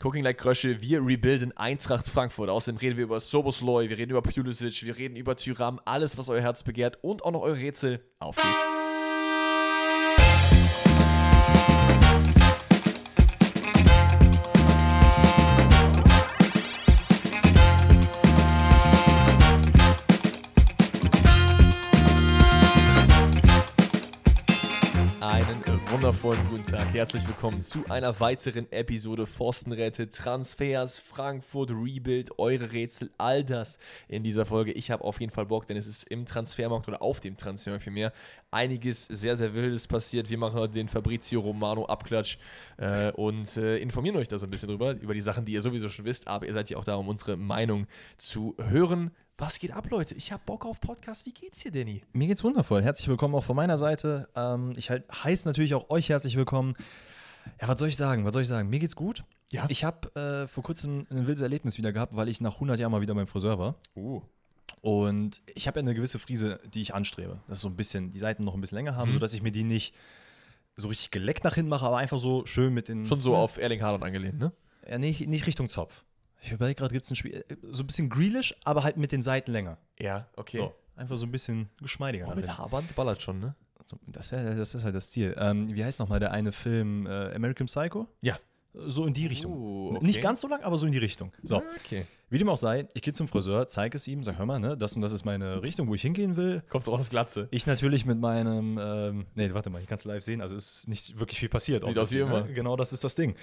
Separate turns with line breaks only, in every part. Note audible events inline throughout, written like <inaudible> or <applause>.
Cooking Like Krösche, wir rebuilden Eintracht Frankfurt. Außerdem reden wir über Sobosloi, wir reden über Pulisic, wir reden über Tyram, alles, was euer Herz begehrt und auch noch eure Rätsel. Auf geht's! Einen wundervollen guten Tag. Herzlich willkommen zu einer weiteren Episode Forstenräte, Transfers, Frankfurt, Rebuild, eure Rätsel, all das in dieser Folge. Ich habe auf jeden Fall Bock, denn es ist im Transfermarkt oder auf dem Transfermarkt vielmehr einiges sehr, sehr Wildes passiert. Wir machen heute den Fabrizio Romano Abklatsch äh, und äh, informieren euch da so ein bisschen drüber, über die Sachen, die ihr sowieso schon wisst, aber ihr seid ja auch da, um unsere Meinung zu hören. Was geht ab, Leute? Ich habe Bock auf Podcast. Wie geht's dir, Danny?
Mir geht's wundervoll. Herzlich willkommen auch von meiner Seite. Ähm, ich halt heiße natürlich auch euch herzlich willkommen. Ja, was soll ich sagen? Was soll ich sagen? Mir geht's gut.
Ja.
Ich habe äh, vor kurzem ein wildes Erlebnis wieder gehabt, weil ich nach 100 Jahren mal wieder beim Friseur war.
Uh.
Und ich habe ja eine gewisse Frise, die ich anstrebe. Dass so ein bisschen die Seiten noch ein bisschen länger haben,
Mhm.
sodass ich mir die nicht so richtig geleckt nach hinten mache, aber einfach so schön mit den.
Schon so auf Erling Haaland angelehnt, ne?
Ja, nicht, nicht Richtung Zopf. Ich überlege gerade, gibt es ein Spiel. äh, So ein bisschen greelish, aber halt mit den Seiten länger.
Ja, okay.
So. Einfach so ein bisschen geschmeidiger. nach
mit
hinten.
Haarband ballert schon, ne?
So, Das, wär, das ist halt das Ziel. Ähm, wie heißt nochmal der eine Film? Äh, American Psycho?
Ja.
So in die Richtung.
Uh, okay.
Nicht ganz so lang, aber so in die Richtung.
Oh.
So,
Ah, Okay.
wie dem auch sei, ich gehe zum Friseur, zeige es ihm, sag, hör mal, ne, das und das ist meine Richtung, wo ich hingehen will.
Kommst du raus als Glatze?
Ich natürlich mit meinem, ähm, nee, warte mal, ich kann es live sehen, also ist nicht wirklich viel passiert.
Sieht aus wie
Offensichtlich,
immer.
Ne? Genau, das ist das Ding.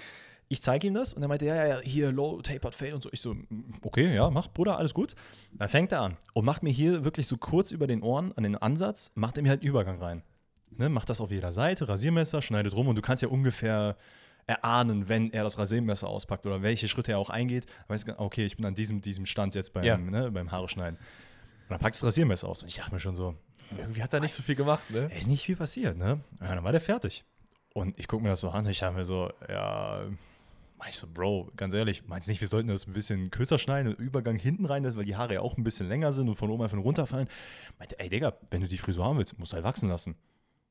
Ich zeige ihm das und er meinte, ja, ja, ja, hier, low, tapered, fade und so. Ich so, "Mm, okay, ja, mach, Bruder, alles gut. Dann fängt er an und macht mir hier wirklich so kurz über den Ohren, an den Ansatz, macht er mir halt einen Übergang rein. Ne, macht das auf jeder Seite, Rasiermesser, schneidet rum und du kannst ja ungefähr erahnen, wenn er das Rasiermesser auspackt oder welche Schritte er auch eingeht. Dann Weißt du, okay, ich bin an diesem, diesem Stand jetzt beim,
Ja.
ne, beim Haare schneiden. Und dann packst du das Rasiermesser aus und ich dachte mir schon so,
Irgendwie hat er nicht so viel gemacht, ne?
da ist nicht viel passiert, ne? Ja, dann war der fertig. Und ich gucke mir das so an, ich habe mir so, ja, mach ich so, Bro, ganz ehrlich, meinst du nicht, wir sollten das ein bisschen kürzer schneiden, einen Übergang hinten rein, lassen, weil die Haare ja auch ein bisschen länger sind und von oben einfach nur runterfallen? Meinte, ey, Digga, wenn du die Frisur haben willst, musst du halt wachsen lassen.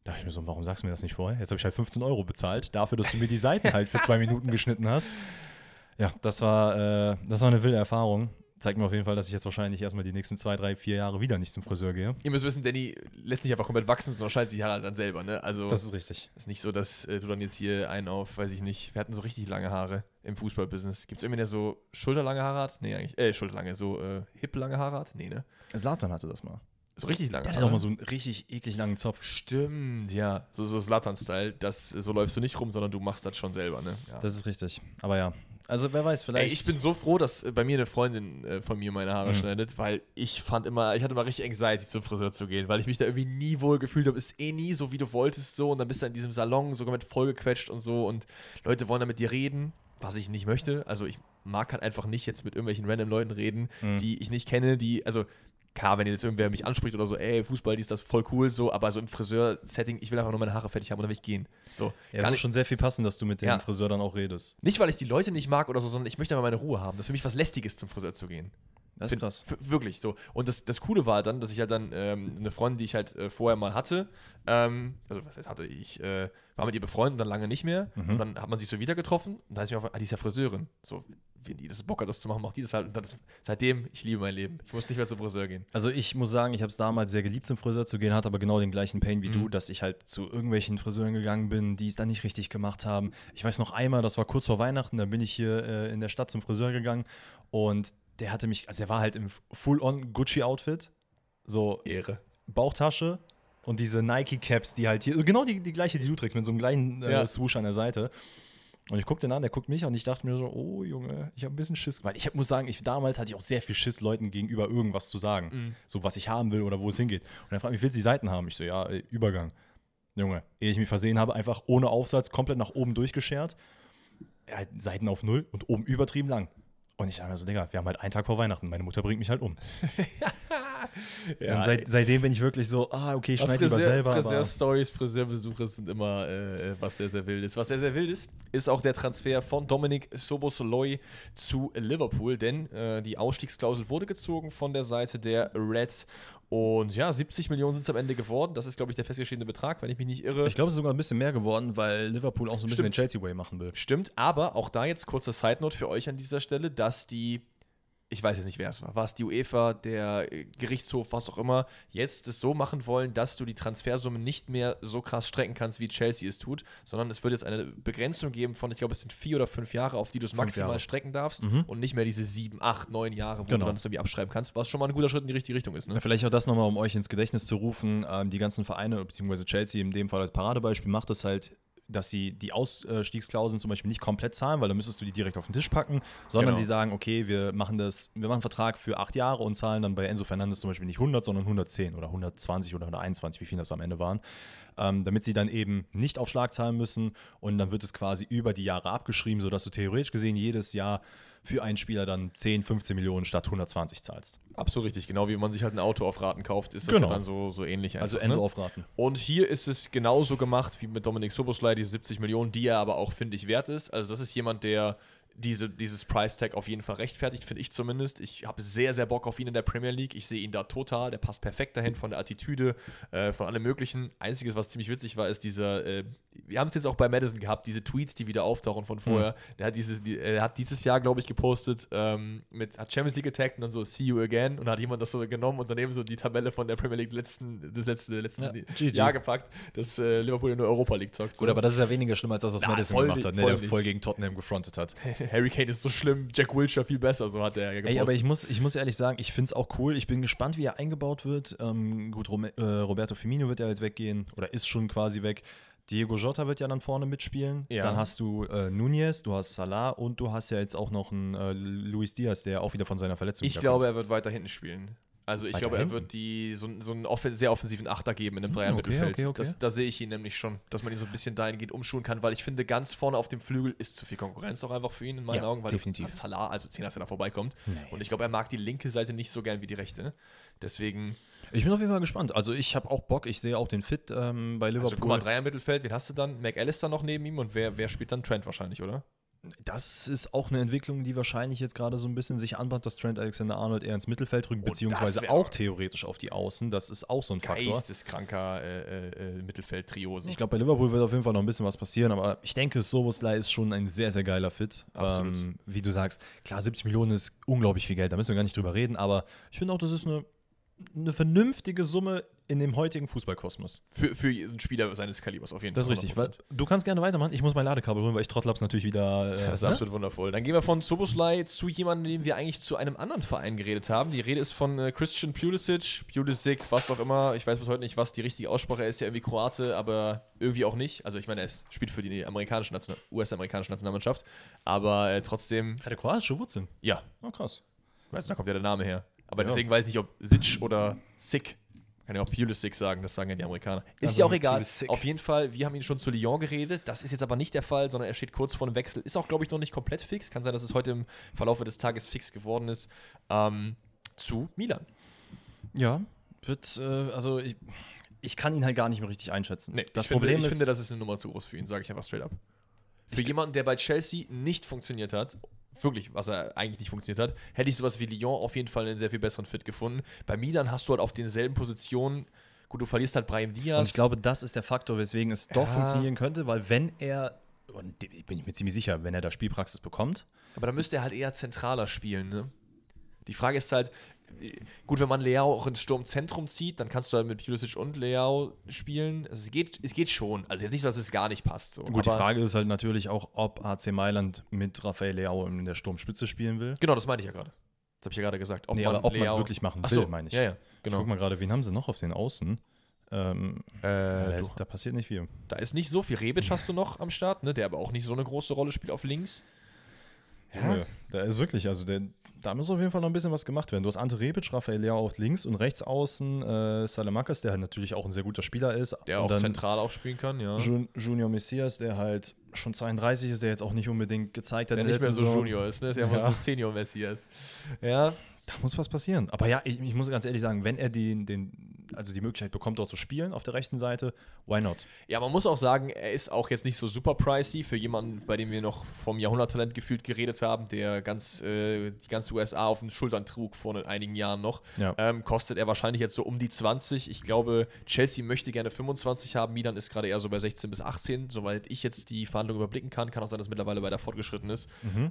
Da dachte ich mir so, warum sagst du mir das nicht vorher? Jetzt habe ich halt 15 Euro bezahlt, dafür, dass du mir die Seiten halt für zwei Minuten geschnitten hast. Ja, das war, äh, das war eine wilde Erfahrung. Zeigt mir auf jeden Fall, dass ich jetzt wahrscheinlich erstmal die nächsten zwei, drei, vier Jahre wieder nicht zum Friseur gehe.
Ihr müsst wissen, Danny lässt nicht einfach komplett wachsen, sondern schneidet sich die Haare halt dann selber, ne? Also
Das ist richtig.
ist nicht so, dass äh, du dann jetzt hier einen auf, weiß ich nicht, wir hatten so richtig lange Haare im Fußballbusiness. Gibt's irgendwen, der so schulterlange Haare hat? Nee, eigentlich, äh, schulterlange, so äh, hip-lange Haare hat? Nee, ne?
Slatan hatte das mal.
So richtig lange
Der hatte auch mal so einen richtig eklig langen Zopf.
Stimmt, ja. So, so Slatan-Style, das, so läufst du nicht rum, sondern du machst das schon selber, ne? Ja.
Das ist richtig. Aber ja. Also wer weiß, vielleicht. Mhm.
Ey, ich bin so froh, dass äh, bei mir eine Freundin äh, von mir meine Haare schneidet, weil ich fand immer, ich hatte immer richtig Anxiety zum Friseur zu gehen, weil ich mich da irgendwie nie wohl gefühlt habe. Ist eh nie so, wie du wolltest, so. Und dann bist du in diesem Salon sogar mit vollgequetscht und so. Und Leute wollen da mit dir reden, was ich nicht möchte. Also ich mag halt einfach nicht jetzt mit irgendwelchen random Leuten reden,
Mhm.
die ich nicht kenne, die, also klar, wenn jetzt irgendwer mich anspricht oder so, ey, Fußball, die ist das voll cool, so. Aber so im Friseur-Setting, ich will einfach nur meine Haare fertig haben und dann will ich gehen. So.
ja, es
Gar
muss
nicht-
schon sehr viel passen, dass du mit dem
Ja.
Friseur dann auch redest.
nicht, weil ich die Leute nicht mag oder so, sondern ich möchte aber meine Ruhe haben. Das ist für mich was Lästiges, zum Friseur zu gehen.
Das
Bin-
ist krass.
w- Wirklich so. Und das, das Coole war dann, dass ich halt dann ähm, eine Freundin, die ich halt äh, vorher mal hatte, ähm, also was heißt hatte, ich äh, war mit ihr befreundet und dann lange nicht mehr.
Mhm.
Und dann hat man sich so wieder getroffen und dann ist mir aufgefallen, ah, die ist ja Friseurin. So, wenn die das Bock hat, das zu machen, macht die das halt. Und dann ist, seitdem, ich liebe mein Leben. Ich muss nicht mehr zum Friseur gehen.
Also ich muss sagen, ich habe es damals sehr geliebt, zum Friseur zu gehen, hatte aber genau den gleichen Pain wie
Mhm.
du, dass ich halt zu irgendwelchen Friseuren gegangen bin, die es dann nicht richtig gemacht haben. Ich weiß noch einmal, das war kurz vor Weihnachten, da bin ich hier äh, in der Stadt zum Friseur gegangen und der hatte mich, also er war halt im Full-on Gucci-Outfit, so
Ehre.
Bauchtasche und diese Nike-Caps, die halt hier, genau die, die gleiche, die du trägst, mit so einem kleinen äh,
Ja.
Swoosh an der Seite. Und ich guckte ihn an, der guckt mich an und ich dachte mir so, oh Junge, ich habe ein bisschen Schiss. Weil ich hab, muss sagen, ich, damals hatte ich auch sehr viel Schiss, Leuten gegenüber irgendwas zu sagen.
Mhm.
So, was ich haben will oder wo es hingeht. Und er fragt mich, willst du die Seiten haben? Ich so, ja, äh, Übergang. Junge, ehe ich mich versehen habe, einfach ohne Aufsatz komplett nach oben durchgeschert. Halt Seiten auf Null und oben übertrieben lang. Und ich dachte mir so, Digga, wir haben halt einen Tag vor Weihnachten. Meine Mutter bringt mich halt um. und seit, seitdem bin ich wirklich so, ah, okay, ich schneide lieber selber. Aber,
Friseur-Stories, Friseurbesuche sind immer äh, was sehr, sehr wild ist. Was sehr, sehr wild ist, ist auch der Transfer von Dominik Sobosloi zu Liverpool, denn äh, die Ausstiegsklausel wurde gezogen von der Seite der Reds. Und ja, 70 Millionen sind es am Ende geworden. Das ist, glaube ich, der festgeschriebene Betrag, wenn ich mich nicht irre.
ich glaube, es ist sogar ein bisschen mehr geworden, weil Liverpool auch so ein bisschen
Stimmt.
den Chelsea-Way machen will.
Stimmt, aber auch da jetzt kurze Side Note für euch an dieser Stelle, dass die, ich weiß jetzt nicht, wer es war, war es die UEFA, der äh, Gerichtshof, was auch immer, jetzt es so machen wollen, dass du die Transfersumme nicht mehr so krass strecken kannst, wie Chelsea es tut, sondern es wird jetzt eine Begrenzung geben von, ich glaube, es sind vier oder fünf Jahre, auf die du es maximal
Jahre. Mhm.
strecken darfst und nicht mehr diese sieben, acht, neun Jahre, wo
Genau.
du dann das irgendwie abschreiben kannst, was schon mal ein guter Schritt in die richtige Richtung ist. Ne?
Na, Vielleicht auch das nochmal, um euch ins Gedächtnis zu rufen. Ähm, die ganzen Vereine, beziehungsweise Chelsea in dem Fall als Paradebeispiel, macht es halt, dass sie die Ausstiegsklauseln zum Beispiel nicht komplett zahlen, weil dann müsstest du die direkt auf den Tisch packen, sondern
Genau.
die sagen, okay, wir machen das, wir machen einen Vertrag für acht Jahre und zahlen dann bei Enzo Fernandes zum Beispiel nicht 100, sondern 110 oder 120 oder 121, wie viel das am Ende waren, ähm, damit sie dann eben nicht auf Schlag zahlen müssen und dann wird es quasi über die Jahre abgeschrieben, sodass du theoretisch gesehen jedes Jahr für einen Spieler dann 10, 15 Millionen statt 120 zahlst.
Absolut richtig, genau wie man sich halt ein Auto auf Raten kauft, ist das
Genau.
ja dann so, so ähnlich.
Also
einfach,
Enzo
ne?
auf Raten.
Und hier ist es genauso gemacht wie mit Dominik Soboslai, diese 70 Millionen, die er aber auch, finde ich, wert ist. Also das ist jemand, der diese, dieses Price-Tag auf jeden Fall rechtfertigt, finde ich zumindest. Ich habe sehr, sehr Bock auf ihn in der Premier League. Ich sehe ihn da total. Der passt perfekt dahin von der Attitüde, äh, von allem Möglichen. Einziges, was ziemlich witzig war, ist dieser, äh, wir haben es jetzt auch bei Madison gehabt, diese Tweets, die wieder auftauchen von vorher. Der hat dieses, die, er hat dieses Jahr, glaube ich, gepostet, ähm, mit, hat Champions League getaggt und dann so, see you again. Und da hat jemand das so genommen und daneben so die Tabelle von der Premier League letzten, des letzten, letzten
Ja,
ja,
GG.
Jahr gepackt, dass äh, Liverpool in der Europa League zockt. So.
Gut, aber das ist ja weniger schlimm als das, was
Na,
Madison
voll
gemacht
nicht,
hat, ne,
voll
der
nicht.
voll gegen Tottenham gefrontet hat.
Harry Kane ist so schlimm, Jack Wilshere viel besser, so hat er ja gepostet.
Ey, aber ich muss, ich muss ehrlich sagen, ich finde es auch cool. Ich bin gespannt, wie er eingebaut wird. Ähm, gut, Rome- äh, Roberto Firmino wird ja jetzt weggehen oder ist schon quasi weg. Diego Jota wird ja dann vorne mitspielen.
Ja.
Dann hast du äh, Nunez, du hast Salah und du hast ja jetzt auch noch einen äh, Luis Diaz, der auch wieder von seiner Verletzung
Ich glaube, er wird weiter hinten spielen. Also ich
Weiter
glaube, er
hinten?
wird die so, so einen offen, sehr offensiven Achter geben in einem Dreier-Mittelfeld.
okay, okay.
Das- Da sehe ich ihn nämlich schon, dass man ihn so ein bisschen dahingehend umschulen kann, weil ich finde, ganz vorne auf dem Flügel ist zu viel Konkurrenz auch einfach für ihn in meinen
Ja,
Augen, weil
definitiv.
an Salah, also 10 dass er da vorbeikommt. Und ich glaube, er mag die linke Seite nicht so gern wie die rechte. Deswegen,
Ich bin auf jeden Fall gespannt. Also ich habe auch Bock. Ich sehe auch den Fit ähm, bei
also guck
Liverpool.
mal, Dreier-Mittelfeld, wen hast du dann? McAllister noch neben ihm und wer, wer spielt dann? Trent wahrscheinlich, oder?
das ist auch eine Entwicklung, die wahrscheinlich jetzt gerade so ein bisschen sich anbahnt, dass Trent Alexander-Arnold eher ins Mittelfeld rückt,
Oh, das
beziehungsweise
wär-
auch theoretisch auf die Außen. Das ist auch so ein Faktor.
geisteskranker äh, äh, äh, Mittelfeldtrio. So.
Ich glaube, bei Liverpool wird auf jeden Fall noch ein bisschen was passieren, aber ich denke, Soboslai ist schon ein sehr, sehr geiler Fit.
Absolut.
Ähm, wie du sagst, klar, 70 Millionen ist unglaublich viel Geld, da müssen wir gar nicht drüber reden, aber ich finde auch, das ist eine, eine vernünftige Summe in dem heutigen Fußballkosmos.
für, für einen Spieler seines Kalibers auf jeden
Das ist
Fall.
richtig.
100%.
Weil, du kannst gerne weitermachen, ich muss mein Ladekabel holen, weil ich Trottlaps natürlich wieder. Äh,
Das ist
ne?
absolut wundervoll. Dann gehen wir von Soboslai zu jemandem, den wir eigentlich zu einem anderen Verein geredet haben. Die Rede ist von äh, Christian Pulisic, Pulisic, was auch immer. Ich weiß bis heute nicht, was die richtige Aussprache ist. Ja, irgendwie Kroate, aber irgendwie auch nicht. Also ich meine, er ist- spielt für die amerikanische Nation- US-amerikanische Nationalmannschaft, aber äh, trotzdem,
Hatte kroatische Wurzeln.
ja,
Oh, krass.
also da kommt ja der Name her. Aber
Ja.
deswegen weiß ich nicht, ob Sitch oder Sick. Kann ja auch Pulisic sagen, das sagen ja die Amerikaner. Ist
Also
ja auch egal.
Pulisic.
Auf jeden Fall, wir haben ihn schon zu Lyon geredet. Das ist jetzt aber nicht der Fall, sondern er steht kurz vor einem Wechsel. Ist auch, glaube ich, noch nicht komplett fix. Kann sein, dass es heute im Verlauf des Tages fix geworden ist. Ähm, zu Milan.
Ja, wird, äh, also ich, ich kann ihn halt gar nicht mehr richtig einschätzen.
Nee,
das
ich
Problem
finde, ich
ist,
finde, das ist eine Nummer zu groß für ihn, sage ich einfach straight up. Für jemanden, der bei Chelsea nicht funktioniert hat, wirklich, was er eigentlich nicht funktioniert hat, hätte ich sowas wie Lyon auf jeden Fall einen sehr viel besseren Fit gefunden. Bei Milan hast du halt auf denselben Positionen, gut, du verlierst halt Brahim
Und
Diaz.
ich glaube, das ist der Faktor, weswegen es
Ja.
doch funktionieren könnte, weil wenn er, und ich bin ich mir ziemlich sicher, wenn er da Spielpraxis bekommt,
Aber da müsste er halt eher zentraler spielen, ne? Die Frage ist halt, äh, gut, wenn man Leao auch ins Sturmzentrum zieht, dann kannst du halt mit Pulisic und Leao spielen. Also es geht, es geht schon. Also jetzt nicht so, dass es gar nicht passt. So.
gut, die
Aber-
Frage ist halt natürlich auch, ob AC Mailand mit Rafael Leao in der Sturmspitze spielen will.
Genau, das meinte ich ja gerade. Das habe ich ja gerade gesagt.
nee, aber ob man es
Leao-
wirklich machen will,
Achso,
meine ich.
Ja, ja,
Guck
genau.
mal gerade, wen haben sie noch auf den Außen? Ähm, ja, da,
Äh,
ist,
du,
da passiert nicht viel.
da ist nicht so viel. Rebic hast du noch am Start, ne? der aber auch nicht so eine große Rolle spielt auf links.
Junge, Da ist wirklich, also der, da muss auf jeden Fall noch ein bisschen was gemacht werden. Du hast Ante Rebic, Rafael Leao auf links und rechts außen äh, Salamakas, der halt natürlich auch ein sehr guter Spieler ist.
Der
und
auch zentral ne? auch spielen kann, ja.
Jun Junior Messias, der halt schon 32 ist, der jetzt auch nicht unbedingt gezeigt hat,
Der
in der
nicht mehr
letzten
so
Saison,
Junior ist, ne? ist ja immer
Ja.
so Senior-Messias. Ja,
Da muss was passieren. Aber ja, ich, ich muss ganz ehrlich sagen, wenn er den, den, also die Möglichkeit bekommt, dort zu spielen auf der rechten Seite, why not?
Ja, man muss auch sagen, er ist auch jetzt nicht so super pricey für jemanden, bei dem wir noch vom Jahrhunderttalent gefühlt geredet haben, der ganz, äh, die ganze USA auf den Schultern trug vor einigen Jahren noch.
Ja.
Ähm, kostet er wahrscheinlich jetzt so um die 20. Ich glaube, Chelsea möchte gerne 25 haben. Milan ist gerade eher so bei 16 bis 18, soweit ich jetzt die Verhandlung überblicken kann. Kann auch sein, dass mittlerweile weiter fortgeschritten ist.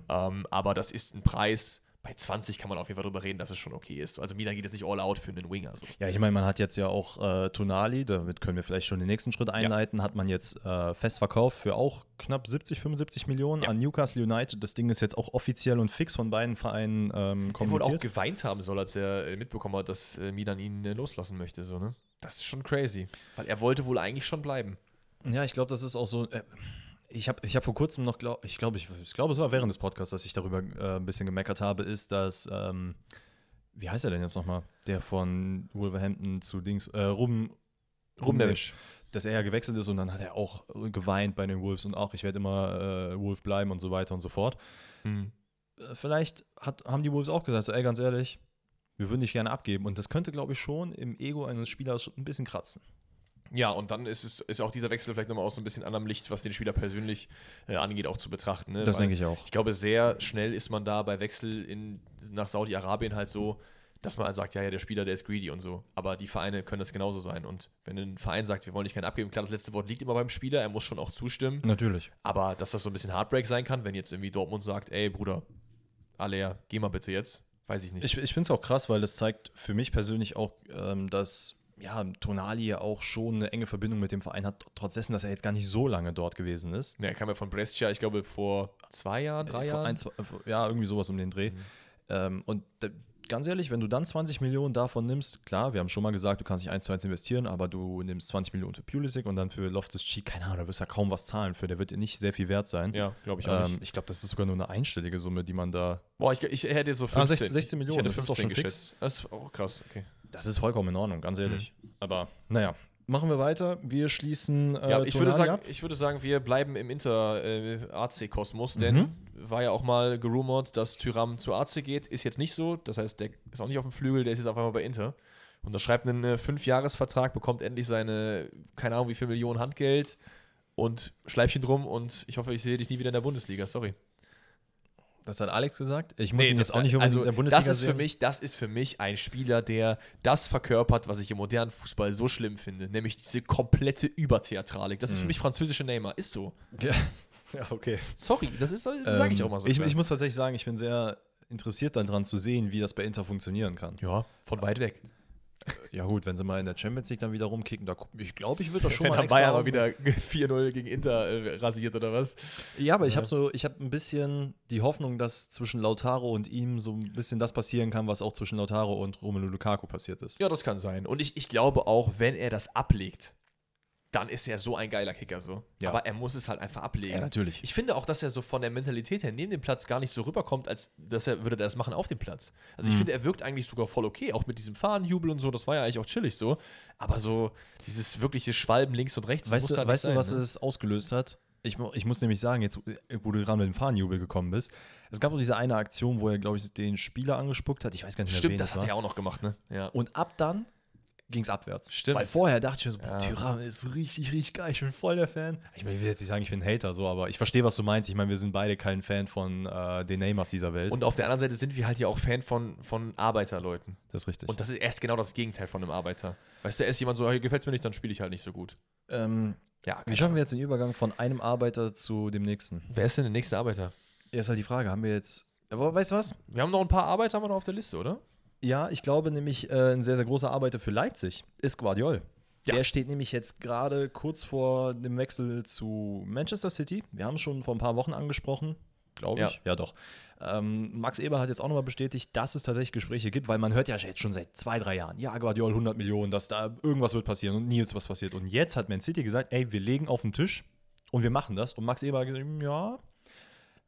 Ähm, aber das ist ein Preis. Bei 20 kann man auf jeden Fall drüber reden, dass es schon okay ist. Also Milan geht jetzt nicht all out für einen Winger. So.
Ja, ich meine, man hat jetzt ja auch äh, Tonali, damit können wir vielleicht schon den nächsten Schritt einleiten, hat man jetzt äh, fest verkauft für auch knapp 70, 75 Millionen
Ja.
an Newcastle United. Das Ding ist jetzt auch offiziell und fix von beiden Vereinen ähm,
Er wohl auch
kommuniziert.
geweint haben soll, als er äh, mitbekommen hat, dass äh, Milan ihn äh, loslassen möchte. So, ne? Das ist schon crazy. Weil er wollte wohl eigentlich schon bleiben.
Ja, ich glaube, das ist auch so. Äh, ich habe ich hab vor kurzem noch, glaub, ich glaube, ich, ich glaub, es war während des Podcasts, dass ich darüber äh, ein bisschen gemeckert habe, ist, dass, ähm, wie heißt er denn jetzt nochmal, der von Wolverhampton zu Dings, äh, Ruben,
Rumnerisch.
dass er ja gewechselt ist und dann hat er auch äh, geweint bei den Wolves und auch, ich werde immer äh, Wolf bleiben und so weiter und so fort.
Hm.
Äh, Vielleicht hat, haben die Wolves auch gesagt, so, ey, ganz ehrlich, wir würden dich gerne abgeben. Und das könnte, glaube ich, schon im Ego eines Spielers ein bisschen kratzen.
Ja, und dann ist, es, ist auch dieser Wechsel vielleicht nochmal aus so ein bisschen anderem Licht, was den Spieler persönlich äh, angeht, auch zu betrachten. Ne? Weil
ich auch.
Ich glaube, sehr schnell ist man da bei Wechsel in, nach Saudi-Arabien halt so, dass man halt sagt, ja, ja, der Spieler, der ist greedy und so. Aber die Vereine können das genauso sein. Und wenn ein Verein sagt, wir wollen dich keinen abgeben, klar, das letzte Wort liegt immer beim Spieler, er muss schon auch zustimmen.
Natürlich.
Aber dass das so ein bisschen Heartbreak sein kann, wenn jetzt irgendwie Dortmund sagt, ey Bruder, Alea, geh mal bitte jetzt, weiß ich nicht.
Ich, ich finde es auch krass, weil das zeigt für mich persönlich auch, ähm, dass ja, Tonali ja auch schon eine enge Verbindung mit dem Verein hat, trotz dessen, dass er jetzt gar nicht so lange dort gewesen ist.
ne, er kam ja von Brescia, ich glaube vor zwei Jahren, drei
Äh, Vor
Jahren. Mhm.
ein, zwei, vor- ja, irgendwie sowas um den Dreh. Ähm, und da, ganz ehrlich, wenn du dann 20 Millionen davon nimmst, klar, wir haben schon mal gesagt, du kannst nicht eins zu eins investieren, aber du nimmst 20 Millionen für Pulisic und dann für Loftus Cheek, keine Ahnung, da wirst du ja kaum was zahlen für, der wird dir nicht sehr viel wert sein.
ja, glaube ich auch
Ähm,
nicht.
ich glaube, das ist sogar nur eine einstellige Summe, die man da.
Boah, ich, ich hätte jetzt so 15.
Ah, 16 16 Millionen,
ich hätte
das ist doch
15
schon fix.
geschätzt. Das ist auch krass, okay.
Das ist vollkommen in Ordnung, ganz ehrlich. Aber naja, machen wir weiter. Wir schließen. Äh,
Ja, ich würde,
Tonali
sagen,
ab.
ich würde sagen, wir bleiben im Inter-AC-Kosmos,
Mhm.
denn war ja auch mal gerumort, dass Tyram zu AC geht. Ist jetzt nicht so. Das heißt, der ist auch nicht auf dem Flügel, der ist jetzt auf einmal bei Inter. Unterschreibt einen äh, Fünfjahresvertrag, bekommt endlich seine, keine Ahnung, wie viel Millionen Handgeld und Schleifchen drum. Und ich hoffe, ich sehe dich nie wieder in der Bundesliga. Sorry.
Das hat Alex gesagt. Ich muss ihn
das-
jetzt auch nicht unbedingt
also,
in der Bundesliga
das ist für
sehen.
mich, Das ist für mich ein Spieler, der das verkörpert, was ich im modernen Fußball so schlimm finde, nämlich diese komplette Übertheatralik. Das ist für
Mhm.
mich französische Neymar. Ist so.
Ja, <laughs> ja okay.
Sorry, das ist, sage ich
Ähm,
auch mal so.
Ich,
klar.
ich muss tatsächlich sagen, ich bin sehr interessiert daran zu sehen, wie das bei Inter funktionieren kann.
ja, von weit weg.
Ja gut, wenn sie mal in der Champions League dann wieder rumkicken, da guck, ich glaube, ich würde das schon <laughs>
Wenn
mal
dann
extra
Bayern
haben.
mal wieder <laughs> 4-0 gegen Inter äh, rasiert oder was.
Ja, aber ich habe so, ich habe ein bisschen die Hoffnung, dass zwischen Lautaro und ihm so ein bisschen das passieren kann, was auch zwischen Lautaro und Romelu Lukaku passiert ist.
Ja, das kann sein. Und ich, ich glaube auch, wenn er das ablegt, dann ist er so ein geiler Kicker so.
Ja.
Aber er muss es halt einfach ablegen.
Ja, natürlich.
Ich finde auch, dass er so von der Mentalität her neben dem Platz gar nicht so rüberkommt, als dass er würde er das machen auf dem Platz. Also ich finde, er wirkt eigentlich sogar voll okay, auch mit diesem Fahnenjubel und so, das war ja eigentlich auch chillig so. Aber so dieses wirkliche Schwalben links und rechts, das
Weißt
muss
du,
halt nicht
weißt du,
sein,
was
ne?
es ausgelöst hat? Ich, mu- ich muss nämlich sagen, jetzt, äh, wo du gerade mit dem Fahnenjubel gekommen bist, es gab doch diese eine Aktion, wo er, glaube ich, den Spieler angespuckt hat. Ich weiß gar nicht mehr, wen
Stimmt, das
war.
hat er auch noch gemacht, ne? Ja.
Und ab dann ging es abwärts.
Stimmt.
Weil vorher dachte ich mir so, boah,
Ja.
Thuram ist richtig, richtig geil. Ich bin voll der Fan. Ich, meine, ich will jetzt nicht sagen, ich bin ein Hater, so, aber ich verstehe, was du meinst. Ich meine, wir sind beide kein Fan von äh, den Neymars dieser Welt.
Und auf der anderen Seite sind wir halt ja auch Fan von, von Arbeiterleuten.
das ist richtig.
Und das ist erst genau das Gegenteil von einem Arbeiter. Weißt du, erst jemand so, hey, gefällt mir nicht, dann spiele ich halt nicht so gut.
ähm,
Ja,
wie schaffen wir jetzt den Übergang von einem Arbeiter zu dem nächsten?
Wer ist denn der nächste Arbeiter?
Ja, ist halt die Frage, haben wir jetzt. Aber weißt du was?
Wir haben noch ein paar Arbeiter haben wir noch auf der Liste, oder?
Ja, ich glaube nämlich, äh, ein sehr, sehr großer Arbeiter für Leipzig ist Guardiol.
Ja.
Der steht nämlich jetzt gerade kurz vor dem Wechsel zu Manchester City. Wir haben es schon vor ein paar Wochen angesprochen, glaube
Ja.
ich. Ja, doch. Ähm, Max Eberl hat jetzt auch nochmal bestätigt, dass es tatsächlich Gespräche gibt, weil man hört ja jetzt schon seit zwei, drei Jahren, ja, Guardiol 100 Millionen, dass da irgendwas wird passieren und nie ist was passiert. Und jetzt hat Man City gesagt, ey, wir legen auf den Tisch und wir machen das. Und Max Eberl hat gesagt, ja,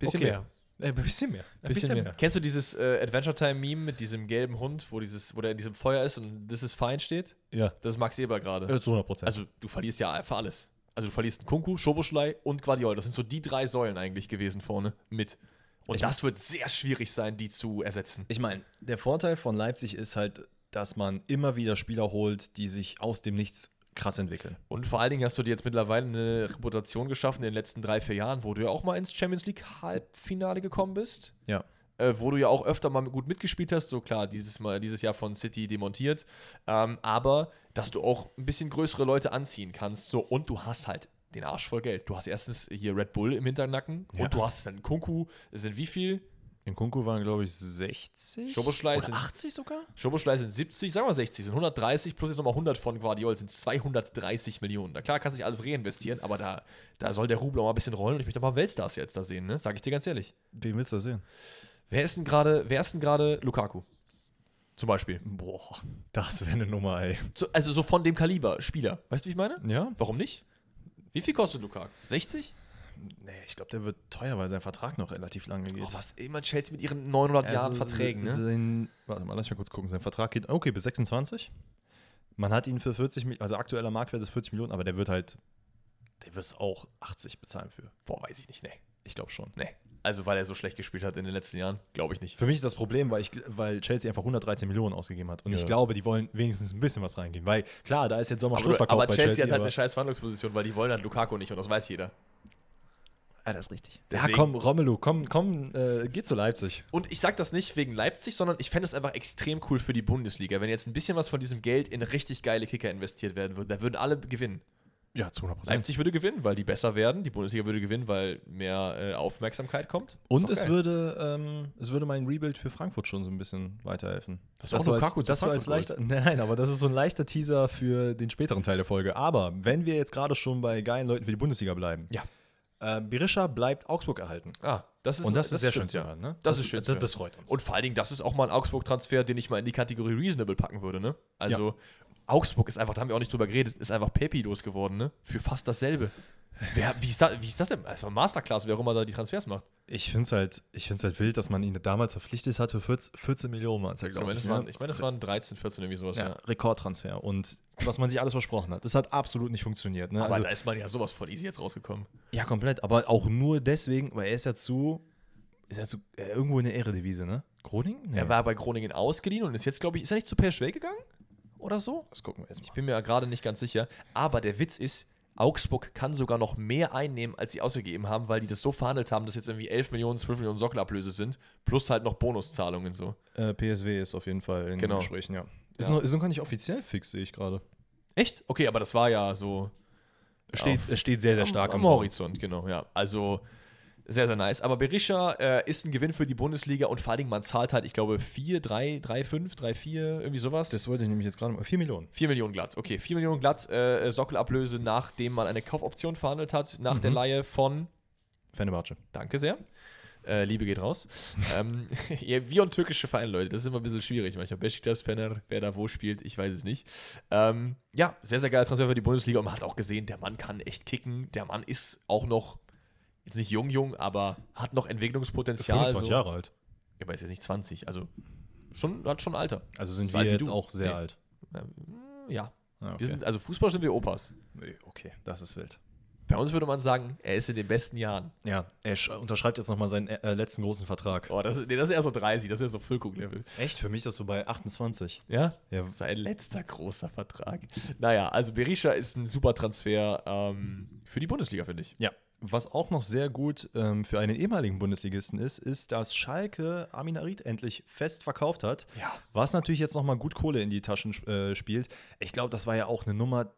Bisschen
Okay.
mehr.
äh, ein bisschen mehr. Ein bisschen, mehr.
Kennst du dieses äh, Adventure Time Meme mit diesem gelben Hund, wo, dieses, wo der in diesem Feuer ist und This is fine steht?
Ja,
Das ist Max Eber gerade.
äh, zu 100 Prozent.
Also du verlierst ja für alles. Also du verlierst einen Kunku, Schoboschlei und Guardiol. Das sind so die drei Säulen eigentlich gewesen vorne mit. Und Und
Ich-
das wird sehr schwierig sein, die zu ersetzen.
Ich meine, der Vorteil von Leipzig ist halt, dass man immer wieder Spieler holt, die sich aus dem Nichts krass entwickeln.
Und vor allen Dingen hast du dir jetzt mittlerweile eine Reputation geschaffen in den letzten drei, vier Jahren, wo du ja auch mal ins Champions League Halbfinale gekommen bist.
Ja.
Äh, wo du ja auch öfter mal gut mitgespielt hast, so klar, dieses, mal, dieses Jahr von City demontiert, ähm, aber dass du auch ein bisschen größere Leute anziehen kannst, so und du hast halt den Arsch voll Geld. Du hast erstens hier Red Bull im Hinternacken
Ja.
und du hast dann Kunku, es sind wie viel?
In Kunku waren, glaube ich, 60
Schoboschlei
oder
sind-
80 sogar?
Schoboschlei sind 70, sagen wir 60, sind 130 plus jetzt nochmal 100 von Guardiol sind 230 Millionen. Na klar, kannst nicht alles reinvestieren, aber da, da soll der Rubel auch mal ein bisschen rollen und ich möchte mal Weltstars jetzt da sehen, ne? Sag ich dir ganz ehrlich.
Wen willst du da sehen?
Wer ist denn gerade, wer ist denn gerade Lukaku? Zum Beispiel.
Boah, das wäre eine Nummer, ey.
So, also so von dem Kaliber Spieler. Weißt du, wie ich meine?
Ja?
Warum nicht? Wie viel kostet Lukaku? 60?
Nee, ich glaube, der wird teuer, weil sein Vertrag noch relativ lange geht.
Oh, was immer Chelsea mit ihren 900 Jahren Verträgen, ne?
Sein, warte mal, lass mich mal kurz gucken. Sein Vertrag geht, okay, bis 26. Man hat ihn für 40, Mi- also aktueller Marktwert ist 40 Millionen, aber der wird halt, der wird auch 80 bezahlen für.
Boah, weiß ich nicht, ne.
Ich glaube schon.
Ne. Also, weil er so schlecht gespielt hat in den letzten Jahren, glaube ich nicht.
Für mich ist das Problem, weil, ich, weil Chelsea einfach 113 Millionen ausgegeben hat. Und ich
Ja.
glaube, die wollen wenigstens ein bisschen was reingeben. Weil klar, da ist jetzt Sommer
Aber,
Schlussverkauf
aber
bei
Chelsea,
Chelsea.
hat halt
aber-
eine scheiß Verhandlungsposition, weil die wollen halt Lukaku nicht und das weiß jeder.
ja, das ist richtig.
Deswegen-
Ja, komm, Romelu, komm, komm, äh, geh zu Leipzig.
Und ich sage das nicht wegen Leipzig, sondern ich fände es einfach extrem cool für die Bundesliga, wenn jetzt ein bisschen was von diesem Geld in richtig geile Kicker investiert werden würde. Da würden alle gewinnen.
Ja, zu 100
Leipzig würde gewinnen, weil die besser werden. Die Bundesliga würde gewinnen, weil mehr äh, Aufmerksamkeit kommt. Ist
Und
doch
es
geil.
würde, ähm, es würde mein Rebuild für Frankfurt schon so ein bisschen weiterhelfen.
Hast du auch
so
Lukaku
als,
zu
das so als
Frankfurt
leichter, <laughs> Nein, aber das ist so ein leichter Teaser für den späteren Teil der Folge. Aber wenn wir jetzt gerade schon bei geilen Leuten für die Bundesliga bleiben,
Ja.
äh, Berisha bleibt Augsburg erhalten.
Ah, das ist,
Und das, ist sehr schön
stimmt,
zu hören. Ne?
Das ist schön zu
Das,
hören.
das freut uns.
Und vor allen Dingen, das ist auch mal ein Augsburg-Transfer, den ich mal in die Kategorie Reasonable packen würde, ne? Also, Augsburg ist einfach, da haben wir auch nicht drüber geredet, ist einfach Pepi losgeworden, ne? Für fast dasselbe. Wer, wie, ist da, wie ist das denn? Also Masterclass, wer auch immer da die Transfers macht.
ich finde es halt, ich find's halt wild, dass man ihn damals verpflichtet hat für 14, 14 Millionen. Waren es ja,
Ich
glaube
meine,
ich.
das,
ne?
waren, ich mein, das waren 13, 14, irgendwie sowas.
ja,
Ja.
Rekordtransfer. Und was man sich alles versprochen hat. Das hat absolut nicht funktioniert. Ne?
Aber
Also-
da ist man ja sowas von easy jetzt rausgekommen.
Ja, komplett. Aber auch nur deswegen, weil er ist ja zu. Ist ja zu. Äh, irgendwo in der Ehredivise, ne? Groningen? Nee.
Er war bei Groningen ausgeliehen und ist jetzt, glaube ich, ist er nicht zu PSV gegangen? Oder so?
das gucken wir jetzt mal.
Bin mir ja gerade nicht ganz sicher. Aber der Witz ist, Augsburg kann sogar noch mehr einnehmen, als sie ausgegeben haben, weil die das so verhandelt haben, dass jetzt irgendwie 11 Millionen, 12 Millionen Sockelablöse sind, plus halt noch Bonuszahlungen so.
Äh, PSW ist auf jeden Fall in
Genau.
den Gesprächen, ja. Ist,
Ja.
Noch, ist noch gar nicht offiziell fix, sehe ich gerade.
Echt? Okay, aber das war ja so
Steht, es steht sehr, sehr stark
am, am Horizont, genau, ja. Also sehr, sehr nice. Aber Berisha äh, ist ein Gewinn für die Bundesliga und vor allen Dingen, man zahlt halt, ich glaube, 4, 3, 3, 5, 3, 4, irgendwie sowas.
Das wollte ich nämlich jetzt gerade mal. 4 Millionen.
4 Millionen glatt. Okay, 4 Millionen glatt äh, Sockelablöse, nachdem man eine Kaufoption verhandelt hat, nach
Mhm.
der Leihe von
Fenerbahce.
Danke sehr. Äh, Liebe geht
<laughs>
raus. ähm, <laughs> ja, wir und türkische Vereine, Leute, das ist immer ein bisschen schwierig manchmal. Besiktas, Fener, wer da wo spielt, ich weiß es nicht. Ähm, ja, sehr, sehr geiler Transfer für die Bundesliga und man hat auch gesehen, der Mann kann echt kicken. Der Mann ist auch noch, jetzt nicht jung, jung, aber hat noch Entwicklungspotenzial.
25
so.
Jahre alt.
Ja, aber ist jetzt nicht 20, also schon, hat schon Alter.
Also sind
So alt
wir
wie
jetzt
du.
auch sehr
Nee.
alt.
Ja,
Ah, okay.
wir sind, also Fußball sind wir Opas.
Nee, okay, das ist wild.
Bei uns würde man sagen, er ist in den besten Jahren.
Ja, er sch- unterschreibt jetzt nochmal seinen äh, letzten großen Vertrag.
Oh, das, ist- nee, das ist eher so 30, das ist eher so Füllkuck-Level.
Echt? Für mich ist das so bei 28.
Ja?
Ja.
Sein letzter großer Vertrag. Naja, also Berisha ist ein super Transfer ähm, für die Bundesliga, finde ich.
Ja, was auch noch sehr gut ähm, für einen ehemaligen Bundesligisten ist, ist, dass Schalke Armin Arid endlich fest verkauft hat.
Ja.
Was natürlich jetzt nochmal gut Kohle in die Taschen äh, spielt. Ich glaube, das war ja auch eine Nummer.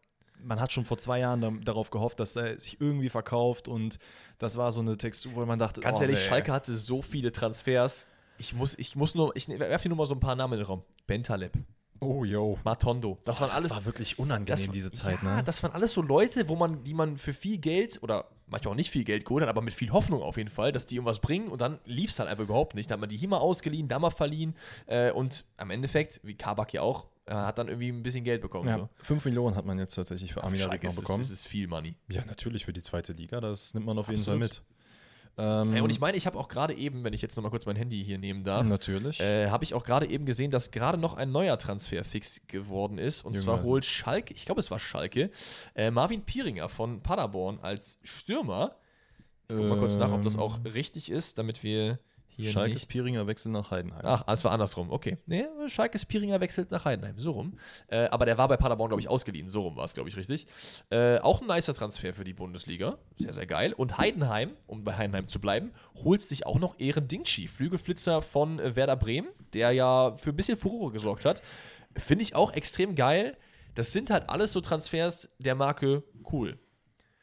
Man hat schon vor zwei Jahren da, darauf gehofft, dass er sich irgendwie verkauft und das war so eine Textur, wo man dachte,
Ganz
oh,
ehrlich,
nee.
Schalke hatte so viele Transfers. Ich muss, ich muss nur, ich werfe hier nur mal so ein paar Namen in den Raum. Bentaleb,
Oh, yo.
Matondo, das waren alles.
Oh, das war wirklich unangenehm,
war-
diese Zeit,
ja,
ne?
das waren alles so Leute, wo man, die man für viel Geld oder manchmal auch nicht viel Geld geholt hat, aber mit viel Hoffnung auf jeden Fall, dass die irgendwas bringen und dann lief es halt einfach überhaupt nicht. Da hat man die hier mal ausgeliehen, da mal verliehen äh, und am Endeffekt, wie Kabak ja auch, äh, hat dann irgendwie ein bisschen Geld bekommen.
Ja,
So.
5 Millionen hat man jetzt tatsächlich für Armin Arid
Schalke
noch
ist,
bekommen.
Ist, ist viel Money.
ja, natürlich für die zweite Liga, das nimmt man auf
Absolut.
jeden Fall mit. Ähm,
Ey, Äh, und ich meine, ich habe auch gerade eben, wenn ich jetzt nochmal kurz mein Handy hier nehmen darf,
natürlich.
äh, habe ich auch gerade eben gesehen, dass gerade noch ein neuer Transfer fix geworden ist. Und
Junge.
zwar holt Schalke, ich glaube, es war Schalke, äh, Marvin Pieringer von Paderborn als Stürmer. Ich guck mal kurz nach, ob das auch richtig ist, damit wir Hier
Ähm. Schalke
nicht. Ah.
Spiringer wechselt nach Heidenheim.
Ach, es war andersrum, okay. Nee, Schalke Spiringer wechselt nach Heidenheim, so rum. Äh, aber der war bei Paderborn, glaube ich, ausgeliehen, so rum war es, glaube ich, richtig. Äh, auch ein nicer Transfer für die Bundesliga, sehr, sehr geil. Und Heidenheim, um bei Heidenheim zu bleiben, holt sich auch noch Ehren Dingschi, Flügelflitzer von äh, Werder Bremen, der ja für ein bisschen Furore gesorgt hat. Finde ich auch extrem geil. Das sind halt alles so Transfers der Marke cool.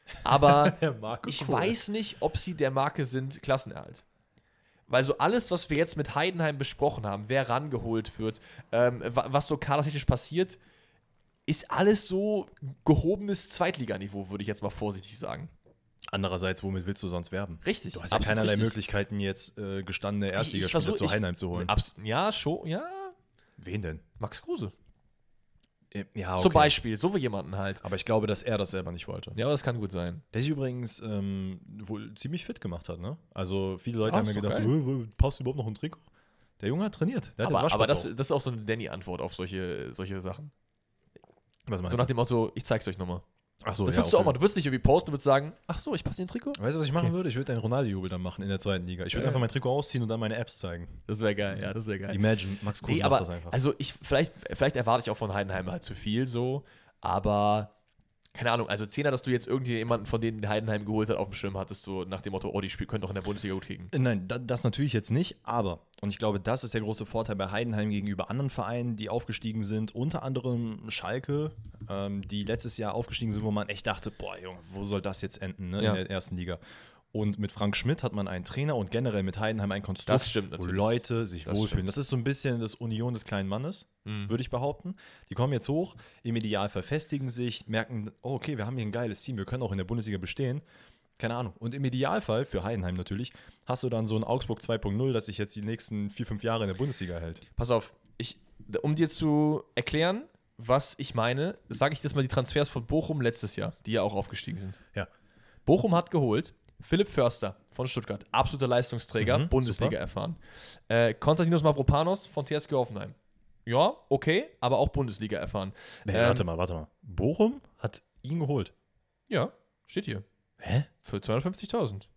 <laughs>
Aber
Der Marco
ich
Kohl.
weiß nicht, ob sie der Marke sind Klassenerhalt. Weil so alles, was wir jetzt mit Heidenheim besprochen haben, wer rangeholt wird, ähm, wa- was so kadertechnisch passiert, ist alles so gehobenes Zweitliganiveau, würde ich jetzt mal vorsichtig sagen.
Andererseits, womit willst du sonst werben?
Richtig.
Du hast ja
absolut
keinerlei
richtig.
Möglichkeiten, jetzt äh, gestandene
Ich- ich
Erstligaspieler
versuch-
zu
ich-
Heidenheim zu holen.
Abs ja, schon, ja.
Wen denn?
Max Kruse.
Äh, Ja, okay.
Zum Beispiel, so wie jemanden halt.
Aber ich glaube, dass er das selber nicht wollte.
Ja, aber das kann gut sein.
Der sich übrigens ähm, wohl ziemlich fit gemacht hat, ne? Also viele Leute
Ah,
haben mir
ist doch
gedacht,
geil.
"Äh, äh, passt überhaupt noch ein Trikot? Der Junge hat trainiert. Der hat
aber
jetzt
aber
Waschbär
das,
drauf.
das ist auch so eine Danny-Antwort auf solche, solche Sachen.
Was meinst
So nach dem Motto, ich zeig's euch nochmal.
du? Ach so,
Das
ja,
würdest du auch
okay.
mal. Du würdest nicht irgendwie posten und würdest sagen, ach so, ich passe in ein Trikot.
Weißt du, was ich machen würde? Ich würde einen Ronaldo-Jubel dann machen in der zweiten Liga. Ich würde
Ja,
einfach mein Trikot ausziehen und dann meine Apps zeigen.
Das wäre geil, ja, das wäre geil.
Imagine, Max Kruse
Äh. Nee,
macht
aber
das einfach.
also ich vielleicht vielleicht erwarte ich auch von Heidenheim halt zu viel so, aber keine Ahnung, also Zehner, dass du jetzt irgendjemanden von denen den Heidenheim geholt hat auf dem Schirm hattest so nach dem Motto, oh, die Spiel können doch in der Bundesliga gut kriegen.
Äh, Nein, da- das natürlich jetzt nicht, aber, und ich glaube, das ist der große Vorteil bei Heidenheim gegenüber anderen Vereinen, die aufgestiegen sind, unter anderem Schalke, ähm, die letztes Jahr aufgestiegen sind, wo man echt dachte, boah, Junge, wo soll das jetzt enden ne,
Ja.
in der ersten Liga? Und mit Frank Schmidt hat man einen Trainer und generell mit Heidenheim ein Konstrukt,
Das stimmt
wo
natürlich.
Leute sich
Das
wohlfühlen.
stimmt. Mhm.
Das ist so ein bisschen das Union des kleinen Mannes, würde ich behaupten. Die kommen jetzt hoch, im Idealfall festigen sich, merken, oh, okay, wir haben hier ein geiles Team, wir können auch in der Bundesliga bestehen. Keine Ahnung. Und im Idealfall, für Heidenheim natürlich, hast du dann so ein Augsburg 2.0, das sich jetzt die nächsten vier, fünf Jahre in der Bundesliga hält.
Pass auf, ich um dir zu erklären, was ich meine, sage ich jetzt mal die Transfers von Bochum letztes Jahr, die ja auch aufgestiegen sind.
Ja.
Bochum hat geholt Philipp Förster von Stuttgart, absoluter Leistungsträger,
Mhm,
Bundesliga
super.
erfahren. Äh, Konstantinos Mavropanos von TSG Hoffenheim. Ja, okay, aber auch Bundesliga erfahren. Ähm,
mal, warte mal. Bochum hat ihn geholt.
Ja, steht hier.
Hä?
Für 250.000.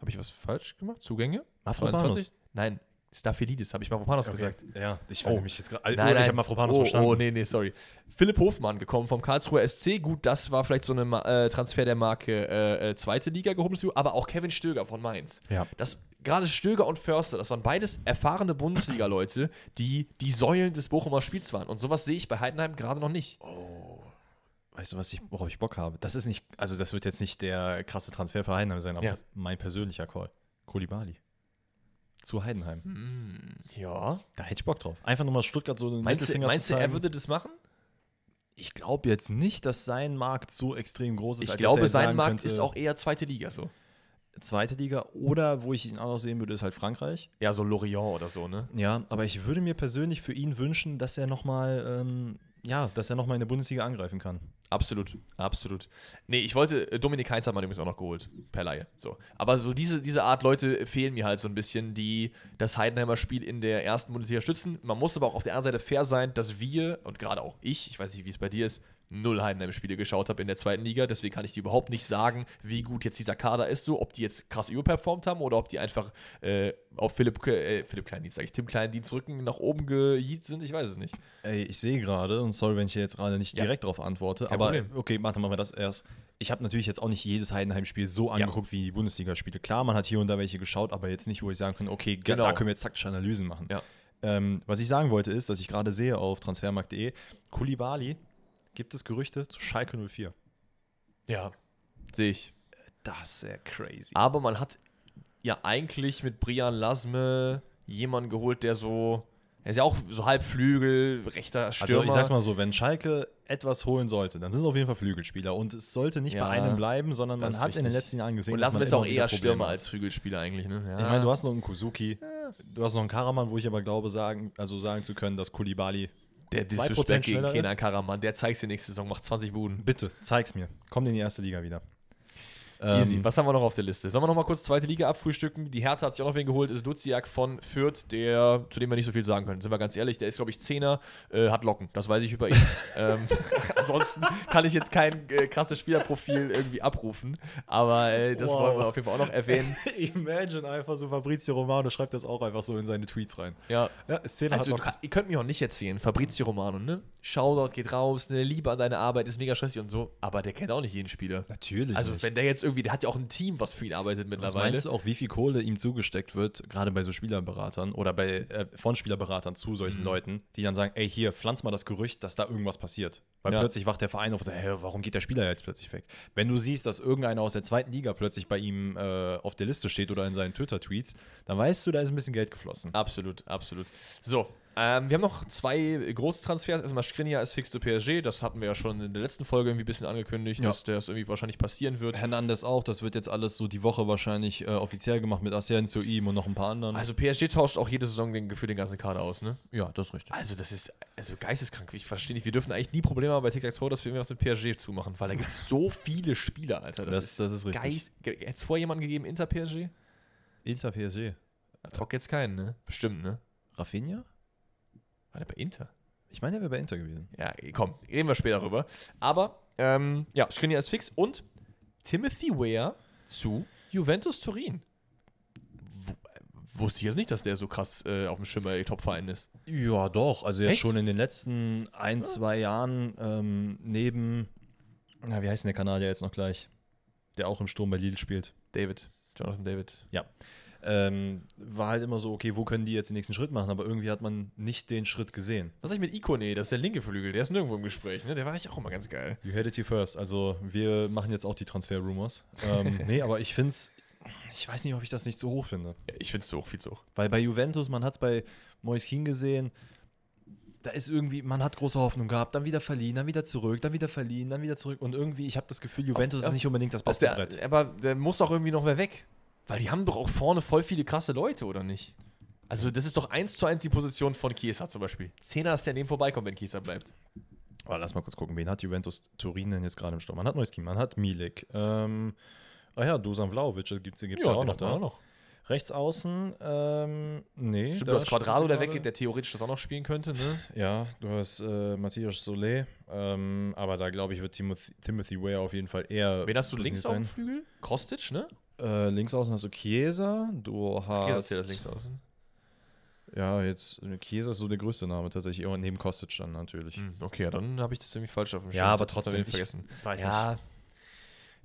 Habe ich was falsch gemacht? Zugänge?
Mafropanos.
Nein, Staphylidis, habe ich Mavropanos gesagt.
Ja, ich
Oh.
war nämlich jetzt gerade. Oder ich habe Mafropanos
oh,
verstanden.
Oh, nee, nee, sorry. Philipp Hofmann gekommen vom Karlsruher SC. Gut, das war vielleicht so ein äh, Transfer der Marke äh, äh, zweite Liga gehobenes Niveau, aber auch Kevin Stöger von Mainz.
Ja.
Das, gerade Stöger und Förster, das waren beides erfahrene Bundesliga-Leute, die die Säulen des Bochumer Spiels waren. Und sowas sehe ich bei Heidenheim gerade noch nicht.
Oh. Weißt du, was ich, worauf ich Bock habe? Das ist nicht, also das wird jetzt nicht der krasse Transfer für Heidenheim sein, aber
Ja.
mein persönlicher Call. Kolibali. Zu Heidenheim.
Hm. Ja.
Da hätte ich Bock drauf. Einfach nur mal Stuttgart so den
Meinst du,
Mittelfinger
meinst
zu
du, er
zeigen.
würde das machen?
ich glaube jetzt nicht, dass sein Markt so extrem groß ist.
Ich
als
glaube,
dass er
sein
sagen
Markt
könnte,
ist auch eher zweite Liga so.
zweite Liga oder wo ich ihn auch noch sehen würde, ist halt Frankreich.
Ja, so Lorient oder so, ne?
Ja, aber ich würde mir persönlich für ihn wünschen, dass er nochmal, ähm, ja, dass er nochmal in der Bundesliga angreifen kann.
Absolut, absolut. Nee, ich wollte, äh, Dominik Heinz hat man übrigens auch noch geholt, per Laie. So. Aber so diese, diese Art Leute fehlen mir halt so ein bisschen, die das Heidenheimer Spiel in der ersten Bundesliga stützen. Man muss aber auch auf der anderen Seite fair sein, dass wir und gerade auch ich, ich weiß nicht, wie es bei dir ist, null Heidenheim-Spiele geschaut habe in der zweiten Liga. Deswegen kann ich dir überhaupt nicht sagen, wie gut jetzt dieser Kader ist, so, ob die jetzt krass überperformt haben oder ob die einfach äh, auf Philipp, äh, Philipp Kleindienst, sag ich, Tim Kleindienst Rücken nach oben gejiet sind. Ich weiß es nicht.
Ey, ich sehe gerade, und sorry, wenn ich hier jetzt gerade nicht
Ja.
direkt darauf antworte,
Kein
aber
Problem.
okay, machen wir mal das erst. Ich habe natürlich jetzt auch nicht jedes Heidenheim-Spiel so angeguckt wie die Bundesligaspiele. Klar, man hat hier und da welche geschaut, aber jetzt nicht, wo ich sagen kann, okay, ge-
Genau.
da können wir jetzt taktische Analysen machen.
Ja.
Ähm, was ich sagen wollte ist, dass ich gerade sehe auf transfermarkt.de, Kulibali gibt es Gerüchte zu Schalke 04.
Ja. Sehe ich.
Das ist ja crazy.
Aber man hat ja eigentlich mit Brian Lasme jemanden geholt, der so. Er ist ja auch so halb Flügel, rechter Stürmer.
Also ich sag's mal so, wenn Schalke etwas holen sollte, dann sind es auf jeden Fall Flügelspieler und es sollte nicht
Ja,
bei einem bleiben, sondern man
das
hat
ist
in den
richtig.
letzten Jahren gesehen,
Und Lasme
man
ist auch
immer wieder
eher
Probleme
Stürmer
hat.
als Flügelspieler eigentlich, ne? Ja.
Ich meine, du hast noch einen Kuzuki, du hast noch einen Karaman, wo ich aber glaube, sagen, also sagen zu können, dass Kulibali,
der
2%
Disrespect gegen
schneller
Kenan
ist.
Karaman, der zeigt's dir nächste Saison, macht 20 Buden.
bitte, zeig's mir, komm in die erste Liga wieder.
Easy.
<laughs> Ähm,
Was haben wir noch auf der Liste? Sollen wir noch mal kurz zweite Liga abfrühstücken? Die Hertha hat sich auch noch wen geholt, ist Duziak von Fürth, der, zu dem wir nicht so viel sagen können. Sind wir ganz ehrlich, der ist, glaube ich, Zehner, äh, hat Locken. Das weiß ich über
<laughs>
ihn. ähm, <laughs> ansonsten kann ich jetzt kein äh, krasses Spielerprofil irgendwie abrufen, aber äh, das
Wow.
wollen wir auf jeden Fall auch noch
<laughs>
erwähnen.
Imagine einfach so Fabrizio Romano schreibt das auch einfach so in seine Tweets rein.
Ja.
Ja, Szene
Also,
hat
du
noch
kann- ihr könnt mir auch nicht erzählen, Fabrizio Romano, ne? Shoutout geht raus, ne? Liebe an deine Arbeit ist mega stressig und so, aber der kennt auch nicht jeden Spieler.
Natürlich.
Also,
nicht.
wenn der jetzt irgendwie, der hat ja auch ein Team, was für ihn arbeitet
Was
mittlerweile.
meinst du auch, wie viel Kohle ihm zugesteckt wird, gerade bei so Spielerberatern oder bei äh, von Spielerberatern zu solchen Leuten, die dann sagen, ey, hier, pflanz mal das Gerücht, dass da irgendwas passiert. Weil
Ja.
plötzlich wacht der Verein auf und sagt, hä, warum geht der Spieler jetzt plötzlich weg? Wenn du siehst, dass irgendeiner aus der zweiten Liga plötzlich bei ihm äh, auf der Liste steht oder in seinen Twitter-Tweets, dann weißt du, da ist ein bisschen Geld geflossen.
Absolut, absolut. So, ähm, wir haben noch zwei große Transfers. Erstmal Skriniar ist fix zu PSG. Das hatten wir ja schon in der letzten Folge irgendwie ein bisschen angekündigt,
Ja.
dass das irgendwie wahrscheinlich passieren wird.
Hernandez auch, das wird jetzt alles so die Woche wahrscheinlich äh, offiziell gemacht mit Asensio, ihm und noch ein paar anderen.
Also PSG tauscht auch jede Saison den, für den ganzen Kader aus, ne?
ja, das ist richtig.
Also das ist also geisteskrank. Ich verstehe nicht, wir dürfen eigentlich nie Probleme haben bei Tic-Tac-Toe, dass wir irgendwas mit PSG zumachen, weil da gibt es so viele Spieler, Alter.
Das- das ist richtig.
Hätte es vorher jemanden gegeben, Inter-PSG?
Inter PSG.
Talk jetzt keinen, ne? Bestimmt, ne?
Rafinha?
War der bei Inter?
Ich meine, er wäre bei Inter gewesen.
Ja, komm, reden wir später darüber. Aber, ähm, ja, Skriniar ist fix und Timothy Weah zu Juventus Turin. W wusste ich jetzt nicht, dass der so krass äh, auf dem Schimmer ihr Top-Verein ist.
Ja, doch. Also jetzt
Echt?
schon in den letzten ein, zwei Jahren ähm, neben, na, wie heißt denn der Kanadier jetzt noch gleich, der auch im Sturm bei Lille spielt,
David, Jonathan David.
ähm, war halt immer so, okay, wo können die jetzt den nächsten Schritt machen? Aber irgendwie hat man nicht den Schritt gesehen.
Was sag ich mit Ikone? Das ist der linke Flügel, der ist nirgendwo im Gespräch, ne? Der war eigentlich auch immer ganz geil.
You heard it here first. Also wir machen jetzt auch die <laughs> Transfer-Rumors. Ähm, nee, aber ich finde es, ich weiß nicht, ob ich das nicht zu hoch finde.
Ja, Äh, ich find's zu hoch, viel zu hoch.
Weil bei Juventus, man hat es bei Moiskin gesehen, da ist irgendwie, man hat große Hoffnung gehabt, dann wieder verliehen, dann wieder zurück, dann wieder verliehen, dann wieder zurück. Und irgendwie, ich habe das Gefühl, Juventus
auf-
ist nicht unbedingt das
Aus
beste
der,
Brett.
aber der muss doch irgendwie noch wer weg. Weil die haben doch auch vorne voll viele krasse Leute, oder nicht? Also, das ist doch eins zu eins die Position von Chiesa zum Beispiel. Zehner, dass der an dem vorbeikommt, wenn Chiesa bleibt.
Aber Oh, lass mal kurz gucken, wen hat Juventus Turin denn jetzt gerade im Sturm? Man hat Moiskin, man hat Milik. Ähm, ah ja, Dusan Vlaovic, den gibt es ja, auch
den
noch
hat man
da.
auch noch.
Rechts außen, ähm, nee.
Stimmt, du hast
steht
Quadrado, der
gerade-
weggeht, der theoretisch das auch noch spielen könnte, ne?
Ja, du hast äh, Matthias Solé, ähm, aber da glaube ich, wird Timothy, Timothy Ware auf jeden Fall eher.
Wen hast du links
positioniert
auf dem
sein.
Flügel? Kostic, ne?
Äh, links außen hast du Chiesa, du
Ja,
hast.
das ist ja das links außen.
Ja, jetzt Chiesa ist so der größte Name tatsächlich, aber neben Kostic dann natürlich.
Hm, Okay, ja, dann habe ich das irgendwie falsch auf dem
Ja, aber
Ich hab das
trotzdem,
irgendwie
ich
vergessen.
weiß
ja,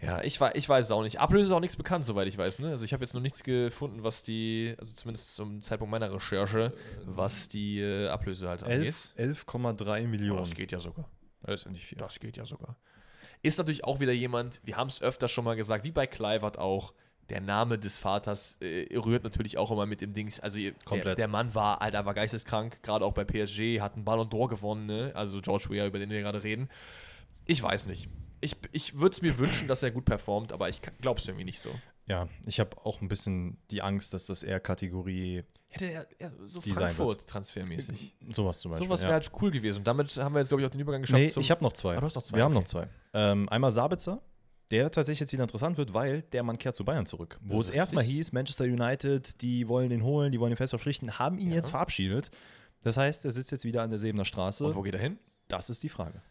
ja ich, wei- ich weiß es auch nicht. Ablöse ist auch nichts bekannt, soweit ich weiß. Ne? Also ich habe jetzt noch nichts gefunden, was die, also zumindest zum Zeitpunkt meiner Recherche, was die äh, Ablöse halt angeht.
11 11,3
Aber
Millionen.
Das geht ja sogar.
Das ist ja nicht viel.
Das geht ja sogar. Ist natürlich auch wieder jemand, wir haben es öfter schon mal gesagt, wie bei Kluivert auch, der Name des Vaters äh, rührt natürlich auch immer mit dem Dings. Also ihr, der,
Komplett.
der Mann war halt einfach geisteskrank, gerade auch bei PSG, hat einen Ballon d'Or gewonnen, ne? also George Weah, über den wir gerade reden. Ich weiß nicht. Ich, ich würde es mir wünschen, dass er gut performt, aber ich glaube es irgendwie nicht so.
Ja, ich habe auch ein bisschen die Angst, dass das eher Kategorie
Hätte er eher so
Design wird.
Frankfurt-transfermäßig.
sowas zum Beispiel.
Sowas
ja.
wäre halt cool gewesen. Und damit haben wir jetzt, glaube ich, auch den Übergang geschafft.
Nee,
zum-
ich habe noch zwei.
Ah, du hast noch zwei,
Wir haben
okay.
noch zwei. Ähm, einmal Sabitzer, der tatsächlich jetzt wieder interessant wird, weil der Mann kehrt zu Bayern zurück. Wo
Das
es
ist
erstmal
richtig.
hieß, Manchester United, die wollen den holen, die wollen ihn fest verpflichten, haben ihn
Ja.
jetzt verabschiedet. Das heißt, er sitzt jetzt wieder an der Sebener
Und
Straße.
wo geht er hin?
Das ist die Frage.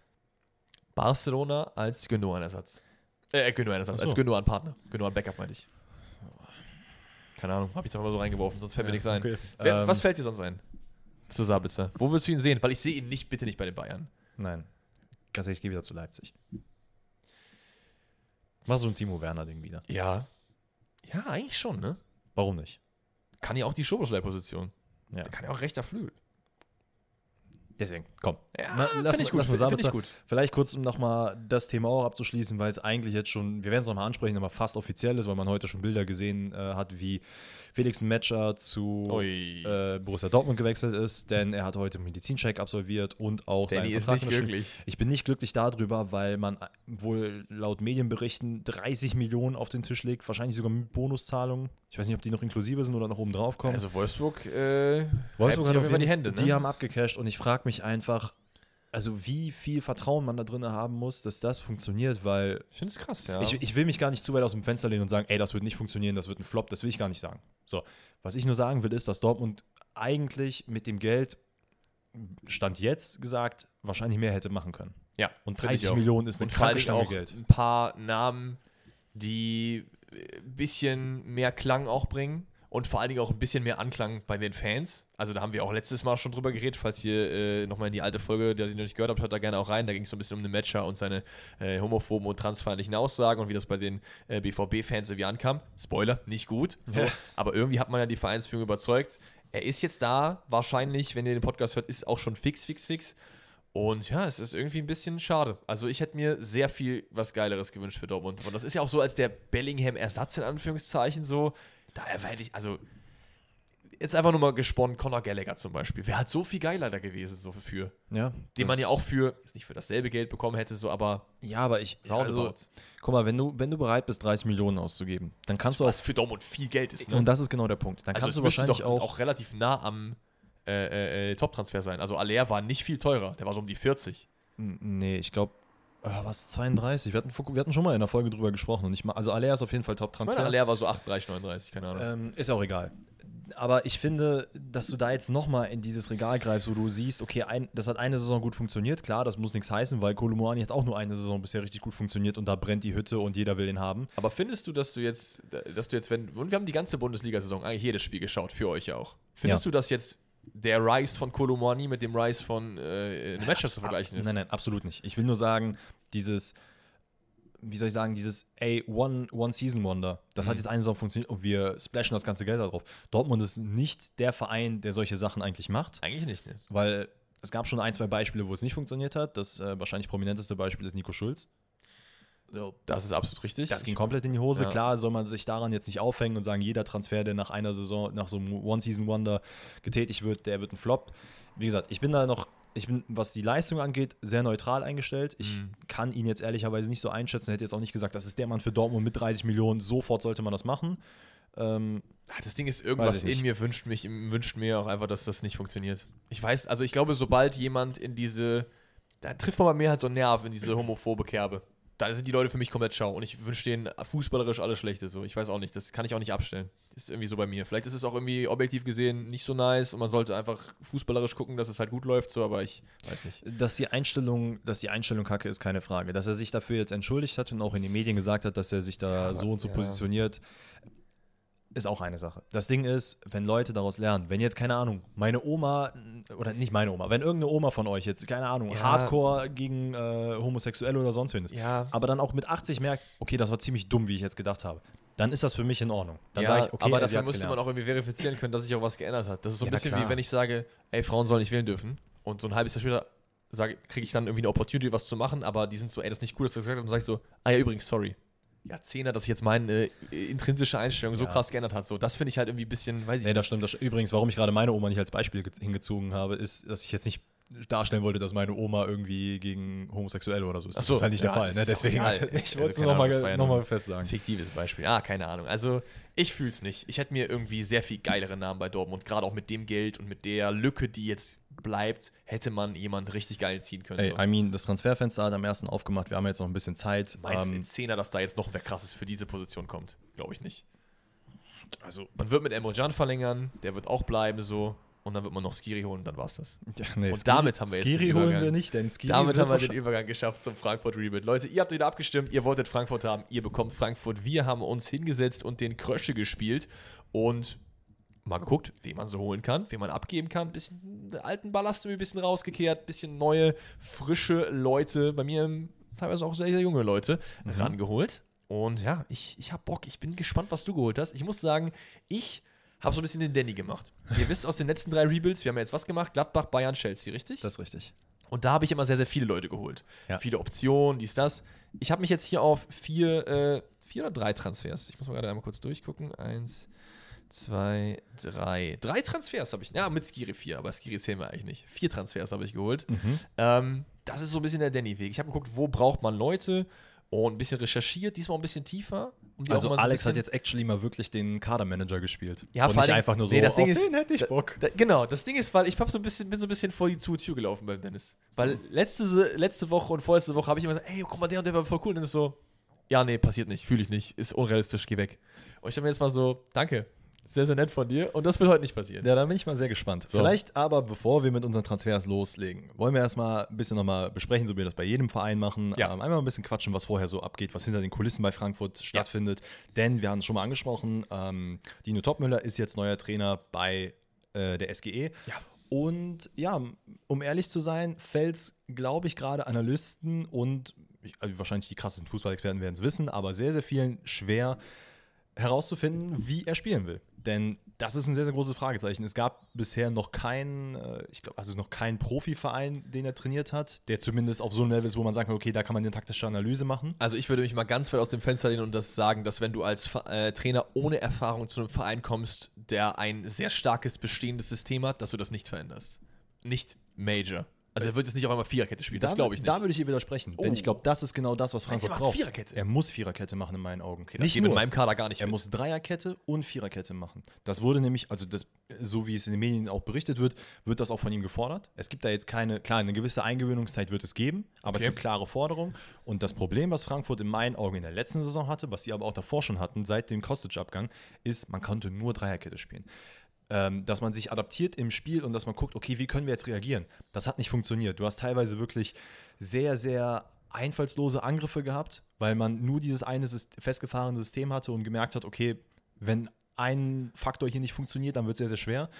Barcelona als Gündogan-Ersatz. Äh, Gündogan-Ersatz,
Ach
als
so.
Gündogan-Partner. Gündogan-Backup, meine ich. Keine Ahnung, habe ich einfach mal so reingeworfen, sonst fällt mir
Ja,
nichts ein.
okay.
Wer,
Ähm,
was fällt dir sonst ein? Zu Sabitzer. Wo wirst du ihn sehen? Weil ich sehe ihn nicht, bitte nicht bei den Bayern.
Nein. Ganz ehrlich, ich gehe wieder zu Leipzig. Mach so ein Timo Werner-Ding wieder.
Ja. Ja, eigentlich schon, ne?
Warum nicht?
Kann ja auch die Schoboschlei-Position.
Ja.
Der kann ja auch rechter Flügel.
Deswegen, komm.
Ja,
Na,
find
lass mal- lass mal
find- find
Sabitzer.
ich gut.
Vielleicht kurz, um nochmal das Thema auch abzuschließen, weil es eigentlich jetzt schon, wir werden es nochmal ansprechen, aber fast offiziell ist, weil man heute schon Bilder gesehen äh, hat, wie Felix Metscher zu
Ui.
äh, Borussia Dortmund gewechselt ist, denn er hat heute einen Medizincheck absolviert und auch
Danny
seinen
ist
Vertrag
nicht
unterschrieben.
glücklich.
Ich bin nicht glücklich darüber, weil man wohl laut Medienberichten 30 Millionen auf den Tisch legt, wahrscheinlich sogar mit Bonuszahlungen. Ich weiß nicht, ob die noch inklusive sind oder noch oben drauf kommen.
Also Wolfsburg, äh, reibt
Wolfsburg
sich
hat
auf jeden Fall
jeden-
die Hände, ne?
Die haben abgecasht und ich frage mich einfach, also wie viel Vertrauen man da drin haben muss, dass das funktioniert, weil
Ich finde es krass, ja.
ich, ich will mich gar nicht zu weit aus dem Fenster lehnen und sagen, ey, das wird nicht funktionieren, das wird ein Flop, das will ich gar nicht sagen. So, was ich nur sagen will, ist, dass Dortmund eigentlich mit dem Geld, Stand jetzt gesagt, wahrscheinlich mehr hätte machen können.
ja,
Und
find ich
30
auch.
Millionen ist eine
und vor allen
kranke
Dingen
Stange
auch
Geld.
ein paar Namen, die äh, ein bisschen mehr Klang auch bringen und vor allen Dingen auch ein bisschen mehr Anklang bei den Fans. Also da haben wir auch letztes Mal schon drüber geredet, falls ihr äh, nochmal in die alte Folge, die ihr noch nicht gehört habt, hört da gerne auch rein. Da ging es so ein bisschen um den Matcher und seine äh, homophoben und transfeindlichen Aussagen und wie das bei den äh, BVB-Fans irgendwie ankam. Spoiler, nicht gut. So.
Ja.
Aber irgendwie hat man ja die Vereinsführung überzeugt. Er ist jetzt da, wahrscheinlich, wenn ihr den Podcast hört, ist auch schon fix, fix, fix. Und ja, es ist irgendwie ein bisschen schade. Also ich hätte mir sehr viel was Geileres gewünscht für Dortmund. Und das ist ja auch so als der Bellingham-Ersatz in Anführungszeichen so. Da hätte ich, also jetzt einfach nur mal gesponnen, Conor Gallagher zum Beispiel. Wäre halt so viel geiler da gewesen, so für.
Ja,
Den man ja
das-
auch für, jetzt nicht für dasselbe Geld bekommen hätte, so, aber
Ja, aber ich. Also,
Roundabout.
guck mal, wenn du, wenn du bereit bist, 30 Millionen auszugeben, dann kannst du auch.
was für Dortmund viel Geld ist. Ne?
Und das ist genau der Punkt. Dann
also es
kannst du
müsste
wahrscheinlich
doch
auch.
auch, relativ nah am äh, äh, äh, Top-Transfer sein. Also Aller war nicht viel teurer. Der war so um die 40.
N- Nee, ich glaube. Was? 32? Wir hatten, vor- wir hatten schon mal in der Folge drüber gesprochen. Und ich, ma- also, Alea ist auf jeden Fall
Ich meine,
Top-Transfer.
Aller war so 38, 39, keine Ahnung.
Ähm, ist auch egal. Aber ich finde, dass du da jetzt nochmal in dieses Regal greifst, wo du siehst, okay, ein, das hat eine Saison gut funktioniert. Klar, das muss nichts heißen, weil Kolumani hat auch nur eine Saison bisher richtig gut funktioniert und da brennt die Hütte und jeder will den haben.
Aber findest du, dass du jetzt, dass du jetzt, wenn, und wir haben die ganze Bundesliga-Saison eigentlich jedes Spiel geschaut, für euch ja auch. Findest du,
Ja.
dass jetzt der Rise von Kolomani mit dem Rise von äh, Matchups zu vergleichen ist?
Nein, nein, absolut nicht. Ich will nur sagen, dieses, wie soll ich sagen, dieses, ey, One, one Season Wonder, das
Mhm.
hat jetzt eine Saison funktioniert und wir splashen das ganze Geld da drauf. Dortmund ist nicht der Verein, der solche Sachen eigentlich macht.
Eigentlich nicht, ne?
Weil es gab schon ein, zwei Beispiele, wo es nicht funktioniert hat. Das äh, wahrscheinlich prominenteste Beispiel ist Nico Schulz.
Das ist absolut richtig.
Das ging komplett in die Hose.
Ja.
Klar soll man sich daran jetzt nicht aufhängen und sagen, jeder Transfer, der nach einer Saison, nach so einem One-Season-Wonder getätigt wird, der wird ein Flop. Wie gesagt, ich bin da noch, ich bin, was die Leistung angeht, sehr neutral eingestellt. Ich
Mhm.
kann ihn jetzt ehrlicherweise nicht so einschätzen. Hätte jetzt auch nicht gesagt, das ist der Mann für Dortmund mit 30 Millionen. Sofort sollte man das machen. Ähm,
Ah, Das Ding ist, irgendwas
Weiß ich
in
nicht.
mir wünscht, mich, wünscht mir auch einfach, dass das nicht funktioniert. Ich weiß, also ich glaube, sobald jemand in diese, da trifft man bei mir halt so einen Nerv in diese homophobe Kerbe. Da sind die Leute für mich komplett schau und ich wünsche denen fußballerisch alles Schlechte. So, ich weiß auch nicht, das kann ich auch nicht abstellen. Das ist irgendwie so bei mir. Vielleicht ist es auch irgendwie objektiv gesehen nicht so nice und man sollte einfach fußballerisch gucken, dass es halt gut läuft. So, aber ich weiß nicht.
dass die Einstellung, dass die Einstellung kacke ist, keine Frage. Dass er sich dafür jetzt entschuldigt hat und auch in den Medien gesagt hat, dass er sich da so und so
ja.
positioniert, ist auch eine Sache. Das Ding ist, wenn Leute daraus lernen, wenn jetzt, keine Ahnung, meine Oma, oder nicht meine Oma, wenn irgendeine Oma von euch jetzt, keine Ahnung,
Ja.
Hardcore gegen äh, Homosexuelle oder sonst wen ist,
Ja.
aber dann auch mit 80 merkt, okay, das war ziemlich dumm, wie ich jetzt gedacht habe, dann ist das für mich in Ordnung. Dann
ja,
sage ich, okay,
aber
sie
dafür
hat's
müsste man
gelernt.
auch irgendwie verifizieren können, dass sich auch was geändert hat. Das ist so ein
Ja,
bisschen wie
klar.
wenn ich sage, ey, Frauen sollen nicht wählen dürfen. Und so ein halbes Jahr später sage- kriege ich dann irgendwie eine Opportunity, was zu machen, aber die sind so, ey, das ist nicht cool, dass du das gesagt hast. Und sage ich so, ah ja, übrigens, sorry. Jahrzehnte, dass sich jetzt meine äh, intrinsische Einstellung so
Ja.
krass geändert hat. So, das finde ich halt irgendwie ein bisschen, weiß ich
Nee,
nicht.
das stimmt. Das, st- übrigens, warum ich gerade meine Oma nicht als Beispiel ge- hingezogen habe, ist, dass ich jetzt nicht darstellen wollte, dass meine Oma irgendwie gegen Homosexuelle oder so ist.
Ach so,
das ist halt nicht
ja,
der Fall.
ist
Ne?
auch
Deswegen,
egal.
<laughs> ich
Also,
wollte es
keine Ahnung, das war ja
nochmal noch
nur-
mal fest sagen.
Fiktives Beispiel. Ah, keine Ahnung. Also, ich fühle es nicht. Ich hätte mir irgendwie sehr viel geilere Namen bei Dortmund, gerade auch mit dem Geld und mit der Lücke, die jetzt bleibt, hätte man jemand richtig geil ziehen können.
Ey,
so.
I mean, das Transferfenster hat am ersten aufgemacht. Wir haben jetzt noch ein bisschen Zeit.
Meinst du
Ähm,
in Zehner, dass da jetzt noch wer krasses für diese Position kommt? Glaube ich nicht.
also,
Man wird mit Emre Can verlängern, der wird auch bleiben so. Und dann wird man noch Skiri holen, dann war's das.
ja, nee,
Und damit haben wir jetzt den
Skiri holen wir
Übergang.
nicht, denn Skiri
Damit
wird
haben wir den
wahrscheinlich-
Übergang geschafft zum Frankfurt Rebuild. Leute, ihr habt wieder abgestimmt, ihr wolltet Frankfurt haben, ihr bekommt Frankfurt. Wir haben uns hingesetzt und den Krösche gespielt und mal geguckt, wen man so holen kann, wen man abgeben kann. Bisschen alten Ballast irgendwie ein bisschen rausgekehrt, bisschen neue, frische Leute, bei mir ähm, teilweise auch sehr, sehr junge Leute,
Mhm.
rangeholt. Und ja, ich, ich hab Bock, ich bin gespannt, was du geholt hast. Ich muss sagen, ich habe so ein bisschen den Danny gemacht. Ihr wisst aus den letzten drei Rebuilds, wir haben ja jetzt was gemacht, Gladbach, Bayern, Chelsea, richtig?
Das ist richtig.
Und da habe ich immer sehr, sehr viele Leute geholt.
Ja.
Viele Optionen, dies, das. Ich habe mich jetzt hier auf vier, äh, vier oder drei Transfers. Ich muss mal gerade einmal kurz durchgucken. Eins, zwei, drei. Drei Transfers habe ich. Ja, mit Skiri vier, aber Skiri zählen wir eigentlich nicht. Vier Transfers habe ich geholt.
Mhm.
Ähm, das ist so ein bisschen der Danny-Weg. Ich habe geguckt, wo braucht man Leute und ein bisschen recherchiert, diesmal ein bisschen tiefer. um die
Also
auch mal so ein
Alex hat
bisschen-
jetzt actually mal wirklich den Kadermanager gespielt.
Ja,
und
vor
nicht
allem-
einfach nur so,
nee, das Ding
auf
ist-
den hätte ich Bock.
Da, genau, das Ding ist, weil ich hab so ein bisschen, bin so ein bisschen vor die Zu- Tür gelaufen beim Dennis. Weil letzte, letzte Woche und vorletzte Woche habe ich immer gesagt, ey, guck mal, der und der war voll cool. Und Dennis so, ja, nee, passiert nicht, fühle ich nicht, ist unrealistisch, geh weg. Und ich habe mir jetzt mal so, danke, sehr, sehr nett von dir. Und das wird heute nicht passieren.
Ja, da bin ich mal sehr gespannt.
So.
Vielleicht aber, bevor wir mit unseren Transfers loslegen, wollen wir erstmal ein bisschen nochmal besprechen, so wie wir das bei jedem Verein machen.
Ja.
Ähm, einmal ein bisschen quatschen, was vorher so abgeht, was hinter den Kulissen bei Frankfurt stattfindet. Denn wir haben es schon mal angesprochen, ähm, Dino Topmüller ist jetzt neuer Trainer bei äh, der SGE.
Ja.
Und ja, um ehrlich zu sein, Fels, glaube ich, gerade Analysten und ich, also wahrscheinlich die krassesten Fußballexperten werden es wissen, aber sehr, sehr vielen schwer, herauszufinden, wie er spielen will. Denn das ist ein sehr, sehr großes Fragezeichen. Es gab bisher noch keinen, äh, ich glaube, also noch keinen Profiverein, den er trainiert hat, der zumindest auf so einem Level ist, wo man sagen kann, okay, da kann man eine taktische Analyse machen.
Also ich würde mich mal ganz weit aus dem Fenster lehnen und das sagen, dass wenn du als Ver- äh, Trainer ohne Erfahrung zu einem Verein kommst, der ein sehr starkes bestehendes System hat, dass du das nicht veränderst. Nicht Major. Also er wird jetzt nicht auch einmal Viererkette spielen, das
Da-
glaube ich nicht.
Da würde ich ihr widersprechen, denn
Oh.
ich glaube, das ist genau das, was
Meinst du, er
Frankfurt
macht
braucht.
Viererkette?
Er muss Viererkette machen in meinen Augen.
Okay, das geht mit meinem Kader gar nicht
Er
fit.
muss Dreierkette und Viererkette machen. Das wurde nämlich, also das, so wie es in den Medien auch berichtet wird, wird das auch von ihm gefordert. Es gibt da jetzt keine, klar, eine gewisse Eingewöhnungszeit wird es geben,
Okay.
aber es gibt klare Forderungen. Und das Problem, was Frankfurt in meinen Augen in der letzten Saison hatte, was sie aber auch davor schon hatten, seit dem Kostic-Abgang, ist, man konnte nur Dreierkette spielen. Ähm, dass man sich adaptiert im Spiel und dass man guckt, okay, wie können wir jetzt reagieren? Das hat nicht funktioniert. Du hast teilweise wirklich sehr, sehr einfallslose Angriffe gehabt, weil man nur dieses eine Syst- festgefahrene System hatte und gemerkt hat, okay, wenn ein Faktor hier nicht funktioniert, dann wird es sehr, sehr schwer.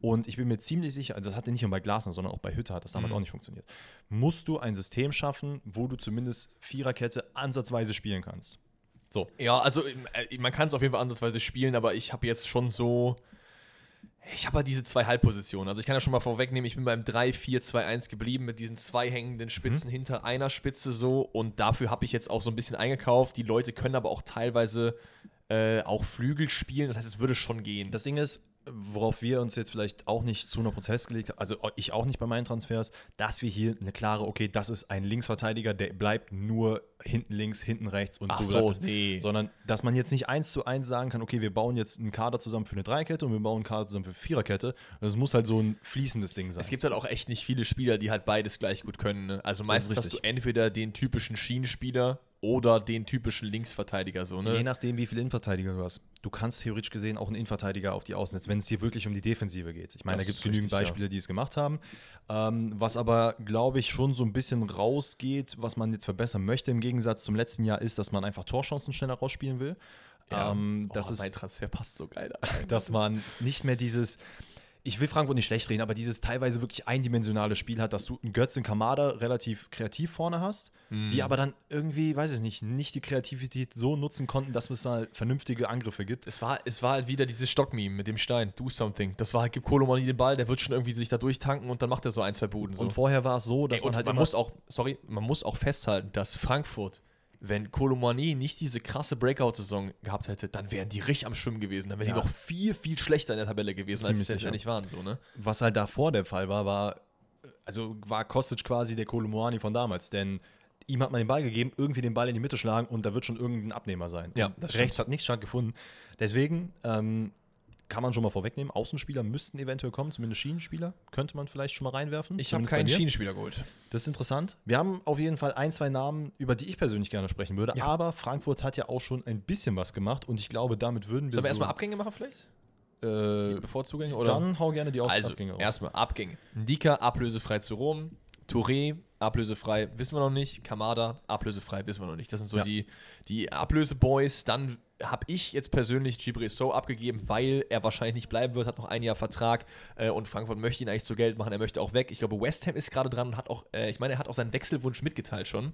Und ich bin mir ziemlich sicher, also das hatte nicht nur bei Glasner, sondern auch bei Hütter hat das damals auch nicht funktioniert. Musst du ein System schaffen, wo du zumindest Viererkette ansatzweise spielen kannst. So,
Ja, also äh, man kann es auf jeden Fall ansatzweise spielen, aber ich habe jetzt schon so. Ich habe halt diese zwei Halbpositionen. Also ich kann ja schon mal vorwegnehmen, ich bin beim 3-4-2-1 geblieben mit diesen zwei hängenden Spitzen hinter einer Spitze so. Und dafür habe ich jetzt auch so ein bisschen eingekauft. Die Leute können aber auch teilweise äh, auch Flügel spielen. Das heißt, es würde schon gehen.
Das Ding ist, worauf wir uns jetzt vielleicht auch nicht zu 100% festgelegt haben, also ich auch nicht bei meinen Transfers, dass wir hier eine klare, okay, das ist ein Linksverteidiger, der bleibt nur hinten links, hinten rechts und
Ach
so
so,
bleibt das.
nee.
Sondern, dass man jetzt nicht eins zu eins sagen kann, okay, wir bauen jetzt einen Kader zusammen für eine Dreikette und wir bauen einen Kader zusammen für eine Viererkette. Das muss halt so ein fließendes Ding sein.
Es gibt halt auch echt nicht viele Spieler, die halt beides gleich gut können. Ne? Also meistens hast du
richtig.
entweder den typischen Schienenspieler oder den typischen Linksverteidiger so. Ne?
Je nachdem, wie viele Innenverteidiger du hast. Du kannst theoretisch gesehen auch einen Innenverteidiger auf die Außen setzen, wenn es hier wirklich um die Defensive geht. Ich meine,
Das
da gibt es
ist
genügend
richtig, ja.
Beispiele, die es gemacht haben. Ähm, was aber, glaube ich, schon so ein bisschen rausgeht, was man jetzt verbessern möchte im Gegensatz zum letzten Jahr, ist, dass man einfach Torchancen schneller rausspielen will. Ähm,
Oh,
das ist
mein Transfer passt so geil.
dass man nicht mehr dieses, ich will Frankfurt nicht schlecht reden, aber dieses teilweise wirklich eindimensionale Spiel hat, dass du einen Götzen Kamada relativ kreativ vorne hast,
Mhm.
die aber dann irgendwie, weiß ich nicht, nicht die Kreativität so nutzen konnten, dass es mal vernünftige Angriffe gibt.
Es war, es war halt wieder dieses Stockmeme mit dem Stein. Do something. Das war halt, gib Koloman den Ball, der wird schon irgendwie sich da durchtanken und dann macht er so ein, zwei Buden. So.
Und vorher war es so, dass
Ey, und
man halt
man
immer
muss auch, sorry, man muss auch festhalten, dass Frankfurt, wenn Kolomani nicht diese krasse Breakout-Saison gehabt hätte, dann wären die richtig am Schwimmen gewesen. Dann wären die
Ja.
noch viel, viel schlechter in der Tabelle gewesen, als
Ziemlich
sie
sicher.
letztendlich waren. So, ne?
was halt davor der Fall war, war, also war Kostic quasi der Kolomoani von damals, denn ihm hat man den Ball gegeben, irgendwie den Ball in die Mitte schlagen und da wird schon irgendein Abnehmer sein.
Ja,
Und
das stimmt.
Rechts hat nichts stattgefunden. Deswegen ähm, kann man schon mal vorwegnehmen, Außenspieler müssten eventuell kommen, zumindest Schienenspieler könnte man vielleicht schon mal reinwerfen.
Ich habe
zumindest bei
keinen
mir.
Schienenspieler geholt.
Das ist interessant. Wir haben auf jeden Fall ein, zwei Namen, über die ich persönlich gerne sprechen würde,
Ja.
aber Frankfurt hat ja auch schon ein bisschen was gemacht und ich glaube, damit würden wir
Sollen wir
so,
erstmal Abgänge machen vielleicht?
äh,
Bevor Zugänge? Oder?
dann hau gerne die Aus
Also,
Abgänge aus.
erstmal Abgänge. Ndika ablösefrei zu Rom. Touré ablösefrei, wissen wir noch nicht. Kamada ablösefrei, wissen wir noch nicht. Das sind so
Ja.
die, die Ablöseboys. Dann habe ich jetzt persönlich Gibril So abgegeben, weil er wahrscheinlich nicht bleiben wird, hat noch ein Jahr Vertrag äh, und Frankfurt möchte ihn eigentlich zu Geld machen. Er möchte auch weg. Ich glaube, West Ham ist gerade dran und hat auch, äh, ich meine, er hat auch seinen Wechselwunsch mitgeteilt schon.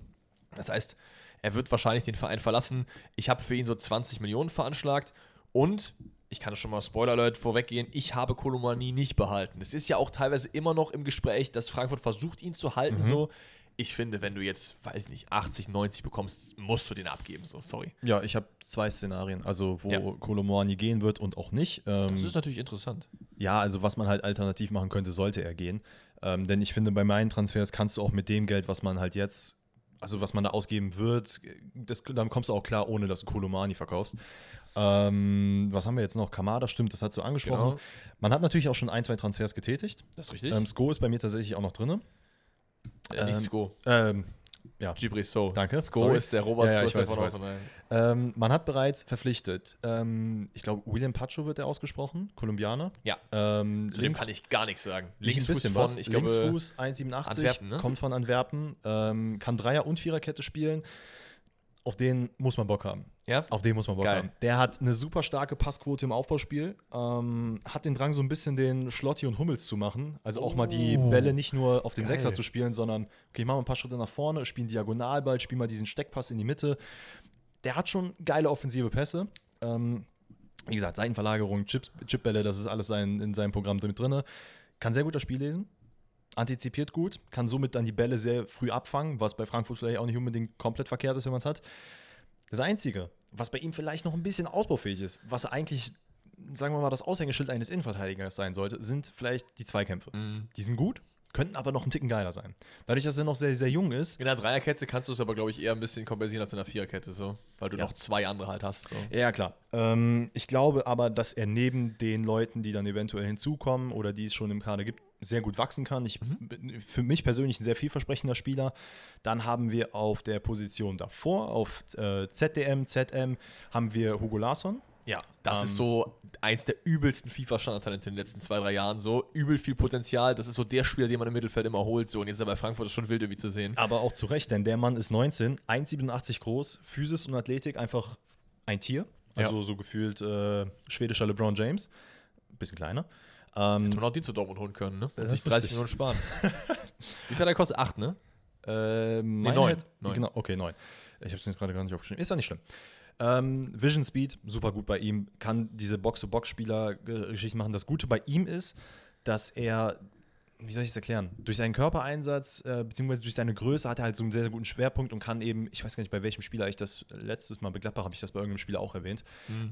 Das heißt, er wird wahrscheinlich den Verein verlassen. Ich habe für ihn so 20 Millionen veranschlagt und ich kann schon mal Spoiler Alert vorweggehen, ich habe Kolomani nicht behalten. Es ist ja auch teilweise immer noch im Gespräch, dass Frankfurt versucht, ihn zu
Mhm.
halten. So, ich finde, wenn du jetzt, weiß nicht, 80, 90 bekommst, musst du den abgeben. So, sorry.
Ja, ich habe zwei Szenarien, also wo
Ja.
Kolomoani gehen wird und auch nicht.
Das
Ähm,
ist natürlich interessant.
ja, also was man halt alternativ machen könnte, sollte er gehen. Ähm, denn ich finde, bei meinen Transfers kannst du auch mit dem Geld, was man halt jetzt also was man da ausgeben wird, das, dann kommst du auch klar, ohne dass du Kolomani verkaufst. Ähm, was haben wir jetzt noch? Kamada, stimmt, das hat so angesprochen.
Genau.
Man hat natürlich auch schon ein, zwei Transfers getätigt.
Das ist richtig.
Ähm, Sko ist bei mir tatsächlich auch noch drin.
äh, nicht Sko.
Ähm, ja.
Gibri So.
Danke,
Sko
sorry.
ist der Robert
Ja, ja,
Sko.
ich
ist der
weiß, ich
Vorname von
Ähm, man hat bereits verpflichtet, ähm, ich glaube, William Pacho wird er ausgesprochen, Kolumbianer.
der- Ja,
Ähm,
zu dem kann ich gar nichts sagen.
Links ein
Linksfuß
bisschen
von,
was.
ich glaube,
Linksfuß 1,87,
Antwerpen, ne?
kommt von Antwerpen, ähm, kann Dreier- und Viererkette spielen. Auf den muss man Bock haben.
ja,
Auf den muss man Bock
Geil.
haben. Der hat eine super starke Passquote im Aufbauspiel, ähm, hat den Drang, so ein bisschen den Schlotti und Hummels zu machen. Also auch mal die Bälle nicht nur auf den
Oh. Geil.
Sechser zu spielen, sondern, okay, machen wir ein paar Schritte nach vorne, spielen Diagonalball, spielen mal diesen Steckpass in die Mitte. Der hat schon geile offensive Pässe. Ähm, wie gesagt, Seitenverlagerung, Chips, Chipbälle, das ist alles sein, in seinem Programm mit drin. Kann sehr gut das Spiel lesen, antizipiert gut, kann somit dann die Bälle sehr früh abfangen, was bei Frankfurt vielleicht auch nicht unbedingt komplett verkehrt ist, wenn man es hat. Das Einzige, was bei ihm vielleicht noch ein bisschen ausbaufähig ist, was eigentlich, sagen wir mal, das Aushängeschild eines Innenverteidigers sein sollte, sind vielleicht die Zweikämpfe. Die sind gut, könnten aber noch einen Ticken geiler sein. Dadurch, dass er noch sehr, sehr jung ist,
In der Dreierkette kannst du es aber, glaube ich, eher ein bisschen kompensieren als in der Viererkette, so. Weil du noch zwei andere halt hast. So.
Ja, klar. Ähm, ich glaube aber, dass er neben den Leuten, die dann eventuell hinzukommen oder die es schon im Kader gibt, sehr gut wachsen kann. Ich bin für mich persönlich ein sehr vielversprechender Spieler. Dann haben wir auf der Position davor, auf äh, ZDM, ZM, haben wir Hugo Larsson.
Ja, ähm. das ist so eins der übelsten FIFA-Standardtalente in den letzten zwei, drei Jahren. So übel viel Potenzial. Das ist so der Spieler, den man im Mittelfeld immer holt. So. Und jetzt ist er bei Frankfurt ist schon wild irgendwie zu sehen.
Aber auch zu Recht, denn der Mann ist 19, 1,87 groß, Physis und Athletik einfach ein Tier. Also so gefühlt äh, schwedischer LeBron James. Bisschen kleiner. Ähm,
Hätte man auch den zu Dortmund holen können, ne? Und
das
sich
ist
30
richtig.
Millionen sparen. <laughs> Wie viel hat er kostet? Acht, ne?
Ähm,
neun.
neun. Hätte,
Neun.
Genau, okay, neun. Ich habe es jetzt gerade gar nicht aufgeschrieben. Ist ja nicht schlimm. Ähm, Vision Speed, super gut bei ihm. Kann diese Box-to-Box-Spieler-Geschichte machen. Das Gute bei ihm ist, dass er, wie soll ich es erklären, durch seinen Körpereinsatz, äh, beziehungsweise durch seine Größe hat er halt so einen sehr, sehr guten Schwerpunkt und kann eben, ich weiß gar nicht, bei welchem Spieler ich das letztes Mal bei Gladbach habe ich das bei irgendeinem Spieler auch erwähnt,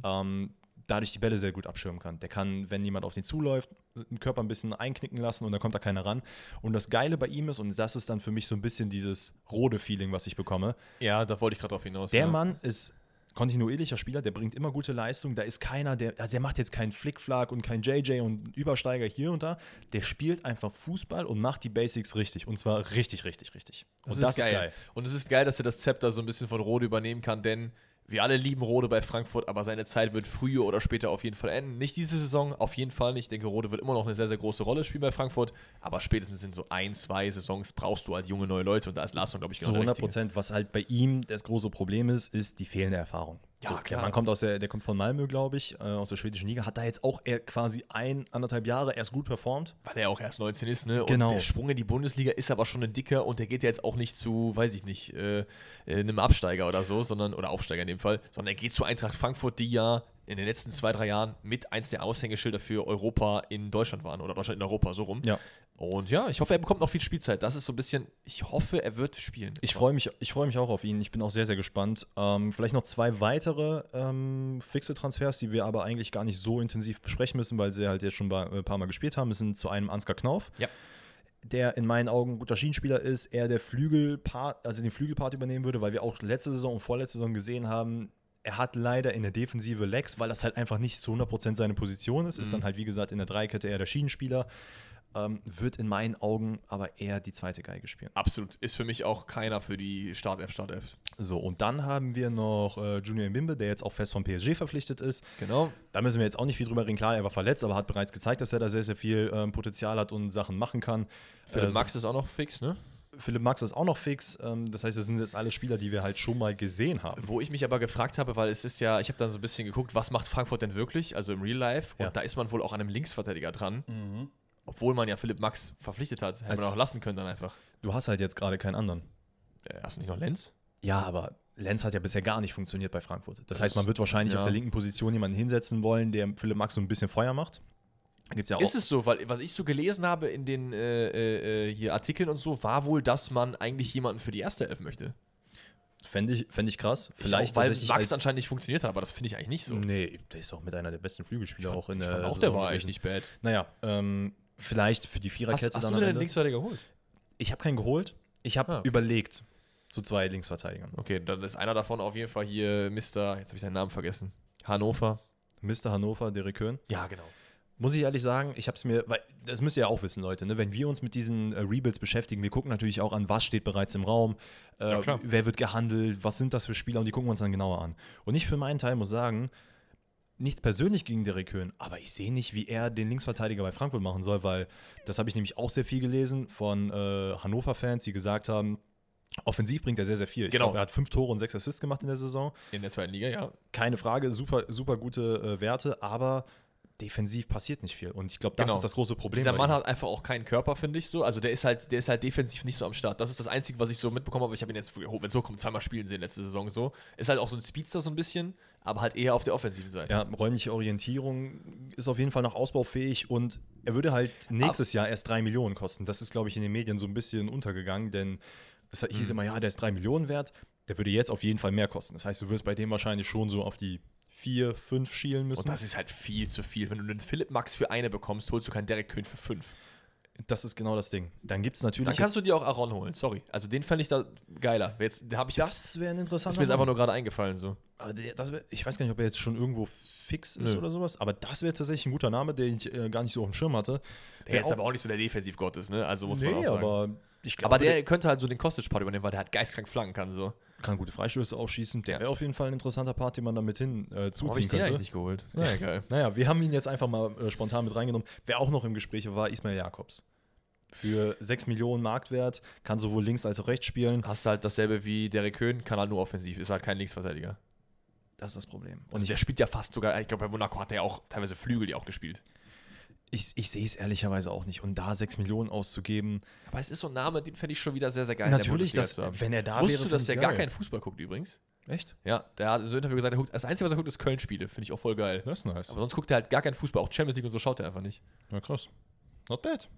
ähm, dadurch die Bälle sehr gut abschirmen kann. Der kann, wenn jemand auf den zuläuft, den Körper ein bisschen einknicken lassen und dann kommt da keiner ran. Und das Geile bei ihm ist, und das ist dann für mich so ein bisschen dieses Rode-Feeling, was ich bekomme,
Ja, da wollte ich gerade drauf hinaus.
der
ja.
Mann ist kontinuierlicher Spieler, der bringt immer gute Leistung. Da ist keiner, der, also der macht jetzt keinen Flickflack und keinen JJ und Übersteiger hier und da. Der spielt einfach Fußball und macht die Basics richtig. Und zwar richtig, richtig, richtig.
Das,
und
ist, geil. Und es ist geil, dass er das Zepter so ein bisschen von Rode übernehmen kann, denn wir alle lieben Rode bei Frankfurt, aber seine Zeit wird früher oder später auf jeden Fall enden. Nicht diese Saison, auf jeden Fall nicht. Ich denke, Rode wird immer noch eine sehr, sehr große Rolle spielen bei Frankfurt, aber spätestens in so ein, zwei Saisons brauchst du halt junge, neue Leute und da ist Larsson, glaube ich,
Zu
genau der
100
Richtige.
Prozent. Was halt bei ihm das große Problem ist, ist die fehlende Erfahrung.
Ja,
der
klar.
Mann kommt aus der, der kommt von Malmö, glaube ich, äh, aus der schwedischen Liga, hat da jetzt auch eher quasi ein, anderthalb Jahre erst gut performt.
Weil er auch erst 19 ist, ne? Und
Genau.
der Sprung in die Bundesliga ist aber schon ein dicker und der geht ja jetzt auch nicht zu, weiß ich nicht, äh, äh, einem Absteiger oder so, sondern, oder Aufsteiger in dem Fall, sondern er geht zu Eintracht Frankfurt, die ja in den letzten zwei, drei Jahren mit eins der Aushängeschilder für Europa in Deutschland waren oder Deutschland in Europa, so rum.
Ja.
Und ja, ich hoffe, er bekommt noch viel Spielzeit. Das ist so ein bisschen, ich hoffe, er wird spielen.
Ich freue mich, ich freue mich auch auf ihn. Ich bin auch sehr, sehr gespannt. Ähm, vielleicht noch zwei weitere ähm, fixe Transfers, die wir aber eigentlich gar nicht so intensiv besprechen müssen, weil sie halt jetzt schon ba- ein paar Mal gespielt haben. Es sind zu einem Ansgar Knauf,
Ja.
der in meinen Augen ein guter Schienenspieler ist, er der Flügelpart, also den Flügelpart übernehmen würde, weil wir auch letzte Saison und vorletzte Saison gesehen haben, er hat leider in der Defensive Lex, weil das halt einfach nicht zu 100% seine Position ist. Ist dann halt, wie gesagt, in der Dreikette eher der Schienenspieler. Ähm, wird in meinen Augen aber eher die zweite Geige spielen.
Absolut. Ist für mich auch keiner für die Startelf, Startelf.
So, und dann haben wir noch äh, Junior Mbimbe, der jetzt auch fest vom PSG verpflichtet ist.
Genau.
Da müssen wir jetzt auch nicht viel drüber reden. Klar, er war verletzt, aber hat bereits gezeigt, dass er da sehr, sehr viel ähm, Potenzial hat und Sachen machen kann.
Philipp
Äh, so-
Max ist auch noch fix, ne?
Philipp Max ist auch noch fix. Ähm, das heißt, das sind jetzt alle Spieler, die wir halt schon mal gesehen haben.
Wo ich mich aber gefragt habe, weil es ist ja, ich habe dann so ein bisschen geguckt, was macht Frankfurt denn wirklich, also im Real Life, und
Ja.
da ist man wohl auch an einem Linksverteidiger dran, obwohl man ja Philipp Max verpflichtet hat, hätte man
Als-
auch lassen können dann einfach.
Du hast halt jetzt gerade keinen anderen.
Äh, Hast du nicht noch Lenz?
Ja, aber Lenz hat ja bisher gar nicht funktioniert bei Frankfurt. Das,
Das-
heißt, man wird wahrscheinlich
ja.
auf der linken Position jemanden hinsetzen wollen, der Philipp Max so ein bisschen Feuer macht. Gibt's ja auch.
Ist es so, weil was ich so gelesen habe in den äh, äh, hier Artikeln und so, war wohl, dass man eigentlich jemanden für die erste Elf möchte.
Fände ich, fänd ich krass.
Ich
Vielleicht
auch, weil
tatsächlich
Max
als-
anscheinend nicht funktioniert hat, aber das finde ich eigentlich nicht so.
Nee, der ist auch mit einer der besten Flügelspieler auch in
ich
der.
fand Hm, auch,
Saison
der war eigentlich
gewesen.
nicht bad.
Naja, ähm, vielleicht für die
Hast,
Viererkette
hast
dann
du
am
denn den
Ende.
Linksverteidiger geholt?
Ich habe keinen geholt. Ich habe
Ah, okay.
überlegt. zu zwei Linksverteidigern.
Okay, dann ist einer davon auf jeden Fall hier Mr., jetzt habe ich seinen Namen vergessen, Hannover.
Mr. Hannover, Derek Köhn.
Ja, genau.
Muss ich ehrlich sagen, ich habe es mir, weil das müsst ihr ja auch wissen, Leute, ne? wenn wir uns mit diesen äh, Rebuilds beschäftigen, wir gucken natürlich auch an, was steht bereits im Raum, äh,
Ja, klar.
wer wird gehandelt, was sind das für Spieler und die gucken wir uns dann genauer an. Und ich für meinen Teil muss sagen, nichts persönlich gegen Derek Köhn, aber ich sehe nicht, wie er den Linksverteidiger bei Frankfurt machen soll, weil das habe ich nämlich auch sehr viel gelesen von äh, Hannover-Fans, die gesagt haben, offensiv bringt er sehr, sehr viel. Ich
Genau.
glaub, er hat fünf Tore und sechs Assists gemacht in der Saison
In der zweiten Liga, ja.
keine Frage, super, super gute äh, Werte, aber defensiv passiert nicht viel. Und ich glaube, das
Genau.
ist das große Problem.
Dieser
bei
Mann
ihm.
hat einfach auch keinen Körper, finde ich so. Also der ist halt, der ist halt defensiv nicht so am Start. Das ist das Einzige, was ich so mitbekommen habe. Ich habe ihn jetzt, oh, wenn es hochkommt, zweimal spielen sehen letzte Saison so. Ist halt auch so ein Speedster so ein bisschen, aber halt eher auf der offensiven Seite.
ja, räumliche Orientierung ist auf jeden Fall noch ausbaufähig und er würde halt nächstes Jahr erst drei Millionen kosten. Das ist, glaube ich, in den Medien so ein bisschen untergegangen, denn es hieß
Mhm.
immer, ja, der ist drei Millionen wert, der würde jetzt auf jeden Fall mehr kosten. Das heißt, du wirst bei dem wahrscheinlich schon so auf die vier, fünf schielen
Und
müssen.
das ist halt viel zu viel. Wenn du einen Philipp Max für eine bekommst, holst du keinen Derek Köhn für fünf.
das ist genau das Ding. Dann gibt es natürlich.
Dann kannst du dir auch Aaron holen, sorry. Also den fand ich da geiler. Jetzt habe ich jetzt,
das wäre ein interessanter
ist mir jetzt einfach
Mann.
nur gerade eingefallen so.
Aber der- Das wär, ich weiß gar nicht, ob er jetzt schon irgendwo fix ist
Nö.
oder sowas, aber das wäre tatsächlich ein guter Name, den ich äh, gar nicht so auf dem Schirm hatte.
Der jetzt aber auch nicht so der Defensivgott ist, ne? Also muss man auch
nee,
sagen.
aber ich glaube,
aber der könnte halt so den Kostic-Part übernehmen, weil der halt geistkrank flanken kann so.
kann gute Freistöße ausschießen. Der wäre auf jeden Fall ein interessanter Part, den man damit hin äh,
Warum habe
zuziehen
ich den
könnte.
eigentlich nicht geholt?
Ja, <laughs>
egal.
Naja, wir haben ihn jetzt einfach mal äh, spontan mit reingenommen. Wer auch noch im Gespräch war, Ismail Jakobs. Für 6 Millionen Marktwert, kann sowohl links als auch rechts spielen.
Hast halt dasselbe wie Derek Köhn, kann halt nur offensiv, ist halt kein Linksverteidiger.
Das ist das Problem. Und
Also der spielt ja fast sogar, ich glaube bei Monaco hat er auch teilweise Flügel ja auch gespielt.
ich, ich sehe es ehrlicherweise auch nicht. Und da 6 Millionen auszugeben,
Aber es ist so ein Name, den fände ich schon wieder sehr, sehr geil. in der
natürlich,
Bundesliga
dass,
zu haben.
wenn er da wäre.
Wusstest du,
fänd
dass
ich's
der gar
geil.
keinen Fußball guckt übrigens?
Echt?
Ja, der hat in so einem Interview gesagt, er guckt, das Einzige, was er guckt, ist Köln-Spiele. Finde ich auch voll geil.
Das ist nice.
Aber sonst guckt er halt gar keinen Fußball. Auch Champions League und so schaut er einfach nicht.
Ja, krass. Not bad.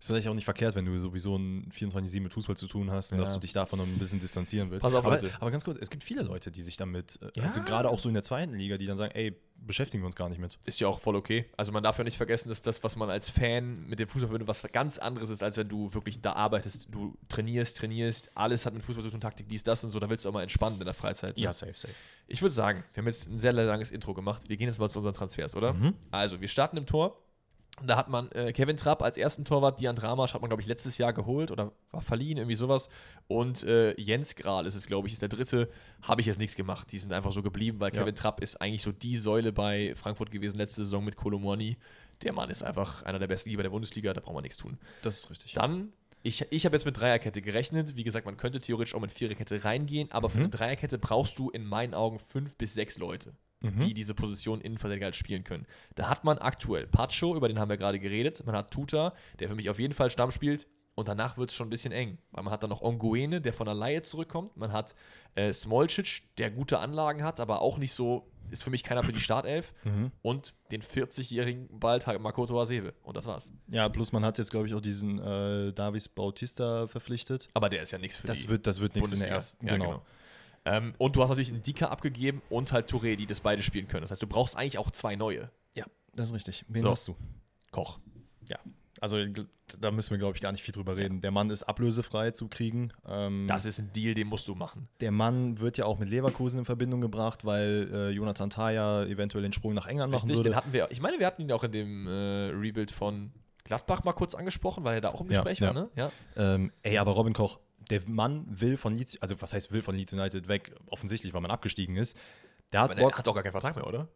Ist vielleicht auch nicht verkehrt, wenn du sowieso ein 24-7 mit Fußball zu tun hast und
Ja.
dass du dich davon noch ein bisschen distanzieren willst.
Pass auf,
aber,
Leute.
aber ganz kurz, es gibt viele Leute, die sich damit, äh,
Ja.
also gerade auch so in der zweiten Liga, die dann sagen, ey, beschäftigen wir uns gar nicht mit.
Ist ja auch voll okay. Also man darf ja nicht vergessen, dass das, was man als Fan mit dem Fußball verbindet, was ganz anderes ist, als wenn du wirklich da arbeitest. Du trainierst, trainierst, alles hat mit Fußball zu tun, Taktik, dies, das und so. Da willst du auch mal entspannen in der Freizeit. ne?
safe, safe.
Ich würde sagen, wir haben jetzt ein sehr langes Intro gemacht. Wir gehen jetzt mal zu unseren Transfers, oder? Also, wir starten im Tor. Da hat man äh, Kevin Trapp als ersten Torwart, Dian Dramasch hat man, glaube ich, letztes Jahr geholt oder war verliehen, irgendwie sowas. Und äh, Jens Grahl ist es, glaube ich, ist der dritte. Habe ich jetzt nichts gemacht. Die sind einfach so geblieben, weil
Ja.
Kevin Trapp ist eigentlich so die Säule bei Frankfurt gewesen letzte Saison mit Kolomoni. Der Mann ist einfach einer der besten Geber der Bundesliga, da braucht man nichts tun.
Das ist richtig.
Dann, ich, ich habe jetzt mit Dreierkette gerechnet. Wie gesagt, man könnte theoretisch auch mit Viererkette reingehen, aber für eine Dreierkette brauchst du in meinen Augen fünf bis sechs Leute, die diese Position Innenverteidiger halt spielen können. Da hat man aktuell Pacho, über den haben wir gerade geredet. Man hat Tuta, der für mich auf jeden Fall Stamm spielt. Und danach wird es schon ein bisschen eng, weil man hat dann noch Onguene, der von der Laie zurückkommt. Man hat äh, Smolcic, der gute Anlagen hat, aber auch nicht so, ist für mich keiner für die Startelf. Und den 40-jährigen Balltag Makoto Hasebe. Und das war's.
Ja, plus man hat jetzt, glaube ich, auch diesen äh, Davis Bautista verpflichtet.
Aber der ist ja nichts für die
Das wird, das wird nichts in der ersten.
Ja, genau. Ähm, und du hast natürlich einen Dika abgegeben und halt Touré, die das beide spielen können. Das heißt, du brauchst eigentlich auch zwei neue.
Ja, das ist richtig. Wen
So.
hast du?
Koch.
Mhm. Ja. Also gl- da müssen wir, glaube ich, gar nicht viel drüber reden. Der Mann ist ablösefrei zu kriegen. Ähm,
Das ist ein Deal, den musst du machen.
Der Mann wird ja auch mit Leverkusen in Verbindung gebracht, weil äh, Jonathan Taya eventuell den Sprung nach England machen
Richtig, den
würde.
hatten wir. Ich meine, wir hatten ihn auch in dem äh, Rebuild von Gladbach mal kurz angesprochen, weil er da auch im
Ja,
Gespräch
ja.
war, ne? Ja.
Ähm, ey, aber Robin Koch, der Mann will von Leeds, also was heißt will von Leeds United weg? Offensichtlich, weil man abgestiegen ist. Der
Aber
hat
der
Bock.
hat doch gar keinen Vertrag mehr, oder?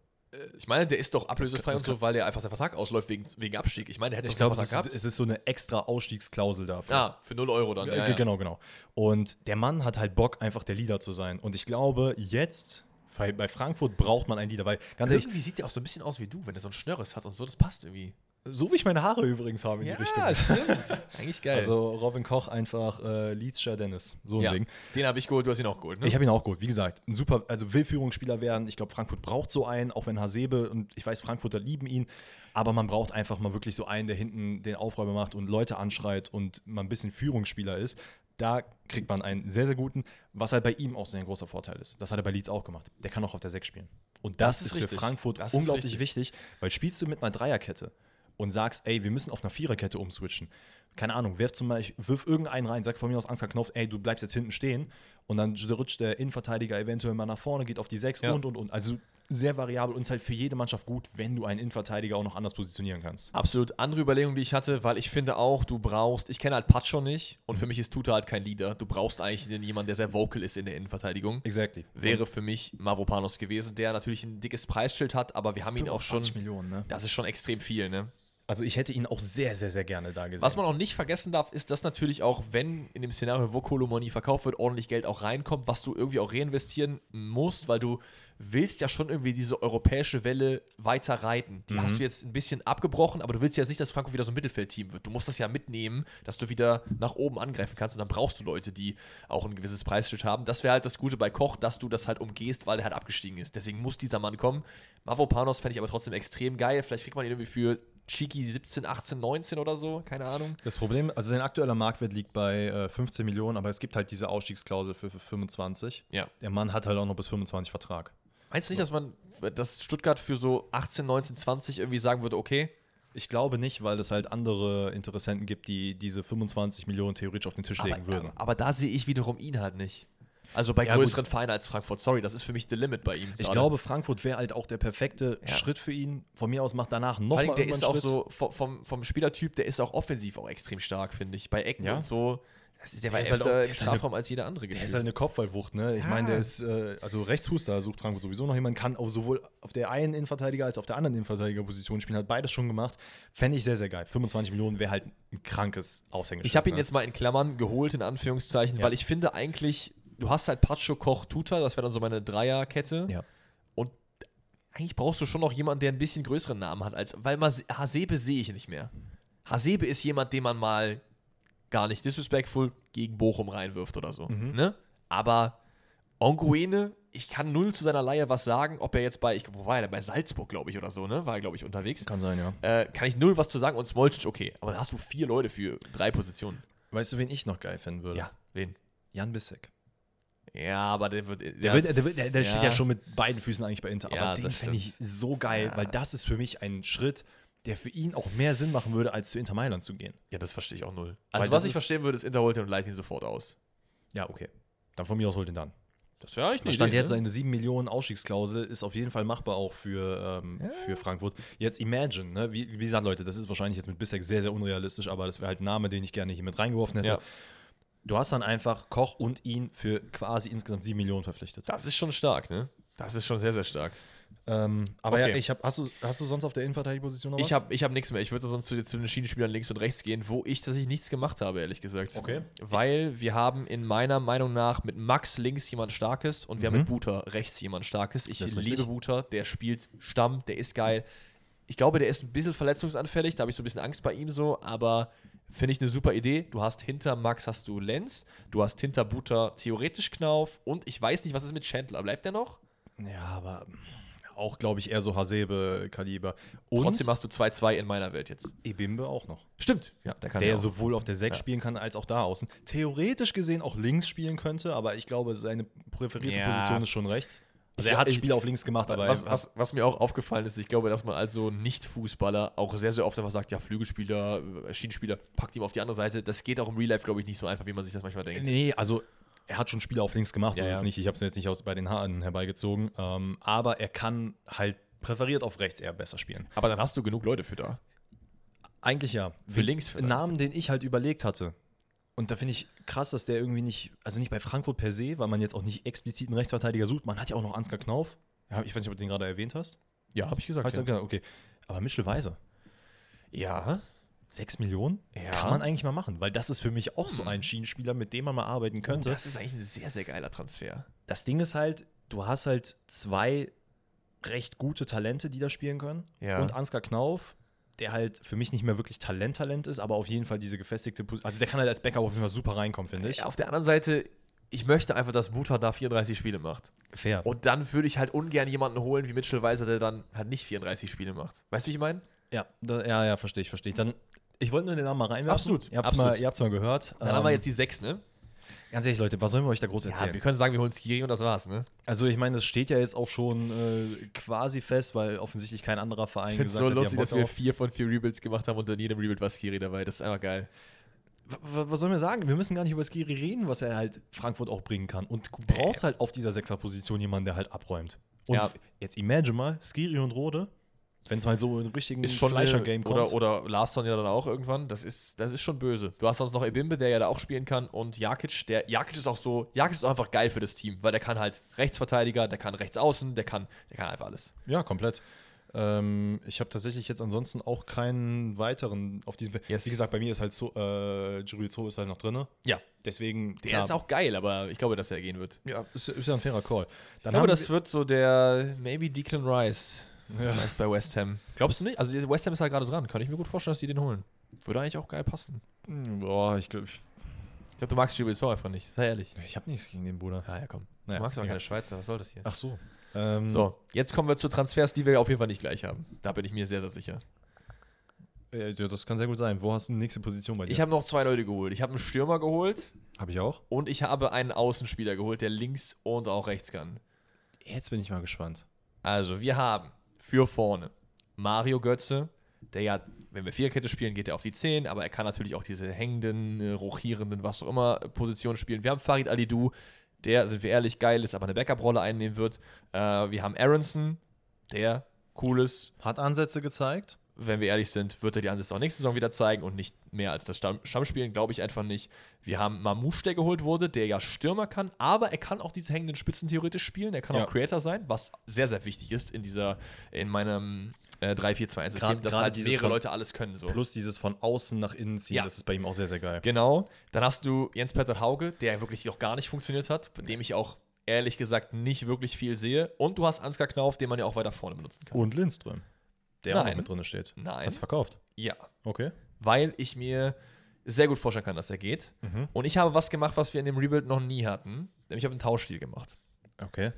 Ich meine, der ist doch ablösefrei
das
und so, weil der einfach sein Vertrag ausläuft wegen, wegen Abstieg. Ich meine, der hätte
ich
doch
glaube,
einen
es,
Vertrag
ist- es ist so eine extra Ausstiegsklausel dafür.
Ah, für 0 Euro dann.
Äh,
Ja, ja.
Genau, genau. Und der Mann hat halt Bock, einfach der Leader zu sein. Und ich glaube, jetzt bei, bei Frankfurt braucht man einen Leader, weil ganz ehrlich,
Also Irgendwie sieht der auch so ein bisschen aus wie du, wenn er so ein Schnörres hat und so, das passt irgendwie.
so wie ich meine Haare übrigens habe in die Richtung.
stimmt. Eigentlich geil.
Also Robin Koch einfach äh, Leedscher Dennis. So ein
ja,
Ding.
den habe ich geholt, du hast ihn auch geholt, ne?
Ich habe ihn auch geholt. Wie gesagt, ein super, also will Führungsspieler werden. Ich glaube, Frankfurt braucht so einen, auch wenn Hasebe und ich weiß, Frankfurter lieben ihn. Aber man braucht einfach mal wirklich so einen, der hinten den Aufräumer macht und Leute anschreit und mal ein bisschen Führungsspieler ist. Da kriegt man einen sehr, sehr guten, was halt bei ihm auch so ein großer Vorteil ist. Das hat er bei Leeds auch gemacht. Der kann auch auf der 6 spielen. Und das,
Das ist
ist, für
richtig.
Frankfurt
Das ist
unglaublich
richtig.
wichtig, weil spielst du mit einer Dreierkette und sagst, ey, wir müssen auf einer Viererkette umswitchen. Keine Ahnung, werf zum Beispiel, wirf irgendeinen rein, sag von mir aus Ansgar Knopf, ey, du bleibst jetzt hinten stehen und dann rutscht der Innenverteidiger eventuell mal nach vorne, geht auf die Sechs
Ja.
und und und. Also sehr variabel und ist halt für jede Mannschaft gut, wenn du einen Innenverteidiger auch noch anders positionieren kannst.
Absolut andere Überlegung, die ich hatte, weil ich finde auch, du brauchst, ich kenne halt Pacho nicht und für mich ist Tuta halt kein Leader. Du brauchst eigentlich den- jemanden, der sehr vocal ist in der Innenverteidigung.
Exactly.
Wäre für mich Mavropanos gewesen, der natürlich ein dickes Preisschild hat, aber wir haben ihn auch schon.
25 Millionen, ne?
Das ist schon extrem viel, ne?
Also ich hätte ihn auch sehr, sehr, sehr gerne da gesehen.
Was man auch nicht vergessen darf, ist, dass natürlich auch, wenn in dem Szenario, wo Kolomoni verkauft wird, ordentlich Geld auch reinkommt, was du irgendwie auch reinvestieren musst, weil du willst ja schon irgendwie diese europäische Welle weiter reiten. Die hast du jetzt ein bisschen abgebrochen, aber du willst ja jetzt nicht, dass Frankfurt wieder so ein Mittelfeldteam wird. Du musst das ja mitnehmen, dass du wieder nach oben angreifen kannst und dann brauchst du Leute, die auch ein gewisses Preisschild haben. Das wäre halt das Gute bei Koch, dass du das halt umgehst, weil der halt abgestiegen ist. Deswegen muss dieser Mann kommen. Mavropanos fände ich aber trotzdem extrem geil. Vielleicht kriegt man ihn irgendwie für Chiki 17, 18, 19 oder so. Keine Ahnung.
Das Problem, also sein aktueller Marktwert liegt bei äh, 15 Millionen, aber es gibt halt diese Ausstiegsklausel für, für 25.
Ja.
Der Mann hat halt auch noch bis 25 Vertrag.
Meinst du nicht, dass man, dass Stuttgart für so 18, 19, 20 irgendwie sagen würde, okay,
Ich glaube nicht, weil es halt andere Interessenten gibt, die diese 25 Millionen theoretisch auf den Tisch
aber,
legen würden.
aber, aber da sehe ich wiederum ihn halt nicht. Also bei
Ja,
größeren
gut.
Vereinen als Frankfurt, sorry, das ist für mich the limit bei ihm.
ich
gerade.
glaube, Frankfurt wäre halt auch der perfekte
Ja.
Schritt für ihn. Von mir aus macht danach
Vor
nochmal
allem, der
irgendwann
ist auch
Schritt.
so, vo- vom, vom Spielertyp, der ist auch offensiv auch extrem stark, finde ich. Bei Ecken
Ja.
und so. Das ist, der, war
ist
öfter
halt auch- der
im
ist halt eine-
Strafraum als jeder andere
Der
gefühlt.
ist halt eine Kopfballwucht, ne? Ich
Ja.
meine, der ist, äh, also Rechtsfuß, da sucht Frankfurt sowieso noch jemanden, kann auf sowohl auf der einen Innenverteidiger als auf der anderen Innenverteidigerposition spielen, hat beides schon gemacht. Fände ich sehr, sehr geil. 25 Millionen wäre halt ein krankes Aushängeschild.
Ich habe ihn
ne?
jetzt mal in Klammern geholt, in Anführungszeichen,
Ja.
weil ich finde eigentlich, du hast halt Pacho, Koch, Tuta, das wäre dann so meine Dreierkette.
Ja.
Und eigentlich brauchst du schon noch jemanden, der ein bisschen größeren Namen hat, als weil Mas- Hasebe sehe ich nicht mehr. Hasebe ist jemand, den man mal gar nicht disrespectful gegen Bochum reinwirft oder so.
Mhm.
Ne? Aber Onguene, ich kann null zu seiner Laie was sagen, ob er jetzt bei, ich, wo war er denn? Bei Salzburg, glaube ich, oder so, ne? War er, glaube ich, unterwegs.
Kann sein, ja.
Äh, kann ich null was zu sagen und Smolcic, okay. Aber dann hast du vier Leute für drei Positionen.
Weißt du, wen ich noch geil finden würde?
Ja, wen?
Jan Bissek.
Ja, aber der wird.
Der, wird, der, wird, der, der steht ja schon mit beiden Füßen eigentlich bei Inter. Aber
Ja,
den
das
finde ich
stimmt.
so geil,
Ja.
weil das ist für mich ein Schritt, der für ihn auch mehr Sinn machen würde, als zu Inter Mailand zu gehen.
Ja, das verstehe ich auch null.
Weil
Also,
das
was ich
ist-
verstehen würde, ist, Inter holt den und leitet ihn sofort aus.
Ja, okay. Dann von mir aus holt ihn dann.
Das wäre eigentlich ne?
Da stand jetzt seine 7 Millionen Ausstiegsklausel, ist auf jeden Fall machbar auch für, ähm, für Frankfurt. Jetzt Imagine, ne? wie, wie gesagt, Leute, das ist wahrscheinlich jetzt mit Bissek sehr, sehr unrealistisch, aber das wäre halt ein Name, den ich gerne hier mit reingeworfen hätte.
Ja.
Du hast dann einfach Koch und ihn für quasi insgesamt 7 Millionen verpflichtet.
Das ist schon stark, ne? Das ist schon sehr, sehr stark.
Ähm, aber ja,
Okay.
ich hab, hast, du, hast du sonst auf der Innenverteidigerposition noch was?
Ich habe ich hab nichts mehr. Ich würde sonst zu, den- zu den Schienenspielern links und rechts gehen, wo ich tatsächlich nichts gemacht habe, ehrlich gesagt.
Okay.
Weil wir haben in meiner Meinung nach mit Max links jemand Starkes und wir haben mit Buta rechts jemand Starkes. Ich
Mhm. Das ist richtig.
liebe Buta, der spielt Stamm, der ist geil. Ich glaube, der ist ein bisschen verletzungsanfällig, da habe ich so ein bisschen Angst bei ihm so, aber finde ich eine super Idee. Du hast hinter Max hast du Lenz, du hast hinter Buta theoretisch Knauf und ich weiß nicht, was ist mit Chandler. Bleibt der noch?
Ja, aber auch, glaube ich, eher so Hasebe-Kaliber. Und
Trotzdem hast du 2-2 in meiner Welt jetzt.
Ebimbe auch noch.
Stimmt. Ja, der kann
Der
ja auch.
sowohl auf der 6 spielen kann, als auch da außen. Theoretisch gesehen auch links spielen könnte, aber ich glaube, seine präferierte
Ja.
Position ist schon rechts. Also
Ich
er hat
glaub-
Spiele auf links gemacht, aber
was,
er-
was, was mir auch aufgefallen ist, ich glaube, dass man als so Nicht-Fußballer auch sehr, sehr oft einfach sagt, ja, Flügelspieler, äh, Schienenspieler, packt ihm auf die andere Seite. Das geht auch im Real Life, glaube ich, nicht so einfach, wie man sich das manchmal denkt.
nee, also er hat schon Spiele auf links gemacht, so
Ja,
ist
ja.
es nicht. Ich habe es jetzt nicht aus bei den Haaren herbeigezogen, ähm, aber er kann halt präferiert auf rechts eher besser spielen.
Aber dann hast du genug Leute für da.
Eigentlich ja.
Für links vielleicht.
Namen, den ich halt überlegt hatte. Und da finde ich krass, dass der irgendwie nicht, also nicht bei Frankfurt per se, weil man jetzt auch nicht explizit einen Rechtsverteidiger sucht. Man hat ja auch noch Ansgar Knauf. Ja, ich weiß nicht, ob du den gerade erwähnt hast.
Ja, habe ich gesagt.
Hast du
Ja.
gesagt, okay. Aber Mitchell Weiser,
ja.
6 Millionen?
Ja.
Kann man eigentlich mal machen, weil das ist für mich auch so ein Schienenspieler, mit dem man mal arbeiten könnte.
Oh,
das,
Das ist eigentlich ein sehr, sehr geiler Transfer.
Ding ist halt, du hast halt zwei recht gute Talente, die da spielen können.
Ja.
Und Ansgar Knauf, der halt für mich nicht mehr wirklich Talent-Talent ist, aber auf jeden Fall diese gefestigte Position. Also der kann halt als Backup auf jeden Fall super reinkommen, finde ich.
Auf der anderen Seite, ich möchte einfach, dass Muta da 34 Spiele macht.
Fair.
Und dann würde ich halt ungern jemanden holen wie Mitchell Weiser, der dann halt nicht 34 Spiele macht. Weißt du, wie ich meine?
Ja, da, ja, ja, verstehe ich, verstehe ich. Dann, ich wollte nur den Namen mal reinwerfen.
Absolut,
Ihr habt es
absolut.
mal, ihr habt's mal gehört. Ähm,
Dann haben wir jetzt die sechs, ne?
Ganz ehrlich, Leute, was sollen wir euch da groß erzählen?
Ja, wir können sagen, wir holen Skiri und das war's, ne?
Also ich meine, das steht ja jetzt auch schon äh, quasi fest, weil offensichtlich kein anderer Verein
Ich finde es so
hat, die haben
lustig, dass
Bock
wir
drauf.
vier von vier Rebuilds gemacht haben und in jedem Rebuild war Skiri dabei. Das ist einfach geil.
W- w- Was sollen wir sagen? Wir müssen gar nicht über Skiri reden, was er halt Frankfurt auch bringen kann. Und du brauchst halt auf dieser Sechserposition jemanden, der halt abräumt. Und
Ja.
f- jetzt imagine mal, Skiri und Rode, wenn es mal so in richtigen
Ist schon
Fleischer-Game kommt.
Oder, oder Larsson ja dann auch irgendwann. Das ist, das ist schon böse. Du hast sonst noch Ebimbe, der ja da auch spielen kann. Und Jakic, der Jakic ist auch so, Jakic ist auch einfach geil für das Team, weil der kann halt Rechtsverteidiger, der kann rechts außen, der kann, der kann einfach alles.
ja, komplett. Ähm, ich habe tatsächlich jetzt ansonsten auch keinen weiteren auf diesem.
Yes.
Wie gesagt, bei mir ist halt so, äh, Giroud ist halt noch drin.
Ja.
Deswegen.
Der
klar,
ist auch geil, aber ich glaube, dass er gehen wird.
Ja, ist, ist ja ein fairer Call.
Ich
Dann
glaube,
haben
das wird so der maybe Declan Rice
Ja.
vielleicht bei West Ham. Glaubst du nicht? Also dieser West Ham ist halt gerade dran. Kann ich mir gut vorstellen, dass die den holen. Würde eigentlich auch geil passen.
Hm, Boah, ich glaube, ich,
Ich glaube, du magst GBSO einfach nicht. Sei ehrlich.
ich habe nichts gegen den Bruder.
Ah, Ja, ja, komm.
Naja,
du magst aber
egal.
keine Schweizer. Was soll das hier?
Ach so. Ähm,
So, jetzt kommen wir zu Transfers, die wir auf jeden Fall nicht gleich haben. Da bin ich mir sehr, sehr sicher.
Äh, ja, das kann sehr gut sein. Wo hast du die nächste Position bei dir?
Ich habe noch zwei Leute geholt. Ich habe einen Stürmer geholt
Hab ich auch.
und ich habe einen Außenspieler geholt, der links und auch rechts kann.
Jetzt bin ich mal gespannt.
Also, wir haben für vorne Mario Götze, der ja, wenn wir Viererkette spielen, geht er auf die 10, aber er kann natürlich auch diese hängenden, äh, rochierenden, was auch immer äh, Positionen spielen. Wir haben Farid Alidou, der, sind wir ehrlich, geil ist, aber eine Backup-Rolle einnehmen wird. Äh, wir haben Aronson, der cool ist.
Hat Ansätze gezeigt.
Wenn wir ehrlich sind, wird er die Ansätze auch nächste Saison wieder zeigen und nicht mehr als das Stamm Stammspielen, glaube ich einfach nicht. Wir haben Mamouche, der geholt wurde, der ja Stürmer kann, aber er kann auch diese hängenden Spitzen theoretisch spielen. Er kann
Ja.
auch Creator sein, was sehr, sehr wichtig ist in dieser, in meinem äh, 3-4-2-1-System,
Grad-
dass
gerade
halt
dieses
mehrere
von-
Leute alles können. So.
Plus dieses von außen nach innen ziehen,
Ja.
das ist bei ihm auch sehr, sehr geil.
Genau. Dann hast du Jens-Peter Hauge, der wirklich noch gar nicht funktioniert hat, bei dem ich auch ehrlich gesagt nicht wirklich viel sehe. Und du hast Ansgar Knauf, den man ja auch weiter vorne benutzen kann.
Und Lindström, der auch
Nein.
noch mit drin steht.
Nein.
Hast du verkauft?
Ja.
Okay.
weil ich mir sehr gut vorstellen kann, dass er geht. Und ich habe was gemacht, was wir in dem Rebuild noch nie hatten. Nämlich ich habe einen Tauschstil gemacht.
Okay.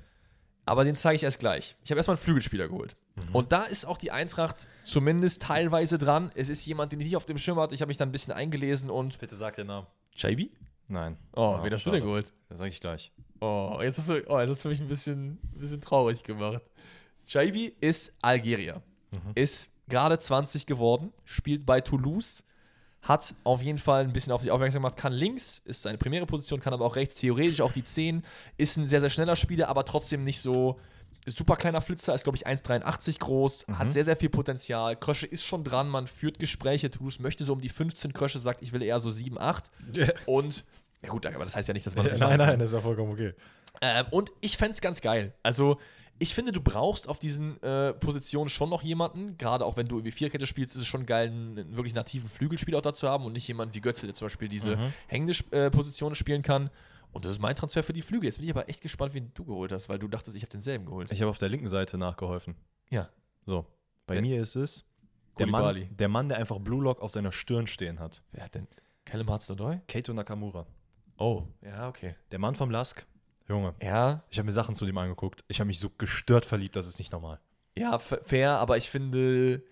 Aber den zeige ich erst gleich. Ich habe erstmal einen Flügelspieler geholt. Und da ist auch die Eintracht zumindest teilweise dran. Es ist jemand, den ich nicht auf dem Schirm hatte. Ich habe mich dann ein bisschen eingelesen und.
Bitte sag den Namen.
JB?
Nein.
Oh,
Ja,
wen hast du
Ah, schade.
denn geholt?
Das sag
<laughs>
ich gleich.
Oh, jetzt hast du, oh, jetzt hast du mich ein bisschen, ein bisschen traurig gemacht. Jaibi ist Algerier.
Mhm.
Ist gerade 20 geworden, spielt bei Toulouse, hat auf jeden Fall ein bisschen auf sich aufmerksam gemacht, kann links, ist seine primäre Position, kann aber auch rechts, theoretisch auch die 10, ist ein sehr, sehr schneller Spieler, aber trotzdem nicht so super kleiner Flitzer, ist glaube ich 1,83 groß,
Mhm.
hat sehr, sehr viel Potenzial. Krösche ist schon dran, man führt Gespräche, Toulouse möchte so um die 15, Krösche sagt, ich will eher so 7, 8 und ja gut, aber das heißt ja nicht, dass man das nicht machen
<laughs> nein, nein, das ist ja vollkommen okay.
ähm, und ich fände es ganz geil. Also, ich finde, du brauchst auf diesen äh, Positionen schon noch jemanden. Gerade auch wenn du irgendwie Vierkette spielst, ist es schon geil, einen, einen wirklich nativen Flügelspieler auch dazu haben und nicht jemanden wie Götze, der zum Beispiel diese
Mhm.
hängende Sp- äh, Positionen spielen kann. Und das ist mein Transfer für die Flügel. Jetzt bin ich aber echt gespannt, wen du geholt hast, weil du dachtest, ich habe denselben geholt.
Ich habe auf der linken Seite nachgeholfen.
Ja.
So. Bei
Wer-
mir ist es der Mann,
Koulibaly.
der Mann, der einfach Blue Lock auf seiner Stirn stehen hat.
Wer hat denn? Callum Hudson-Odoi?
Kato Nakamura.
Oh, ja, okay.
Der Mann vom Lask. Junge.
Ja,
Ich habe mir Sachen zu dem angeguckt. Ich habe mich so gestört verliebt, das ist nicht normal.
Ja, f- fair, aber ich finde.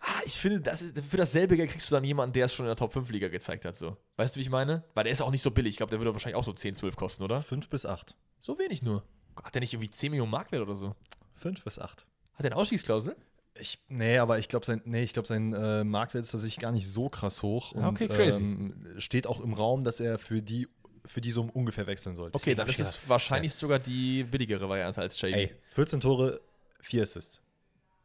Ah, ich finde, das ist, für dasselbe Geld kriegst du dann jemanden, der es schon in der Top 5 Liga gezeigt hat. So. Weißt du, wie ich meine? Weil der ist auch nicht so billig. Ich glaube, der würde wahrscheinlich auch so 10, 12 kosten, oder?
Fünf bis acht.
So wenig nur. Hat der nicht irgendwie 10 Millionen Mark wert oder so?
Fünf bis acht.
Hat der eine Ausstiegsklausel?
Ich, nee, aber ich glaube, sein, nee, ich glaub, sein äh, Marktwert ist tatsächlich gar nicht so krass hoch. Und,
Ah, Okay, crazy.
Ähm, steht auch im Raum, dass er für die, für die Summe ungefähr wechseln sollte.
Okay,
Deswegen
dann
hab
ist
ich
es
gedacht,
wahrscheinlich sogar die billigere Variante als JB.
Ey, 14 Tore, 4 Assists.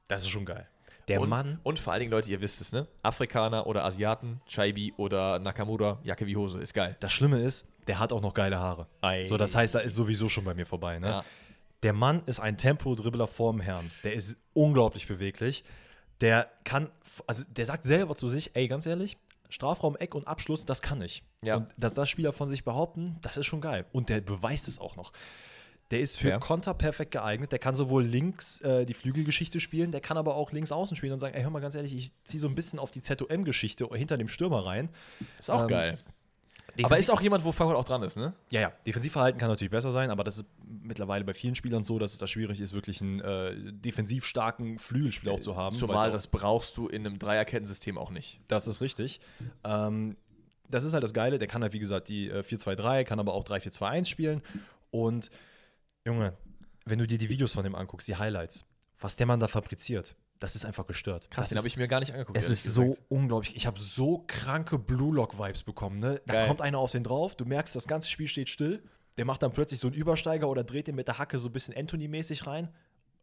Das ist schon geil. Der
und,
Mann.
Und vor allen Dingen, Leute, ihr wisst es, ne? Afrikaner oder Asiaten, Chaibi oder Nakamura, Jacke wie Hose, ist geil.
Das Schlimme ist, der hat auch noch geile Haare.
Ei.
So, das heißt, da ist sowieso schon bei mir vorbei. Ne?
Ja.
Der Mann ist ein Tempo-Dribbler vorm Herrn. Der ist unglaublich beweglich. Der kann, also der sagt selber zu sich, ey, ganz ehrlich, Strafraum, Eck und Abschluss, das kann ich.
Ja.
Und dass das Spieler von sich behaupten, das ist schon geil. Und der beweist es auch noch. Der ist für
Fair.
Konter perfekt geeignet. Der kann sowohl links äh, die Flügelgeschichte spielen, der kann aber auch links außen spielen und sagen, ey, hör mal ganz ehrlich, ich ziehe so ein bisschen auf die ZOM-Geschichte hinter dem Stürmer rein.
Ist auch
ähm,
geil. Aber ist auch jemand, wo Frankfurt auch dran ist, ne?
Ja, ja, Defensivverhalten kann natürlich besser sein, aber das ist mittlerweile bei vielen Spielern so, dass es da schwierig ist, wirklich einen äh, defensiv starken Flügelspieler auch zu haben.
Zumal
weil's
das brauchst du in einem Dreierkettensystem auch nicht.
auch, das ist richtig. Ähm, das ist halt das Geile, der kann halt, wie gesagt, die äh, 4-2-3, kann aber auch 3-4-2-1 spielen. Und Junge, wenn du dir die Videos von dem anguckst, die Highlights, was der Mann da fabriziert, das ist einfach gestört.
Krass,
das
den
ist,
habe ich mir gar nicht angeguckt.
es
ehrlich
ist
gesagt.
so unglaublich. Ich habe so kranke Blue Lock-Vibes bekommen. Ne? Da
Geil.
kommt einer auf den drauf, du merkst, das ganze Spiel steht still. Der macht dann plötzlich so einen Übersteiger oder dreht den mit der Hacke so ein bisschen Anthony-mäßig rein.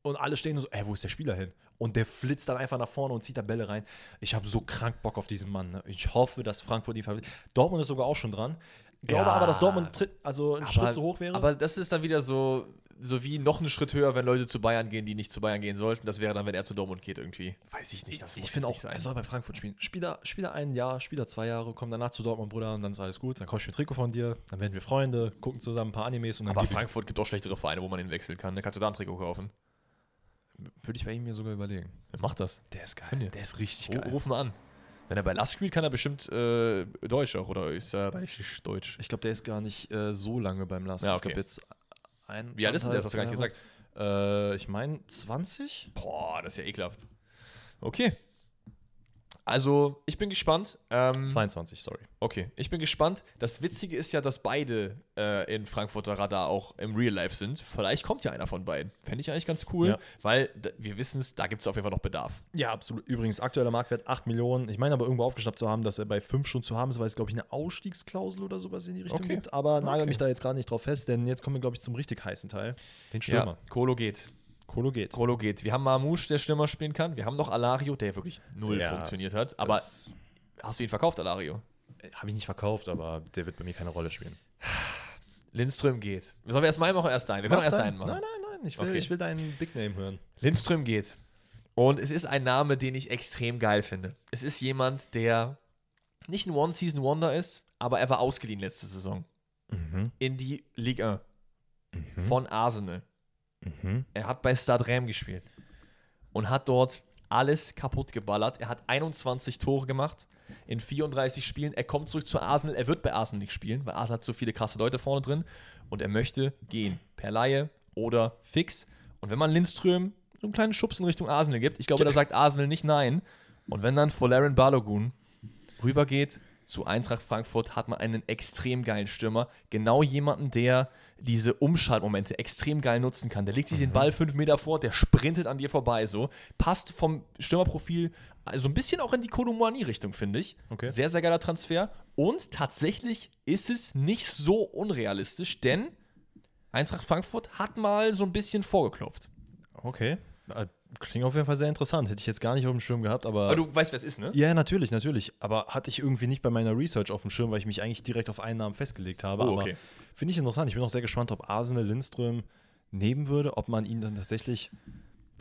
Und alle stehen nur so, ey, wo ist der Spieler hin? Und der flitzt dann einfach nach vorne und zieht da Bälle rein. Ich habe so krank Bock auf diesen Mann. Ne? Ich hoffe, dass Frankfurt die verliert. Dortmund ist sogar auch schon dran. Glaube
Ja.
aber, dass Dortmund tritt, also einen Schritt so hoch wäre.
Aber das ist dann wieder so, so wie noch einen Schritt höher, wenn Leute zu Bayern gehen, die nicht zu Bayern gehen sollten. Das wäre dann, wenn er zu Dortmund geht irgendwie. Weiß ich also, nicht, das muss
ich finde
jetzt
auch,
nicht sein.
er soll bei Frankfurt spielen. Spieler, Spieler ein Jahr, Spieler zwei Jahre, komm danach zu Dortmund, Bruder, und dann ist alles gut. Dann kaufe ich mir ein Trikot von dir, dann werden wir Freunde, gucken zusammen ein paar Animes und dann
aber
gib ihm-
Frankfurt gibt auch schlechtere Vereine, wo man ihn wechseln kann. Da kannst du da ein Trikot kaufen.
würde ich bei ihm mir sogar überlegen. Oh,
Dann mach das.
Der ist geil. Der ist richtig
Ru- Ruf mal an. Wenn er bei Last spielt, kann er bestimmt äh, Deutsch auch oder österreichisch Deutsch.
Ich glaube, der ist gar nicht äh, so lange beim Last.
Ja,
Ich glaube
okay.
jetzt ein.
Wie alt ist denn der? Das hast du gar
anderthalb,
nicht
zwei
gesagt.
Jahre. Äh, ich meine 20.
Boah, das ist ja ekelhaft. Okay. Also, ich bin gespannt. Ähm,
22, sorry.
Okay, ich bin gespannt. Das Witzige ist ja, dass beide äh, in Frankfurter Radar auch im Real Life sind. Vielleicht kommt ja einer von beiden. Fände ich eigentlich ganz cool,
Ja.
weil d- wir wissen es, da gibt es auf jeden Fall noch Bedarf.
Ja, absolut. Übrigens, aktueller Marktwert 8 Millionen. Ich meine aber irgendwo aufgeschnappt zu haben, dass er bei 5 schon zu haben ist, weil es, glaube ich, eine Ausstiegsklausel oder sowas in die Richtung
Okay.
gibt. Aber nagel
Okay.
mich da jetzt gerade nicht drauf fest, denn jetzt kommen wir, glaube ich, zum richtig heißen Teil. Den
Ja,
Stürmer.
Kolo geht.
Kolo geht.
Kolo geht. Wir haben Mamouche, der Stürmer spielen kann. Wir haben noch Alario, der wirklich null
Ja,
funktioniert hat. Aber
das
hast du ihn verkauft, Alario?
habe ich nicht verkauft, aber der wird bei mir keine Rolle spieren.
Lindström geht. Sollen wir erst mal machen oder erst einen? Wir können auch erst einen machen.
Nein, nein, nein. Ich will,
Okay.
ich will deinen Big Name hören.
Lindström geht. Und es ist ein Name, den ich extrem geil finde. Es ist jemand, der nicht ein One-Season-Wonder ist, aber er war ausgeliehen letzte Saison in die Liga von Arsenal. Er hat bei Stade Reims gespielt und hat dort alles kaputt geballert. Er hat 21 Tore gemacht in 34 Spielen. Er kommt zurück zu Arsenal. Er wird bei Arsenal nicht spielen, weil Arsenal hat so viele krasse Leute vorne drin. Und er möchte gehen. Per Laie oder fix. Und wenn man Lindström so einen kleinen Schubs in Richtung Arsenal gibt, ich glaube, da sagt Arsenal nicht nein. Und wenn dann Folaren Balogun rübergeht zu Eintracht Frankfurt, hat man einen extrem geilen Stürmer. Genau jemanden, der diese Umschaltmomente extrem geil nutzen kann. Der legt
Mhm.
sich den Ball fünf Meter vor, der sprintet an dir vorbei so. Passt vom Stürmerprofil so also ein bisschen auch in die Kolomani-Richtung, finde ich.
Okay.
Sehr, sehr geiler Transfer. Und tatsächlich ist es nicht so unrealistisch, denn Eintracht Frankfurt hat mal so ein bisschen vorgeklopft.
Okay. Äh, Klingt auf jeden Fall sehr interessant. Hätte ich jetzt gar nicht auf dem Schirm gehabt, aber.
Aber du weißt, wer es ist, ne?
ja, ja, natürlich, natürlich. Aber hatte ich irgendwie nicht bei meiner Research auf dem Schirm, weil ich mich eigentlich direkt auf einen Namen festgelegt habe.
Oh, okay.
Aber finde ich interessant. Ich bin auch sehr gespannt, ob Arsenal Lindström nehmen würde, ob man ihn dann tatsächlich.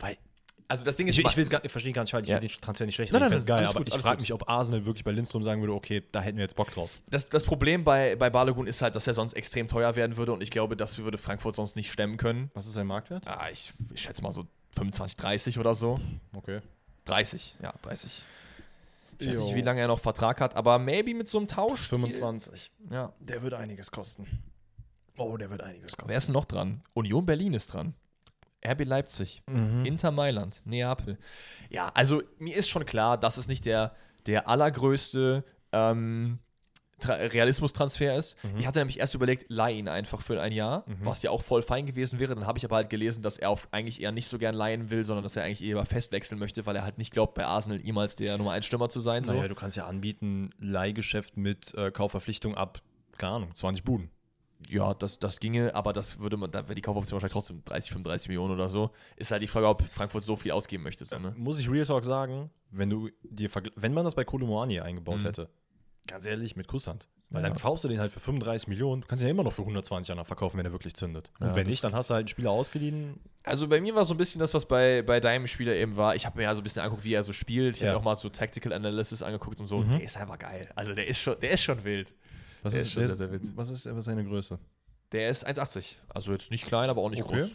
Weil
Also das Ding ist,
Ich, ich will es gar nicht, verstehe gar nicht, weil ich
Ja.
finde den Transfer nicht schlecht,
Nein,
ich
nein,
finde es
nein,
geil,
alles
aber
gut,
ich
alles
frage
gut.
mich, ob Arsenal wirklich bei Lindström sagen würde, okay, da hätten wir jetzt Bock drauf.
das, das Problem bei, bei Balogun ist halt, dass er sonst extrem teuer werden würde und ich glaube, das würde Frankfurt sonst nicht stemmen können.
Was ist sein Marktwert?
Ah, ich, ich schätze mal so 25, 30 oder so.
Okay.
30, ja, 30. Ich weiß
Jo.
nicht, wie lange er noch Vertrag hat, aber maybe mit so einem Tausch.
25.
Ja.
Der wird einiges kosten. Oh, der wird einiges kosten.
Wer ist denn noch dran? Union Berlin ist dran. RB Leipzig, Inter Mailand, Neapel. Ja, also mir ist schon klar, dass es nicht der, der allergrößte ähm, Tra Realismus-Transfer ist. Ich hatte nämlich erst überlegt, leih ihn einfach für ein Jahr, was ja auch voll fein gewesen wäre. Dann habe ich aber halt gelesen, dass er auf eigentlich eher nicht so gern leihen will, sondern dass er eigentlich eher fest wechseln möchte, weil er halt nicht glaubt, bei Arsenal jemals der Nummer 1 Stürmer zu sein. So.
Naja, du kannst ja anbieten, Leihgeschäft mit äh, Kaufverpflichtung ab, keine Ahnung, 20 Buden.
Ja, das, das ginge, aber das würde man, da wäre die Kaufoption wahrscheinlich trotzdem 30, 35 Millionen oder so. Ist halt die Frage, ob Frankfurt so viel ausgeben möchte. So, ne?
Muss ich Real Talk sagen, wenn, du dir vergl- wenn man das bei Kolomoani eingebaut
Mhm.
hätte, ganz ehrlich, mit Kusshand. Weil
Ja.
dann kaufst du den halt für 35 Millionen, du kannst ihn ja immer noch für 120 danach verkaufen, wenn er wirklich zündet. Und wenn nicht, dann hast du halt einen Spieler ausgeliehen,
Also bei mir war so ein bisschen das, was bei, bei deinem Spieler eben war. Ich habe mir ja so ein bisschen angeguckt, wie er so spielt. Ich
Ja.
habe mir auch mal so Tactical Analysis angeguckt und so. Der ist einfach geil. Also der ist schon, der ist schon wild.
Was
Der
ist,
ist schon
der
sehr,
ist-
sehr wild.
Was ist, was ist seine Größe?
Der ist 1,80. Also jetzt nicht klein, aber auch nicht groß.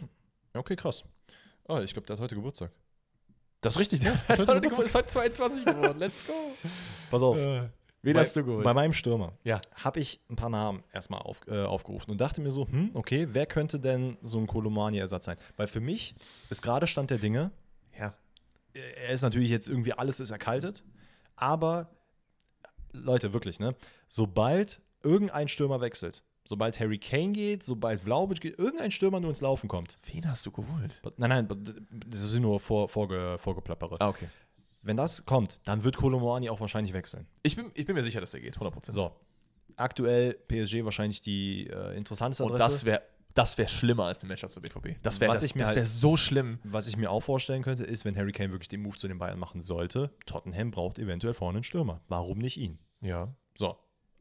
Okay, krass. Oh, ich glaube, der hat heute Geburtstag.
Das ist richtig. ne? <laughs> Der
Heute
hat heute
Geburtstag.
ist heute 22 geworden. Let's go.
Pass auf.
Wen
Äh, bei,
hast du geholt?
Bei meinem Stürmer
Ja.
habe ich ein paar Namen erstmal auf, äh, aufgerufen und dachte mir so, hm, okay, wer könnte denn so ein Kolomani-Ersatz sein? Weil für mich ist gerade Stand der Dinge,
ja.
er ist natürlich jetzt irgendwie alles ist erkaltet, aber Leute, wirklich, ne? Sobald irgendein Stürmer wechselt, sobald Harry Kane geht, sobald Vlaovic geht, irgendein Stürmer nur ins Laufen kommt.
Wen hast du geholt?
Nein, nein, das sind nur vor, vorge, Vorgeplappere.
Ah, okay.
Wenn das kommt, dann wird Kolomoani auch wahrscheinlich wechseln.
Ich bin, ich bin mir sicher, dass der geht, 100%.
So. Aktuell PSG wahrscheinlich die äh, interessanteste
Und
Adresse.
das wäre das wär schlimmer als ein Matchup zur BVB. Das wäre
Was
das,
ich mir
das
halt-
wär so schlimm.
Was ich mir auch vorstellen könnte, ist, wenn Harry Kane wirklich den Move zu den Bayern machen sollte, Tottenham braucht eventuell vorne einen Stürmer. Warum nicht ihn?
Ja.
So.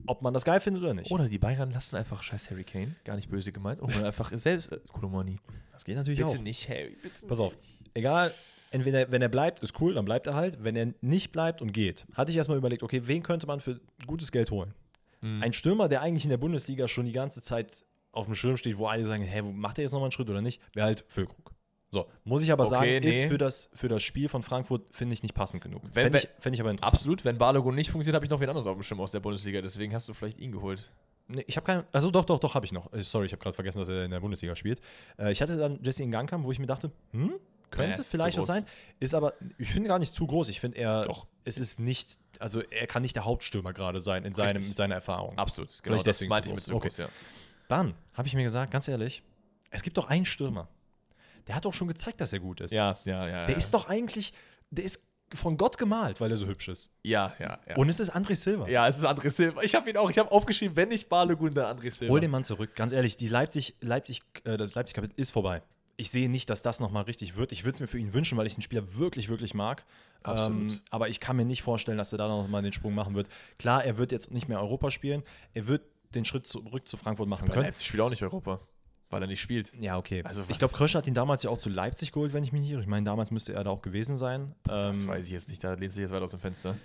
Ob man das geil findet oder nicht.
Oder die Bayern lassen einfach scheiß Harry Kane, gar nicht böse gemeint, und holen einfach selbst äh, Kolomani.
das geht natürlich
Bitte nicht, Harry, bitte
Pass
nicht.
auf. Egal, entweder wenn er bleibt, ist cool, dann bleibt er halt. Wenn er nicht bleibt und geht, hatte ich erstmal überlegt, okay, wen könnte man für gutes Geld holen?
Mhm.
Ein Stürmer, der eigentlich in der Bundesliga schon die ganze Zeit auf dem Schirm steht, wo alle sagen, hey, macht er jetzt nochmal einen Schritt oder nicht, wäre halt Füllkrug. So, muss ich aber
Okay,
sagen, ist
nee.
für das, für das Spiel von Frankfurt, finde ich, nicht passend genug.
Wenn
Fände ich,
wir-
fänd ich aber interessant.
Absolut, wenn Balogun nicht funktioniert, habe ich noch wen anderes auf dem Schirm aus der Bundesliga, deswegen hast du vielleicht ihn geholt.
Nee, ich habe keinen. Also doch, doch, doch, habe ich noch. Äh, Sorry, ich habe gerade vergessen, dass er in der Bundesliga spielt. Äh, ich hatte dann Jesse Ngankam, wo ich mir dachte, hm,
Nee,
könnte
zu
vielleicht was
groß.
sein. Ist aber, ich finde gar nicht zu groß. Ich finde er,
Doch.
es ist nicht, also er kann nicht der Hauptstürmer gerade sein in, seinem,
Richtig.
in seiner Erfahrung.
Absolut, genau
Vielleicht
das
deswegen
meinte
zu
ich mit
groß.
so
Okay.
groß, ja.
Dann habe ich mir gesagt, ganz ehrlich, es gibt doch einen Stürmer. Der hat doch schon gezeigt, dass er gut ist.
Ja, ja, ja.
Der
ja.
ist doch eigentlich, der ist von Gott gemalt, weil er so hübsch ist.
Ja, ja, ja.
Und es ist André Silva.
ja, es ist André Silva. Ich habe ihn auch, ich habe aufgeschrieben, wenn nicht Balogun, dann André Silva.
Hol den Mann zurück. Ganz ehrlich, die Leipzig, Leipzig, äh, das Leipzig-Kapitel ist vorbei. Ich sehe nicht, dass das nochmal richtig wird. Ich würde es mir für ihn wünschen, weil ich den Spieler wirklich, wirklich mag.
Absolut.
Ähm, aber ich kann mir nicht vorstellen, dass er da nochmal den Sprung machen wird. Klar, er wird jetzt nicht mehr Europa spielen. Er wird den Schritt zurück zu Frankfurt machen
Bei
können.
Leipzig spielt auch nicht Europa, weil er nicht spielt.
Ja, okay.
Also was-
ich glaube, Krösch hat ihn damals ja auch zu Leipzig geholt, wenn ich mich nicht irre. Ich meine, damals müsste er da auch gewesen sein.
Das
Ähm,
weiß ich jetzt nicht, da lehnt sich jetzt weiter aus dem Fenster.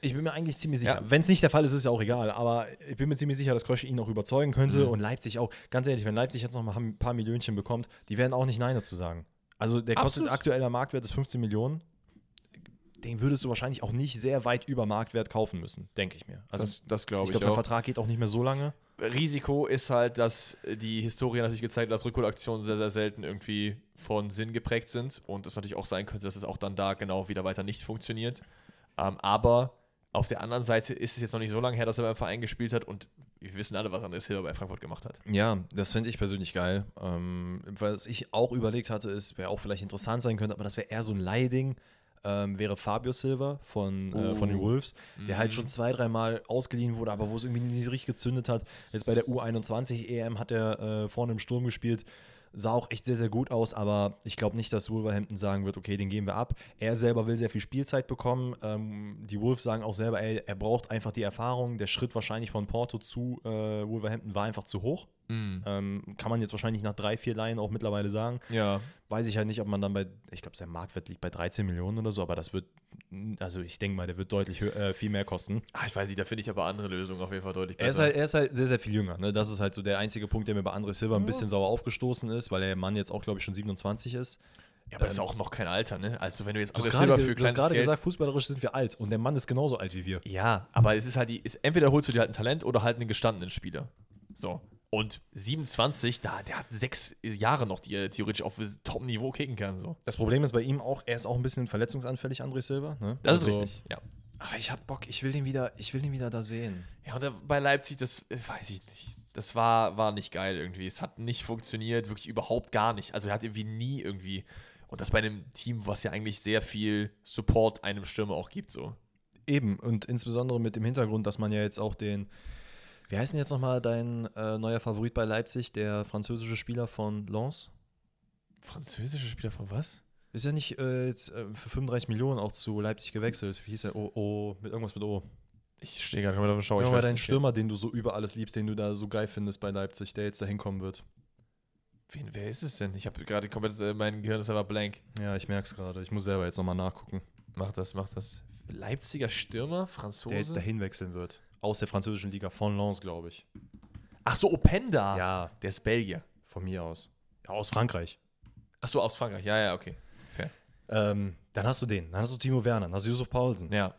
Ich bin mir eigentlich ziemlich sicher.
Ja.
Wenn es nicht der Fall ist, ist es ja auch egal. Aber ich bin mir ziemlich sicher, dass Krösche ihn auch überzeugen
Mhm.
könnte und Leipzig auch. Ganz ehrlich, wenn Leipzig jetzt noch mal ein paar Millionchen bekommt, die werden auch nicht Nein dazu sagen. Also der kostet
Absolut.
aktueller Marktwert ist 15 Millionen. Den würdest du wahrscheinlich auch nicht sehr weit über Marktwert kaufen müssen, denke ich mir. Also
das das glaube
ich
ich,
glaube, der Vertrag geht auch nicht mehr so lange.
auch. Risiko ist halt, dass die Historie natürlich gezeigt hat, dass Rückholaktionen sehr, sehr selten irgendwie von Sinn geprägt sind und es natürlich auch sein könnte, dass es auch dann da genau wieder weiter nicht funktioniert. Ähm, aber auf der anderen Seite ist es jetzt noch nicht so lange her, dass er beim Verein gespielt hat und wir wissen alle, was André Silva bei Frankfurt gemacht hat.
Ja, das finde ich persönlich geil. Ähm, was ich auch überlegt hatte, ist, wäre auch vielleicht interessant sein könnte, aber das wäre eher so ein Leihding, ähm, wäre Fabio Silva von, äh, von den
Oh.
Wolves, der halt schon zwei, dreimal ausgeliehen wurde, aber wo es irgendwie nicht richtig gezündet hat. Jetzt bei der U21 EM hat er äh, vorne im Sturm gespielt. Sah auch echt sehr, sehr gut aus, aber ich glaube nicht, dass Wolverhampton sagen wird, okay, den geben wir ab. Er selber will sehr viel Spielzeit bekommen. Ähm, die Wolves sagen auch selber, ey, er braucht einfach die Erfahrung. Der Schritt wahrscheinlich von Porto zu äh, Wolverhampton war einfach zu hoch. Ähm, kann man jetzt wahrscheinlich nach drei, vier Laien auch mittlerweile sagen.
Ja,
Weiß ich halt nicht, ob man dann bei, ich glaube, sein Marktwert liegt bei 13 Millionen oder so, aber das wird, also ich denke mal, der wird deutlich hö- äh, viel mehr kosten.
Ah, ich weiß nicht, da finde ich aber andere Lösungen auf jeden Fall deutlich besser.
Er ist, halt, er ist halt sehr, sehr viel jünger. Ne? Das ist halt so der einzige Punkt, der mir bei André Silva ein bisschen sauer aufgestoßen ist, weil der Mann jetzt auch, glaube ich, schon 27 ist.
ja, aber das ist auch noch kein Alter, ne? Also wenn du jetzt
Du
André
hast
Silva
gerade ge-
für
du hast
kleines
gerade
Geld
gesagt, fußballerisch sind wir alt und der Mann ist genauso alt wie wir.
Ja, aber es ist halt die, ist, entweder holst du dir halt ein Talent oder halt einen gestandenen Spieler. So. Und 27, da, der hat sechs Jahre noch, die er theoretisch auf Top-Niveau kicken kann. So.
Das Problem ist bei ihm auch, er ist auch ein bisschen verletzungsanfällig, André Silva. Ne?
Das ist
Also-
richtig, ja.
Aber ich hab Bock, ich will den wieder, ich will den wieder da sehen.
Ja, und da- bei Leipzig, das äh, weiß ich nicht. Das war, war nicht geil irgendwie. Es hat nicht funktioniert, wirklich überhaupt gar nicht. Also er hat irgendwie nie irgendwie. Und das bei einem Team, was ja eigentlich sehr viel Support einem Stürmer auch gibt, so.
Eben, und insbesondere mit dem Hintergrund, dass man ja jetzt auch den, wie heißt denn jetzt nochmal dein äh, neuer Favorit bei Leipzig, der französische Spieler von Lens?
Französische Spieler von was?
Ist ja nicht äh, jetzt, äh, für 35 Millionen auch zu Leipzig gewechselt. Wie hieß er? Oh, oh, mit irgendwas mit O.
Ich stehe gerade mal davon schau.
Oh,
Ich
Irgendwann
weiß
dein
nicht,
Stürmer, den du so über alles liebst, den du da so geil findest bei Leipzig, der jetzt da hinkommen wird.
Wen, wer ist es denn? Ich habe gerade komplett, äh, mein Gehirn ist aber blank.
Ja, ich merk's gerade. Ich muss selber jetzt nochmal nachgucken.
Mach das, mach das. Leipziger Stürmer, Franzose.
Der jetzt dahin wechseln wird. Aus der französischen Liga von Lens, glaube ich.
Ach so, Openda.
Ja,
Der ist Belgier.
von mir aus. Ja, aus Frankreich.
Ach so, aus Frankreich. Ja, ja, okay. Fair.
Ähm, dann hast du den. Dann hast du Timo Werner. Dann hast du Yusuf Paulsen.
Ja.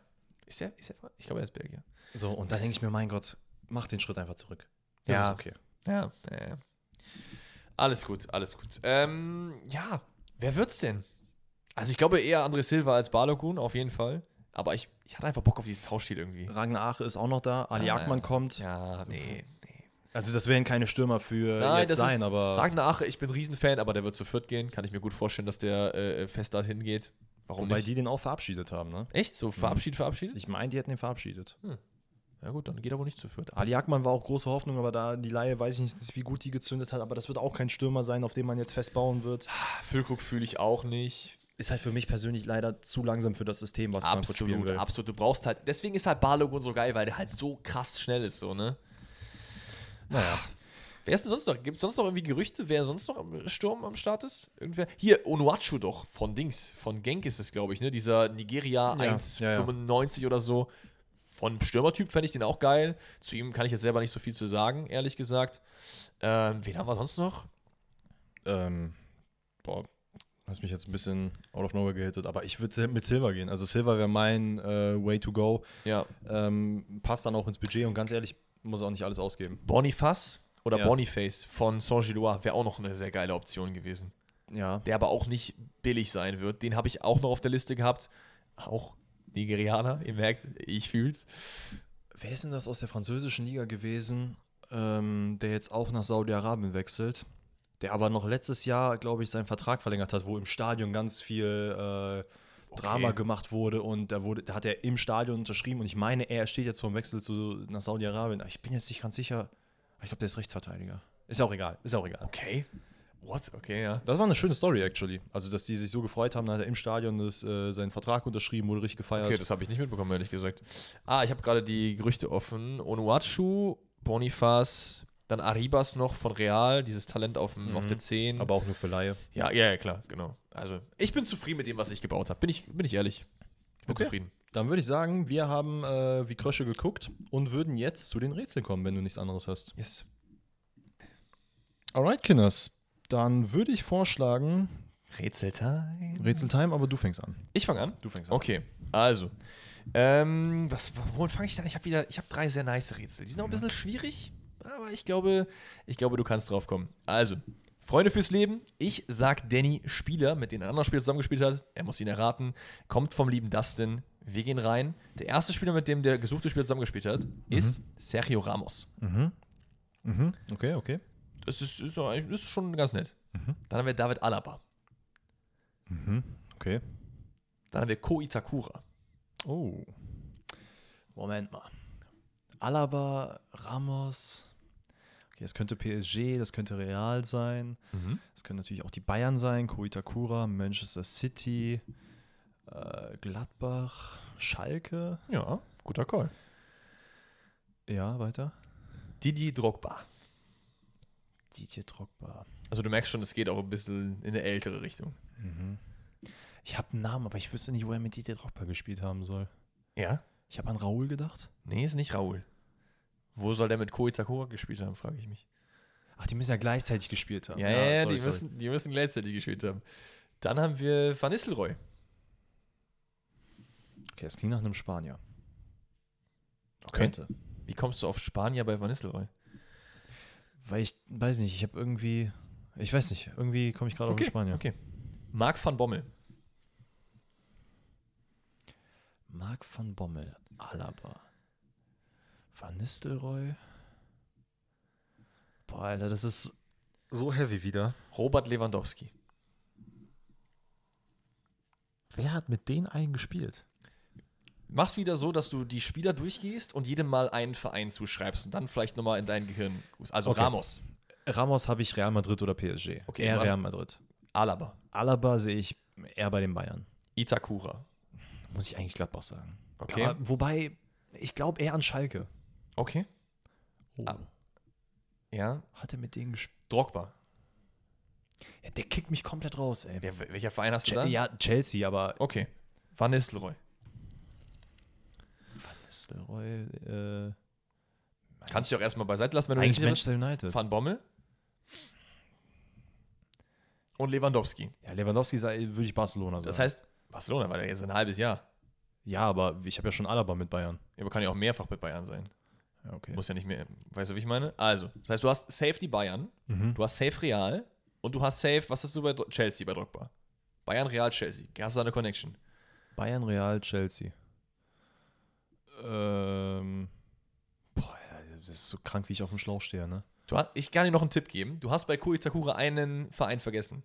Ist er, ist er, Fra- ich glaube, er ist Belgier.
So, und da denke ich mir, mein Gott, mach den Schritt einfach zurück.
Ja.
okay.
Ja, ja, ja. Alles gut, alles gut. Ähm, ja, wer wird's denn? Also ich glaube eher André Silva als Balogun, auf jeden Fall. Aber ich, ich hatte einfach Bock auf diesen Tauschstil irgendwie.
Ragnar Ache ist auch noch da, Ali
Ah,
Jagdmann kommt.
Ja, nee. nee.
Also das wären keine Stürmer für jetzt sein, aber
Ragnar Ache, ich bin ein Riesenfan, aber der wird zu viert gehen. Kann ich mir gut vorstellen, dass der äh, fest dorthin geht. Warum
wobei
nicht?
die den auch verabschiedet haben, ne?
Echt? So verabschiedet, verabschiedet?
Ich meine, die hätten den verabschiedet.
ja gut, dann geht er wohl nicht zu viert.
Ali Jagdmann war auch große Hoffnung, aber da die Laie weiß ich nicht, wie gut die gezündet hat, aber das wird auch kein Stürmer sein, auf den man jetzt festbauen wird.
Füllkrug fühle ich auch nicht.
Ist halt für mich persönlich leider zu langsam für das System, was Frankfurt spielen
Absolut,
will.
absolut. Du brauchst halt, deswegen ist halt Barlogun so geil, weil der halt so krass schnell ist, so, ne? Ah.
Naja.
Wer ist denn sonst noch? Gibt es sonst noch irgendwie Gerüchte, wer sonst noch im Sturm am Start ist? Irgendwer? Hier, Onuachu doch, von Dings, von Genk ist es, glaube ich, ne? Dieser Nigeria
Ja,
1,95 oder so. Von Stürmertyp fände ich den auch geil. Zu ihm kann ich jetzt selber nicht so viel zu sagen, ehrlich gesagt. Ähm, wen haben wir sonst noch?
Ähm, boah, hast mich jetzt ein bisschen out of nowhere gehittet, aber ich würde mit Silver gehen. Also Silver wäre mein äh, Way to go.
Ja,
Ähm, passt dann auch ins Budget und ganz ehrlich, muss auch nicht alles ausgeben.
Boniface oder
Ja.
Boniface von Saint-Gillois wäre auch noch eine sehr geile Option gewesen.
Ja.
der aber auch nicht billig sein wird. Den habe ich auch noch auf der Liste gehabt. Auch Nigerianer, ihr merkt, ich fühl's.
Wer ist denn das aus der französischen Liga gewesen, ähm, der jetzt auch nach Saudi-Arabien wechselt? Der aber noch letztes Jahr, glaube ich, seinen Vertrag verlängert hat, wo im Stadion ganz viel äh, Drama
Okay.
gemacht wurde und da wurde, da hat er im Stadion unterschrieben und ich meine, er steht jetzt vor dem Wechsel zu, nach Saudi-Arabien. Aber Ich bin jetzt nicht ganz sicher. Aber Ich glaube, der ist Rechtsverteidiger. Ist auch egal, ist auch egal.
Okay. What? Okay, ja.
Das war eine schöne Story, actually. Also, dass die sich so gefreut haben, da hat er im Stadion das, äh, seinen Vertrag unterschrieben, wurde richtig gefeiert.
Okay, das habe ich nicht mitbekommen, ehrlich gesagt. Ah, ich habe gerade die Gerüchte offen. Onuachu, Bonifaz, dann Arribas noch von Real, dieses Talent auf, dem, auf der 10.
Aber auch nur für Laie.
Mhm. ja, ja, ja, klar, genau. Also, ich bin zufrieden mit dem, was ich gebaut habe. Bin ich, bin ich ehrlich. Ich bin
Okay.
zufrieden.
Dann würde ich sagen, wir haben äh, wie Krösche geguckt und würden jetzt zu den Rätseln kommen, wenn du nichts anderes hast.
Yes.
Alright, Kinders. Dann würde ich vorschlagen,
Rätseltime.
Rätseltime, aber du fängst an.
Ich fange an.
Mhm. Du fängst
Okay, also. Ähm, was, womit fange ich denn an? Ich habe wieder, ich habe drei sehr nice Rätsel. Die sind auch ein bisschen schwierig, aber ich glaube, ich glaube, du kannst drauf kommen. Also, Freunde fürs Leben, ich sag Danny Spieler, mit dem ein anderer Spieler zusammengespielt hat, er muss ihn erraten, kommt vom lieben Dustin, wir gehen rein. Der erste Spieler, mit dem der gesuchte Spieler zusammengespielt hat, ist Sergio Ramos.
Mhm. Okay, okay.
Das ist, ist, so ein- ist schon ganz nett. Dann haben wir David Alaba.
Okay.
Dann haben wir Ko Itakura.
Oh. Moment mal. Alaba, Ramos. Okay, das könnte PSG, das könnte Real sein. Das können natürlich auch die Bayern sein. Koitakura, Manchester City, äh, Gladbach, Schalke.
Ja, guter Call.
Ja, weiter.
Didi Drogba.
Didier Drogba.
Also du merkst schon, es geht auch ein bisschen in eine ältere Richtung.
Ich habe einen Namen, aber ich wüsste nicht, wo er mit Didier Drogba gespielt haben soll.
Ja?
Ich habe an Raoul gedacht.
Nee, ist nicht Raul. Wo soll der mit Ko Itakura gespielt haben, frage ich mich.
Ach, die müssen ja gleichzeitig gespielt haben.
Ja, ja, ja,
sorry,
die,
sorry.
müssen, die müssen gleichzeitig gespielt haben. Dann haben wir Van Nistelrooy.
Okay, es klingt nach einem Spanier.
Okay.
Könnte.
Wie kommst du auf Spanier bei Van Nistelrooy?
Weil ich, weiß nicht, ich habe irgendwie, ich weiß nicht, irgendwie komme ich gerade auf den Spanier.
okay. Marc van Bommel.
Marc van Bommel, Alaba, Van Nistelrooy. Boah, Alter, das ist so heavy wieder.
Robert Lewandowski.
Wer hat mit denen allen gespielt?
Mach's wieder so, dass du die Spieler durchgehst und jedem mal einen Verein zuschreibst und dann vielleicht nochmal in dein Gehirn. guckst. Also
Okay.
Ramos,
Ramos habe ich Real Madrid oder PSG.
Okay,
eher
was-
Real Madrid.
Alaba,
Alaba sehe ich eher bei den Bayern.
Itakura.
Muss ich eigentlich Gladbach sagen.
Okay.
Aber wobei, ich glaube eher an Schalke.
Okay.
Oh.
Ah. Ja.
Hat er mit denen gespielt?
Drogba.
Ja, der kickt mich komplett raus, ey.
Wer, welcher Verein hast du
Che-
da?
ja, Chelsea, aber
Okay. Van Nistelrooy.
Van Nistelrooy, äh,
Kannst du auch erstmal beiseite lassen, wenn du
eigentlich
nicht sicher
Manchester United.
bist. Van Bommel. Und Lewandowski.
Ja, Lewandowski sei- würde ich Barcelona sagen.
Das heißt, Barcelona war ja jetzt ein halbes Jahr.
ja, aber ich habe ja schon Alaba mit Bayern.
Aber kann ja auch mehrfach bei Bayern sein.
Ja, okay.
Muss ja nicht mehr. Weißt du, wie ich meine? Also, das heißt, du hast safe die Bayern,
Mhm.
du hast safe Real und du hast safe, was hast du bei Dro- Chelsea bei Drogba? Bayern, Real, Chelsea. Hast du da eine Connection?
Bayern, Real, Chelsea. Ähm, boah, ja, das ist so krank, wie ich auf dem Schlauch stehe, ne?
Du hast, ich kann dir noch einen Tipp geben. Du hast bei Koei Takura einen Verein vergessen.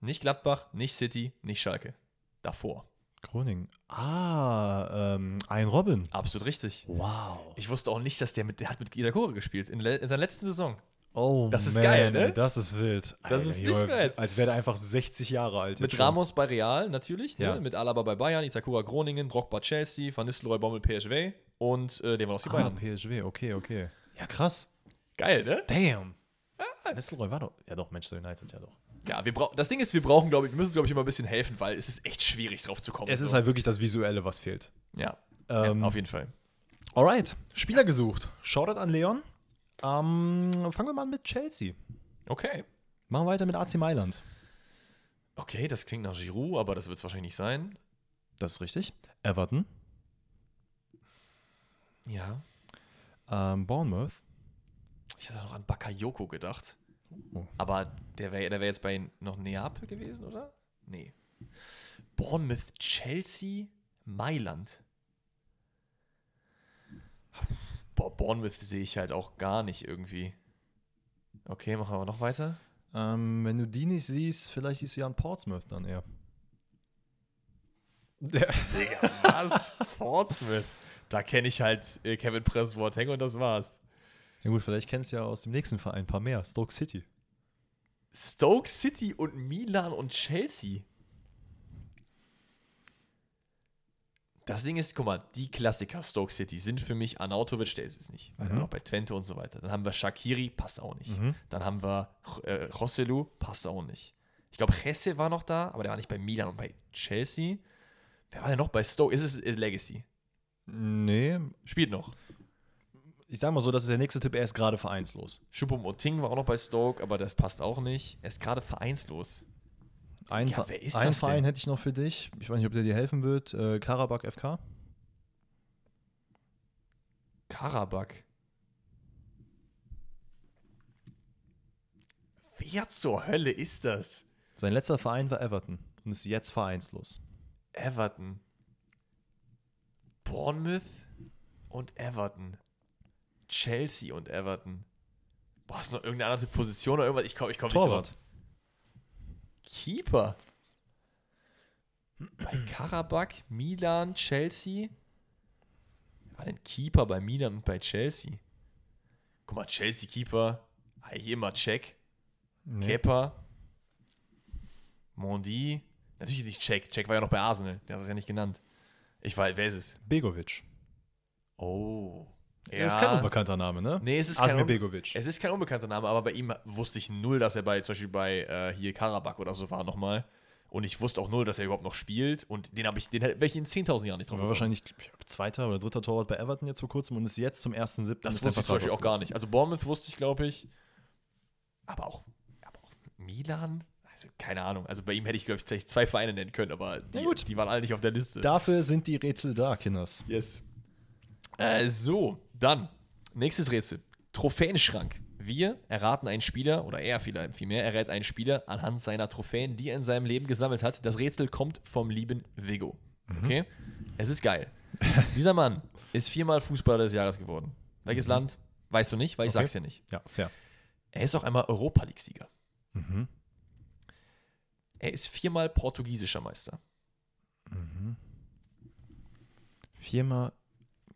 Nicht Gladbach, nicht City, nicht Schalke. Davor.
Groningen. Ah, ähm, ein Robin.
Absolut richtig.
Wow.
Ich wusste auch nicht, dass der mit, der hat mit Itakura gespielt in, le- in seiner letzten Saison.
Oh,
Das ist
man,
geil, ne?
Das ist wild.
Das ist nicht wild.
Als wäre der einfach 60 Jahre alt. jetzt
Mit
schon.
Ramos bei Real natürlich, ne?
Ja.
mit Alaba bei Bayern, Itakura Groningen, Rock bei Chelsea, Van Nistelrooy Bommel PSV und äh, Lewandowski
Ah,
Bayern.
PSV, okay, okay. Ja, krass.
Geil, ne?
Damn.
Ah.
Nesselroy war doch. Ja, doch, Manchester United, ja, doch.
Ja, wir brauchen. Das Ding ist, wir brauchen, glaube ich, wir müssen uns, glaube ich, immer ein bisschen helfen, weil es ist echt schwierig, drauf zu kommen.
Es ist
so.
halt wirklich das Visuelle, was fehlt.
ja.
Ähm,
ja, auf jeden Fall.
Alright, Spieler gesucht. Shoutout an Leon. Ähm, fangen wir mal an mit Chelsea.
Okay.
Machen weiter mit AC Mailand.
Okay, das klingt nach Giroud, aber das wird es wahrscheinlich nicht sein.
Das ist richtig. Everton.
Ja.
Ähm, Bournemouth.
Ich hatte noch an Bakayoko gedacht.
Oh.
Aber der wäre der wär jetzt bei noch Neapel gewesen, oder? Nee. Bournemouth, Chelsea, Mailand. Boah, Bournemouth sehe ich halt auch gar nicht irgendwie. Okay, machen wir noch weiter.
Ähm, wenn du die nicht siehst, vielleicht siehst du ja einen Portsmouth dann eher. <laughs> Der,
Was? <laughs> Portsmouth. Da kenne ich halt äh, Kevin Press Boateng und das war's.
ja gut, vielleicht kennst du ja aus dem nächsten Verein ein paar mehr. Stoke City.
Stoke City und Milan und Chelsea. Das Ding ist, guck mal, die Klassiker Stoke City sind für mich Arnautovic, der ist es nicht. Weil er war noch bei Twente und so weiter. Dann haben wir Shakiri, passt auch nicht.
Mhm.
Dann haben wir äh, Rosselu, passt auch nicht. Ich glaube, Hesse war noch da, aber der war nicht bei Milan und bei Chelsea. Wer war denn noch bei Stoke? Ist es äh, Legacy?
Nee,
Spielt noch.
ich sag mal so, das ist der nächste Tipp, er ist gerade vereinslos.
Choupo-Moting war auch noch bei Stoke, aber das passt auch nicht. Er ist gerade vereinslos.
Ein,
Ja,
Ver-
wer ist
ein
das
Verein
denn?
hätte ich noch für dich. Ich weiß nicht, ob der dir helfen wird. Äh, Karabakh FK.
Karabakh. Wer zur Hölle ist das?
Sein letzter Verein war Everton und ist jetzt vereinslos.
Everton. Bournemouth und Everton. Chelsea und Everton. Boah, ist noch irgendeine andere Position oder irgendwas? Ich komme ich komm nicht
Torwart.
drauf. Keeper. Bei Karabakh, Milan, Chelsea. Wer war denn Keeper bei Milan und bei Chelsea? Guck mal, Chelsea-Keeper. Eigentlich immer check.
Nee.
Kepa, Mondi, natürlich nicht Check. Check war ja noch bei Arsenal, der hat es ja nicht genannt. Ich weiß, wer ist es?
Begovic.
Oh. Ja.
Das ist kein unbekannter Name, ne?
Nee, es ist
Asmir
kein Un-
Begovic.
Es ist kein unbekannter Name, aber bei ihm wusste ich null, dass er bei zum Beispiel bei äh, hier Karabakh oder so war nochmal. Und ich wusste auch null, dass er überhaupt noch spielt. Und den habe ich, den hätte- wäre ich in 10.000 Jahren nicht drauf
war
gekommen.
wahrscheinlich zweiter oder dritter Torwart bei Everton jetzt vor kurzem und ist jetzt zum 1.7.
Das
ist der
wusste ich zum
Vertrag
Beispiel auch gar nicht. Also Bournemouth wusste ich, glaube ich. Aber auch, aber auch Milan? Also keine Ahnung. Also bei ihm hätte ich, glaube ich, tatsächlich zwei Vereine nennen können, aber die,
Na gut.
die waren alle nicht auf der Liste.
Dafür sind die Rätsel da, Kinders.
Yes. Äh, so, dann. Nächstes Rätsel. Trophäenschrank. Wir erraten einen Spieler, oder er vielmehr, vielmehr errät einen Spieler anhand seiner Trophäen, die er in seinem Leben gesammelt hat. Das Rätsel kommt vom lieben Vigo.
Mhm.
Okay? Es ist
<laughs>
geil. Dieser Mann ist viermal Fußballer des Jahres geworden. Welches Land? Weißt du nicht, weil ich
Okay.
sag's dir nicht.
Ja, fair.
Er ist auch einmal Europa League-Sieger.
Mhm.
Er ist viermal portugiesischer Meister.
Viermal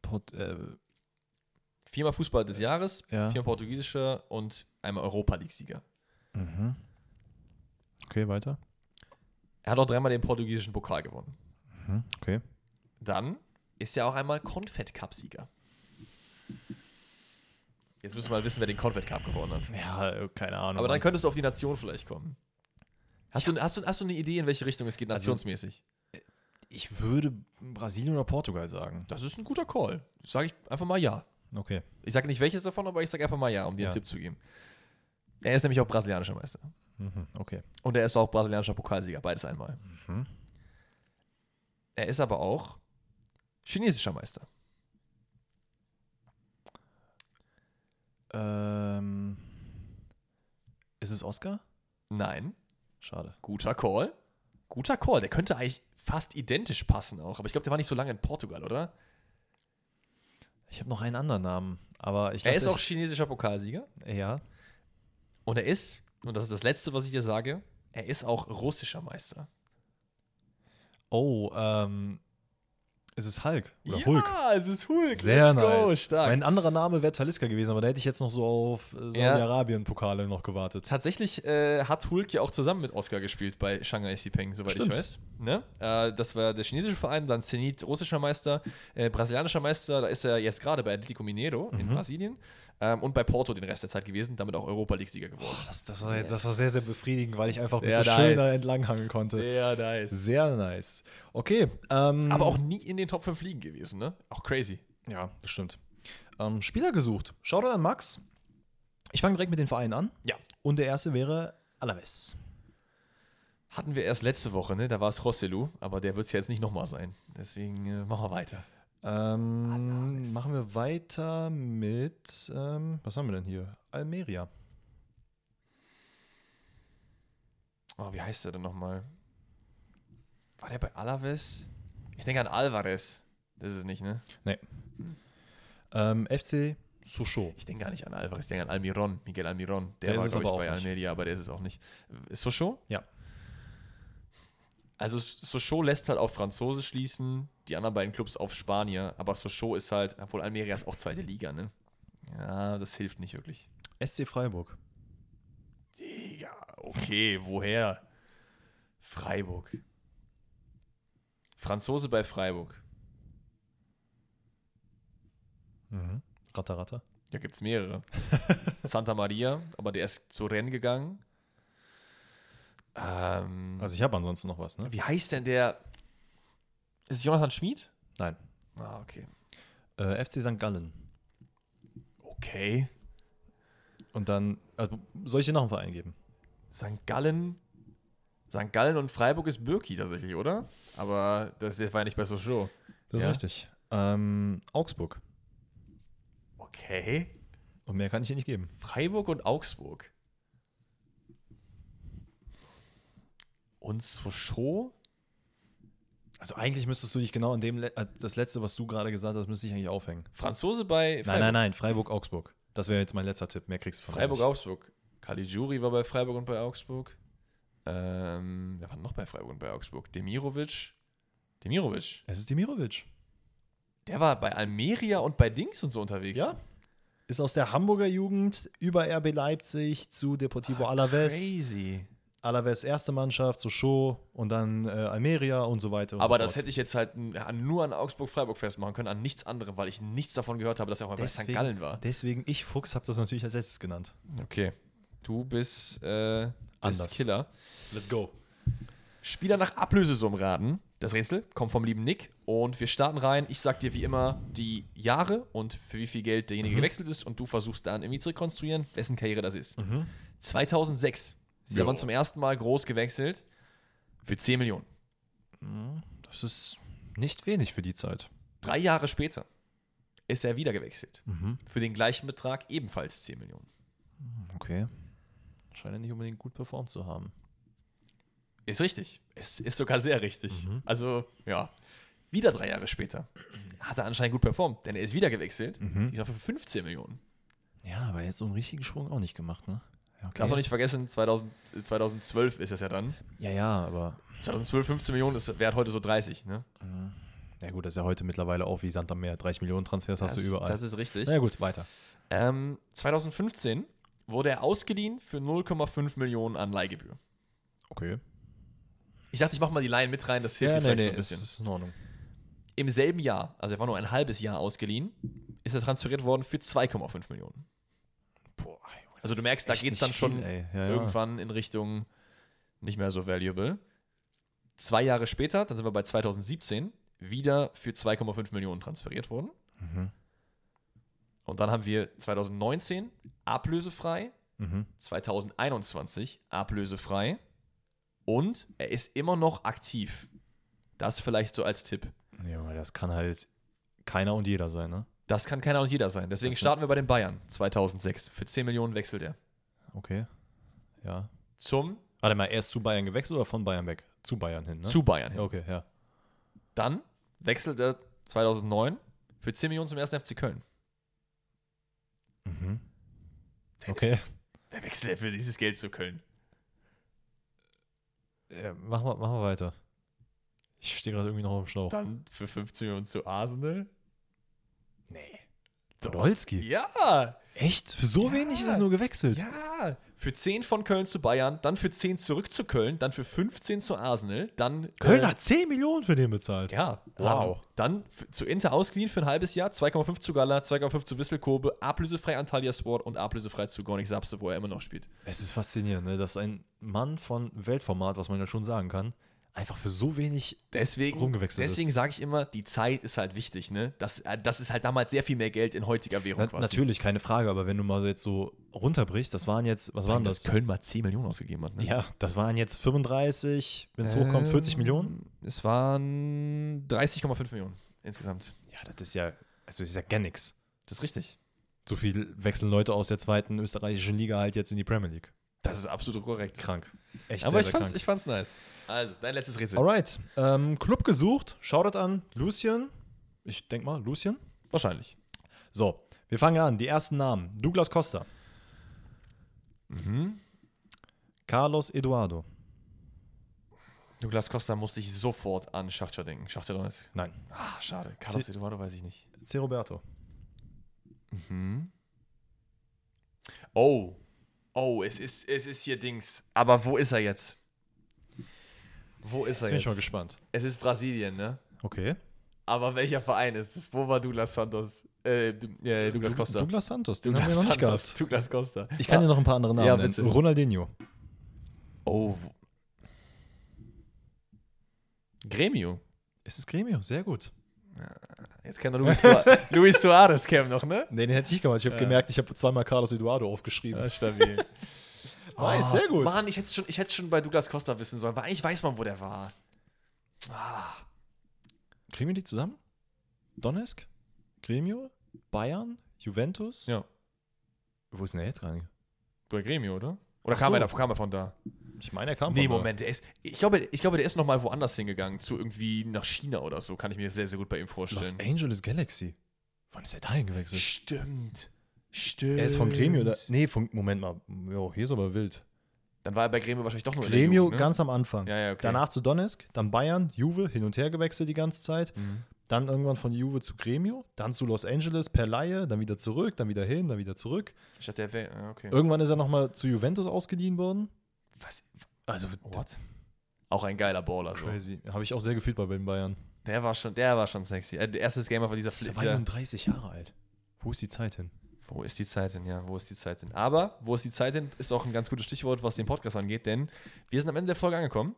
Port äh,
Viermal Fußballer des Jahres,
Ja.
viermal portugiesischer und einmal Europa League-Sieger.
Mhm. Okay, weiter.
Er hat auch dreimal den portugiesischen Pokal gewonnen.
Mhm, Okay.
Dann ist er auch einmal Confed Cup-Sieger. Jetzt müssen wir mal wissen, wer den Confed Cup gewonnen hat.
Ja, äh, keine Ahnung.
Aber dann
Mann.
könntest du auf die Nation vielleicht kommen. Hast, du, hast, du, hast du eine Idee, in welche Richtung es geht,
Also-
nationsmäßig?
ich würde Brasilien oder Portugal sagen.
Das ist ein guter Call. Sage ich einfach mal ja.
Okay.
Ich sage nicht welches davon, aber ich sage einfach mal ja, um dir
Ja.
einen Tipp zu geben. Er ist nämlich auch brasilianischer Meister.
Mhm, okay.
Und er ist auch brasilianischer Pokalsieger, beides einmal.
Mhm.
Er ist aber auch chinesischer Meister.
Ähm, ist es Oscar?
Nein,
Schade.
guter Call. Guter Call. Der könnte eigentlich fast identisch passen auch. Aber ich glaube, der war nicht so lange in Portugal, oder?
Ich habe noch einen anderen Namen, aber ich
Er ist
lass
auch chinesischer Pokalsieger.
echt- ja.
Und er ist, und das ist das Letzte, was ich dir sage, er ist auch russischer Meister.
Oh, ähm, es ist Hulk oder Hulk.
es ist Hulk.
Sehr
Let's
nice.
Go, stark.
Mein anderer Name wäre Taliska gewesen, aber da hätte ich jetzt noch so auf äh,
Ja.
Saudi-Arabien-Pokale noch gewartet.
Tatsächlich äh, hat Hulk ja auch zusammen mit Oscar gespielt bei Shanghai Sipeng, soweit
Stimmt.
ich weiß. Ne? Äh, das war der chinesische Verein, dann Zenit, russischer Meister, äh, brasilianischer Meister, da ist er jetzt gerade bei Atlético Mineiro in Brasilien ähm, und bei Porto den Rest der Zeit gewesen, damit auch Europa League-Sieger geworden.
Das, das, war, jetzt- das war sehr, sehr befriedigend, weil ich einfach ein
Sehr
bisschen schöner
nice.
entlanghangeln konnte. Sehr,
nice.
nice. Okay. Ähm,
Aber auch nie in den Top 5 Ligen gewesen, ne? Auch crazy.
Ja, das stimmt. Ähm, Spieler gesucht. Shoutout an Max. Ich fange direkt mit den Vereinen an.
Ja.
Und der erste wäre Alaves.
Hatten wir erst letzte Woche, ne? Da war es Rosselu, aber der wird es ja jetzt nicht nochmal sein. Deswegen äh, machen wir weiter.
Ähm, machen wir weiter mit, ähm, was haben wir denn hier? Almeria.
Oh, wie heißt der denn nochmal? War der bei Alaves? Ich denke an Alvarez. Das ist es nicht, ne?
Ähm, FC Sochaux.
Ich denke gar nicht an Alvarez, ich denke an Almiron, Miguel Almiron. Der,
Der
war,
ist es
glaube ich,
aber
bei
auch nicht.
Almeria, aber der ist es auch nicht. Ist Sochaux?
Ja.
Also Sochaux lässt halt auf Franzose schließen, die anderen beiden Clubs auf Spanier, aber Sochaux ist halt, obwohl Almeria ist auch zweite Liga, ne? Ja, das hilft nicht wirklich.
SC Freiburg.
Digga, okay, woher? Freiburg. Franzose bei Freiburg.
Mhm. Ratter, Ratter.
Ja, gibt's <laughs> mehrere. Santa Maria, aber der ist zu Rennen gegangen. Ähm,
Also ich habe ansonsten noch was, ne?
wie heißt denn der? Ist es Jonathan Schmid?
Nein.
Ah, okay.
Äh, FC St. Gallen.
Okay.
Und dann, also soll ich dir noch einen Verein geben?
St. Gallen. St. Gallen und Freiburg ist Birki tatsächlich, oder? Aber das war ja nicht bei Sochaux.
Das
Ja.
ist richtig. Ähm, Augsburg.
Okay.
Und mehr kann ich dir nicht geben.
Freiburg und Augsburg. Und Sochaux?
Also eigentlich müsstest du dich genau an dem, le- äh, das letzte, was du gerade gesagt hast, müsste ich eigentlich aufhängen.
Franzose bei Freiburg.
Nein, nein, nein, Freiburg-Augsburg. Das wäre jetzt mein letzter Tipp. Mehr kriegst du von mir nicht.
Freiburg-Augsburg. Caligiuri war bei Freiburg und bei Augsburg. Ähm, wer war noch bei Freiburg und bei Augsburg? Demirovic. Demirovic.
Es ist Dimirovic.
Der war bei Almeria und bei Dings und so unterwegs.
Ja. Ist aus der Hamburger Jugend über RB Leipzig zu Deportivo Alaves.
Ah, Crazy.
Alaves erste Mannschaft, zu Show und dann äh, Almeria und so weiter. Und
Aber
so
das hätte ich jetzt halt n- an- nur an Augsburg-Freiburg festmachen können, an nichts anderem, weil ich nichts davon gehört habe, dass er auch mal bei St. Gallen war.
Deswegen, ich Fuchs, habe das natürlich als letztes genannt.
Okay. Du bist, äh, bist
Anders.
Killer.
Let's go.
Spieler nach Ablösesummen raten. Das Rätsel kommt vom lieben Nick und wir starten rein. Ich sag dir wie immer die Jahre und für wie viel Geld derjenige gewechselt ist und du versuchst dann irgendwie zu rekonstruieren, wessen Karriere das ist. 2006 ist
Mhm. Jo.
Jaron zum ersten Mal groß gewechselt für 10 Millionen.
Das ist nicht wenig für die Zeit.
Drei Jahre später ist er wieder gewechselt. Für den gleichen Betrag ebenfalls 10 Millionen.
Okay. Scheint er nicht unbedingt gut performt zu haben.
Ist richtig. Es ist sogar sehr richtig. Also, ja. Wieder drei Jahre später hat er anscheinend gut performt, denn er ist wieder gewechselt. Ich sag für 15 Millionen.
Ja, aber jetzt so einen richtigen Sprung auch nicht gemacht, ne? Ja, okay.
Darfst du nicht vergessen, 2000, äh, 2012 ist das ja dann.
ja, ja, aber
2012, 15 Millionen ist wert heute so 30, ne?
Ja gut, das ist ja heute mittlerweile auch wie Sand am Meer. 30 Millionen Transfers hast du überall.
Das ist richtig.
Na ja, gut, weiter.
Ähm, 2015 wurde er ausgeliehen für 0,5 Millionen an Leihgebühr.
Okay.
Ich dachte, ich mach mal die Laien mit rein, das hilft
ja,
dir
nee,
vielleicht
nee,
so ein
ist,
bisschen.
ist in Ordnung.
Im selben Jahr, also er war nur ein halbes Jahr ausgeliehen, ist er transferiert worden für 2,5 Millionen.
Boah,
Also du merkst, da geht's dann schon
irgendwann.
Irgendwann in Richtung nicht mehr so valuable. Zwei Jahre später, dann sind wir bei 2017, wieder für 2,5 Millionen transferiert worden.
Mhm.
Und dann haben wir 2019 ablösefrei,
Mhm.
2021 ablösefrei und er ist immer noch aktiv. Das vielleicht so als Tipp.
Ja, das kann halt keiner und jeder sein, ne?
Das kann keiner und jeder sein. Deswegen
Das sind-
starten wir bei den Bayern 2006. Für 10 Millionen wechselt er.
Okay. Ja.
Zum
Warte mal, er ist zu Bayern gewechselt oder von Bayern weg? Zu Bayern hin, ne?
zu Bayern hin.
Okay, ja.
Dann wechselt er 2009 für 10 Millionen zum 1. FC Köln.
Mhm.
Der
Okay.
ist- Der wechselt für dieses Geld zu Köln.
Ja, machen, wir, machen wir weiter. Ich stehe gerade irgendwie noch auf dem Schlauch.
Dann für 15 Millionen zu Arsenal.
nee. Podolski?
Ja!
Echt? Für so wenig ist das nur gewechselt.
Ja! Für 10 von Köln zu Bayern, dann für 10 zurück zu Köln, dann für 15 zu Arsenal, dann.
Köln hat 10 Millionen für den bezahlt.
Äh, ja,
Wow.
haben Dann f- zu Inter ausgeliehen für ein halbes Jahr, 2,5 zu Gala, 2,5 zu Wisselkobe, ablösefrei an Thalia Sport und ablösefrei zu Gornik Sapse, wo er immer noch spielt.
Es ist faszinierend, ne? dass ein Mann von Weltformat, was man ja schon sagen kann, einfach für so wenig.
Deswegen,
rumgewechselt ist.
deswegen sage ich immer, die Zeit ist halt wichtig, ne? Das, äh, das ist halt damals sehr viel mehr Geld in heutiger Währung
Na,
quasi.
natürlich, keine Frage, aber wenn du mal so jetzt so runterbrichst, das waren jetzt, was waren
Dass
das?
Köln mal 10 Millionen ausgegeben hat, ne? Ähm.
Ja, das waren jetzt 35, wenn es hochkommt, 40 Millionen.
Es waren 30,5 Millionen insgesamt.
Ja, das ist ja, also das ist ja gar nichts.
Das ist richtig.
So viel wechseln Leute aus der zweiten österreichischen Liga halt jetzt in die Premier League.
Das ist absolut korrekt.
Krank. Echt
Aber
sehr,
ich
sehr
fand's,
krank.
ich fand's nice. Also, dein letztes Rätsel.
Alright, ähm, Club gesucht. Shoutout an Lucien. Ich denke mal, Lucien.
Wahrscheinlich.
So, wir fangen an. Die ersten Namen. Douglas Costa. Mhm. Carlos Eduardo.
Douglas Costa musste ich sofort an Schachter denken. Schachter Donetsk.
Nein.
Ah, schade. Carlos Eduardo weiß ich nicht.
C. Roberto.
Oh. Oh, es ist, es ist hier Dings. Aber wo ist er jetzt? Wo ist
Jetzt
er
bin
jetzt?
ich mal gespannt.
es ist Brasilien, ne?
Okay.
Aber welcher Verein ist es? Wo war Douglas Santos? Äh, äh Douglas
Du-
Costa.
Douglas Santos. Den
Douglas
haben wir noch nicht
Santos,
gehabt. Ah.
Douglas Costa.
Ich kann dir noch ein paar andere Namen
Ja,
nennen.
bitte.
Ronaldinho.
Oh. wo- Gremio.
Es ist Gremio. Sehr gut.
Jetzt kennt er Luis, <laughs> Sua- Luis Suarez Cam noch, ne?
Nee, den hätte ich nicht gemacht. Ich habe gemerkt, ich habe zweimal Carlos Eduardo aufgeschrieben.
Ja, <laughs> stabil.
Nice, sehr gut.
Ah, Mann, ich hätte schon, ich hätte schon bei Douglas Costa wissen sollen, weil eigentlich weiß man, wo der war. Ah,
Kriegen wir die zusammen? Donetsk? Gremio? Bayern? Juventus?
Ja.
Wo ist denn der jetzt gerade?
bei Gremio, oder? Oder
Ach
kam,
so.
er da, kam er von da?
Ich meine, er kam
Nee,
von da.
Moment, der ist, ich, glaube, ich glaube, der ist nochmal woanders hingegangen, zu irgendwie nach China oder so, kann ich mir sehr, sehr gut bei ihm
Los
vorstellen.
Angeles Galaxy. Wann ist er dahin gewechselt?
Stimmt. Stimmt.
Er ist von Gremio, oder? Nee, von, Moment mal. Jo, hier ist aber wild.
Dann war er bei Gremio wahrscheinlich doch nur in der
Gremio
Jugend, ne?
ganz am Anfang.
Ja, ja, okay.
Danach zu Donetsk, dann Bayern, Juve, hin und her gewechselt die ganze Zeit.
Mhm.
Dann irgendwann von Juve zu Gremio, dann zu Los Angeles per Laie, dann wieder zurück, dann wieder hin, dann wieder zurück.
Statt der Welt, ah, okay.
Irgendwann ist er nochmal zu Juventus ausgeliehen worden.
Was?
Also,
What? Auch ein geiler Baller, so.
crazy. Habe ich auch sehr gefühlt bei den Bayern.
Der war schon, der war schon sexy. Äh, Erstes Gamer von dieser Fli- der-
32 Jahre alt. Wo ist die Zeit hin?
Wo ist die Zeit hin? Ja, wo ist die Zeit hin? Aber wo ist die Zeit hin, ist auch ein ganz gutes Stichwort, was den Podcast angeht, denn wir sind am Ende der Folge angekommen.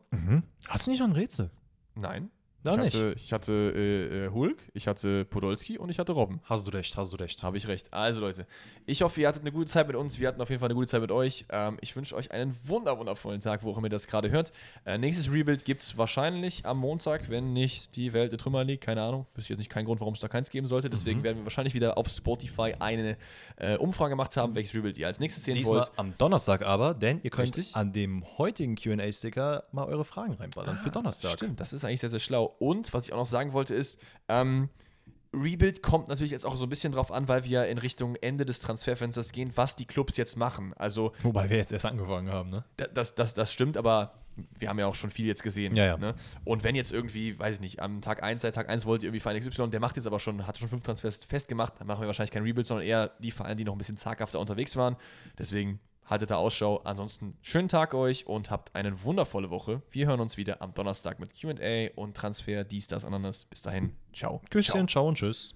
Hast du nicht noch ein Rätsel?
Nein.
Noch
ich
nicht.
hatte, ich hatte äh, äh, Hulk, ich hatte Podolski und ich hatte Robben.
Hast du recht, hast du recht.
Habe ich recht. Also Leute, ich hoffe, ihr hattet eine gute Zeit mit uns. Wir hatten auf jeden Fall eine gute Zeit mit euch. Ähm, ich wünsche euch einen wunder wundervollen Tag, wo auch immer ihr das gerade hört. Äh, nächstes Rebuild gibt es wahrscheinlich am Montag, wenn nicht die Welt in Trümmer liegt. Keine Ahnung. Wüsste jetzt nicht keinen Grund, warum es da keins geben sollte. Deswegen
Mhm.
werden wir wahrscheinlich wieder auf Spotify eine äh, Umfrage gemacht haben, welches Rebuild ihr als nächstes sehen
Diesmal
wollt.
am Donnerstag aber, denn ihr könnt
Richtig.
an dem heutigen QA-Sticker mal eure Fragen reinballern für Donnerstag.
Ah, Stimmt, das ist eigentlich sehr, sehr schlau. Und was ich auch noch sagen wollte, ist, ähm, Rebuild kommt natürlich jetzt auch so ein bisschen drauf an, weil wir in Richtung Ende des Transferfensters gehen, was die Clubs jetzt machen. Also
Wobei wir jetzt erst angefangen haben, ne?
Da- das, das, das stimmt, aber wir haben ja auch schon viel jetzt gesehen.
Ja, ja.
Ne? Und wenn jetzt irgendwie, weiß ich nicht, am Tag 1, seit Tag 1 wollt ihr irgendwie Verein XY, der macht jetzt aber schon, hat schon fünf Transfers festgemacht, dann machen wir wahrscheinlich kein Rebuild, sondern eher die Vereine, die noch ein bisschen zaghafter unterwegs waren. Deswegen haltet da Ausschau. Ansonsten schönen Tag euch und habt eine wundervolle Woche. Wir hören uns wieder am Donnerstag mit QA und Transfer, dies, das, anderes. Bis dahin, ciao.
Küsschen, ciao und tschüss.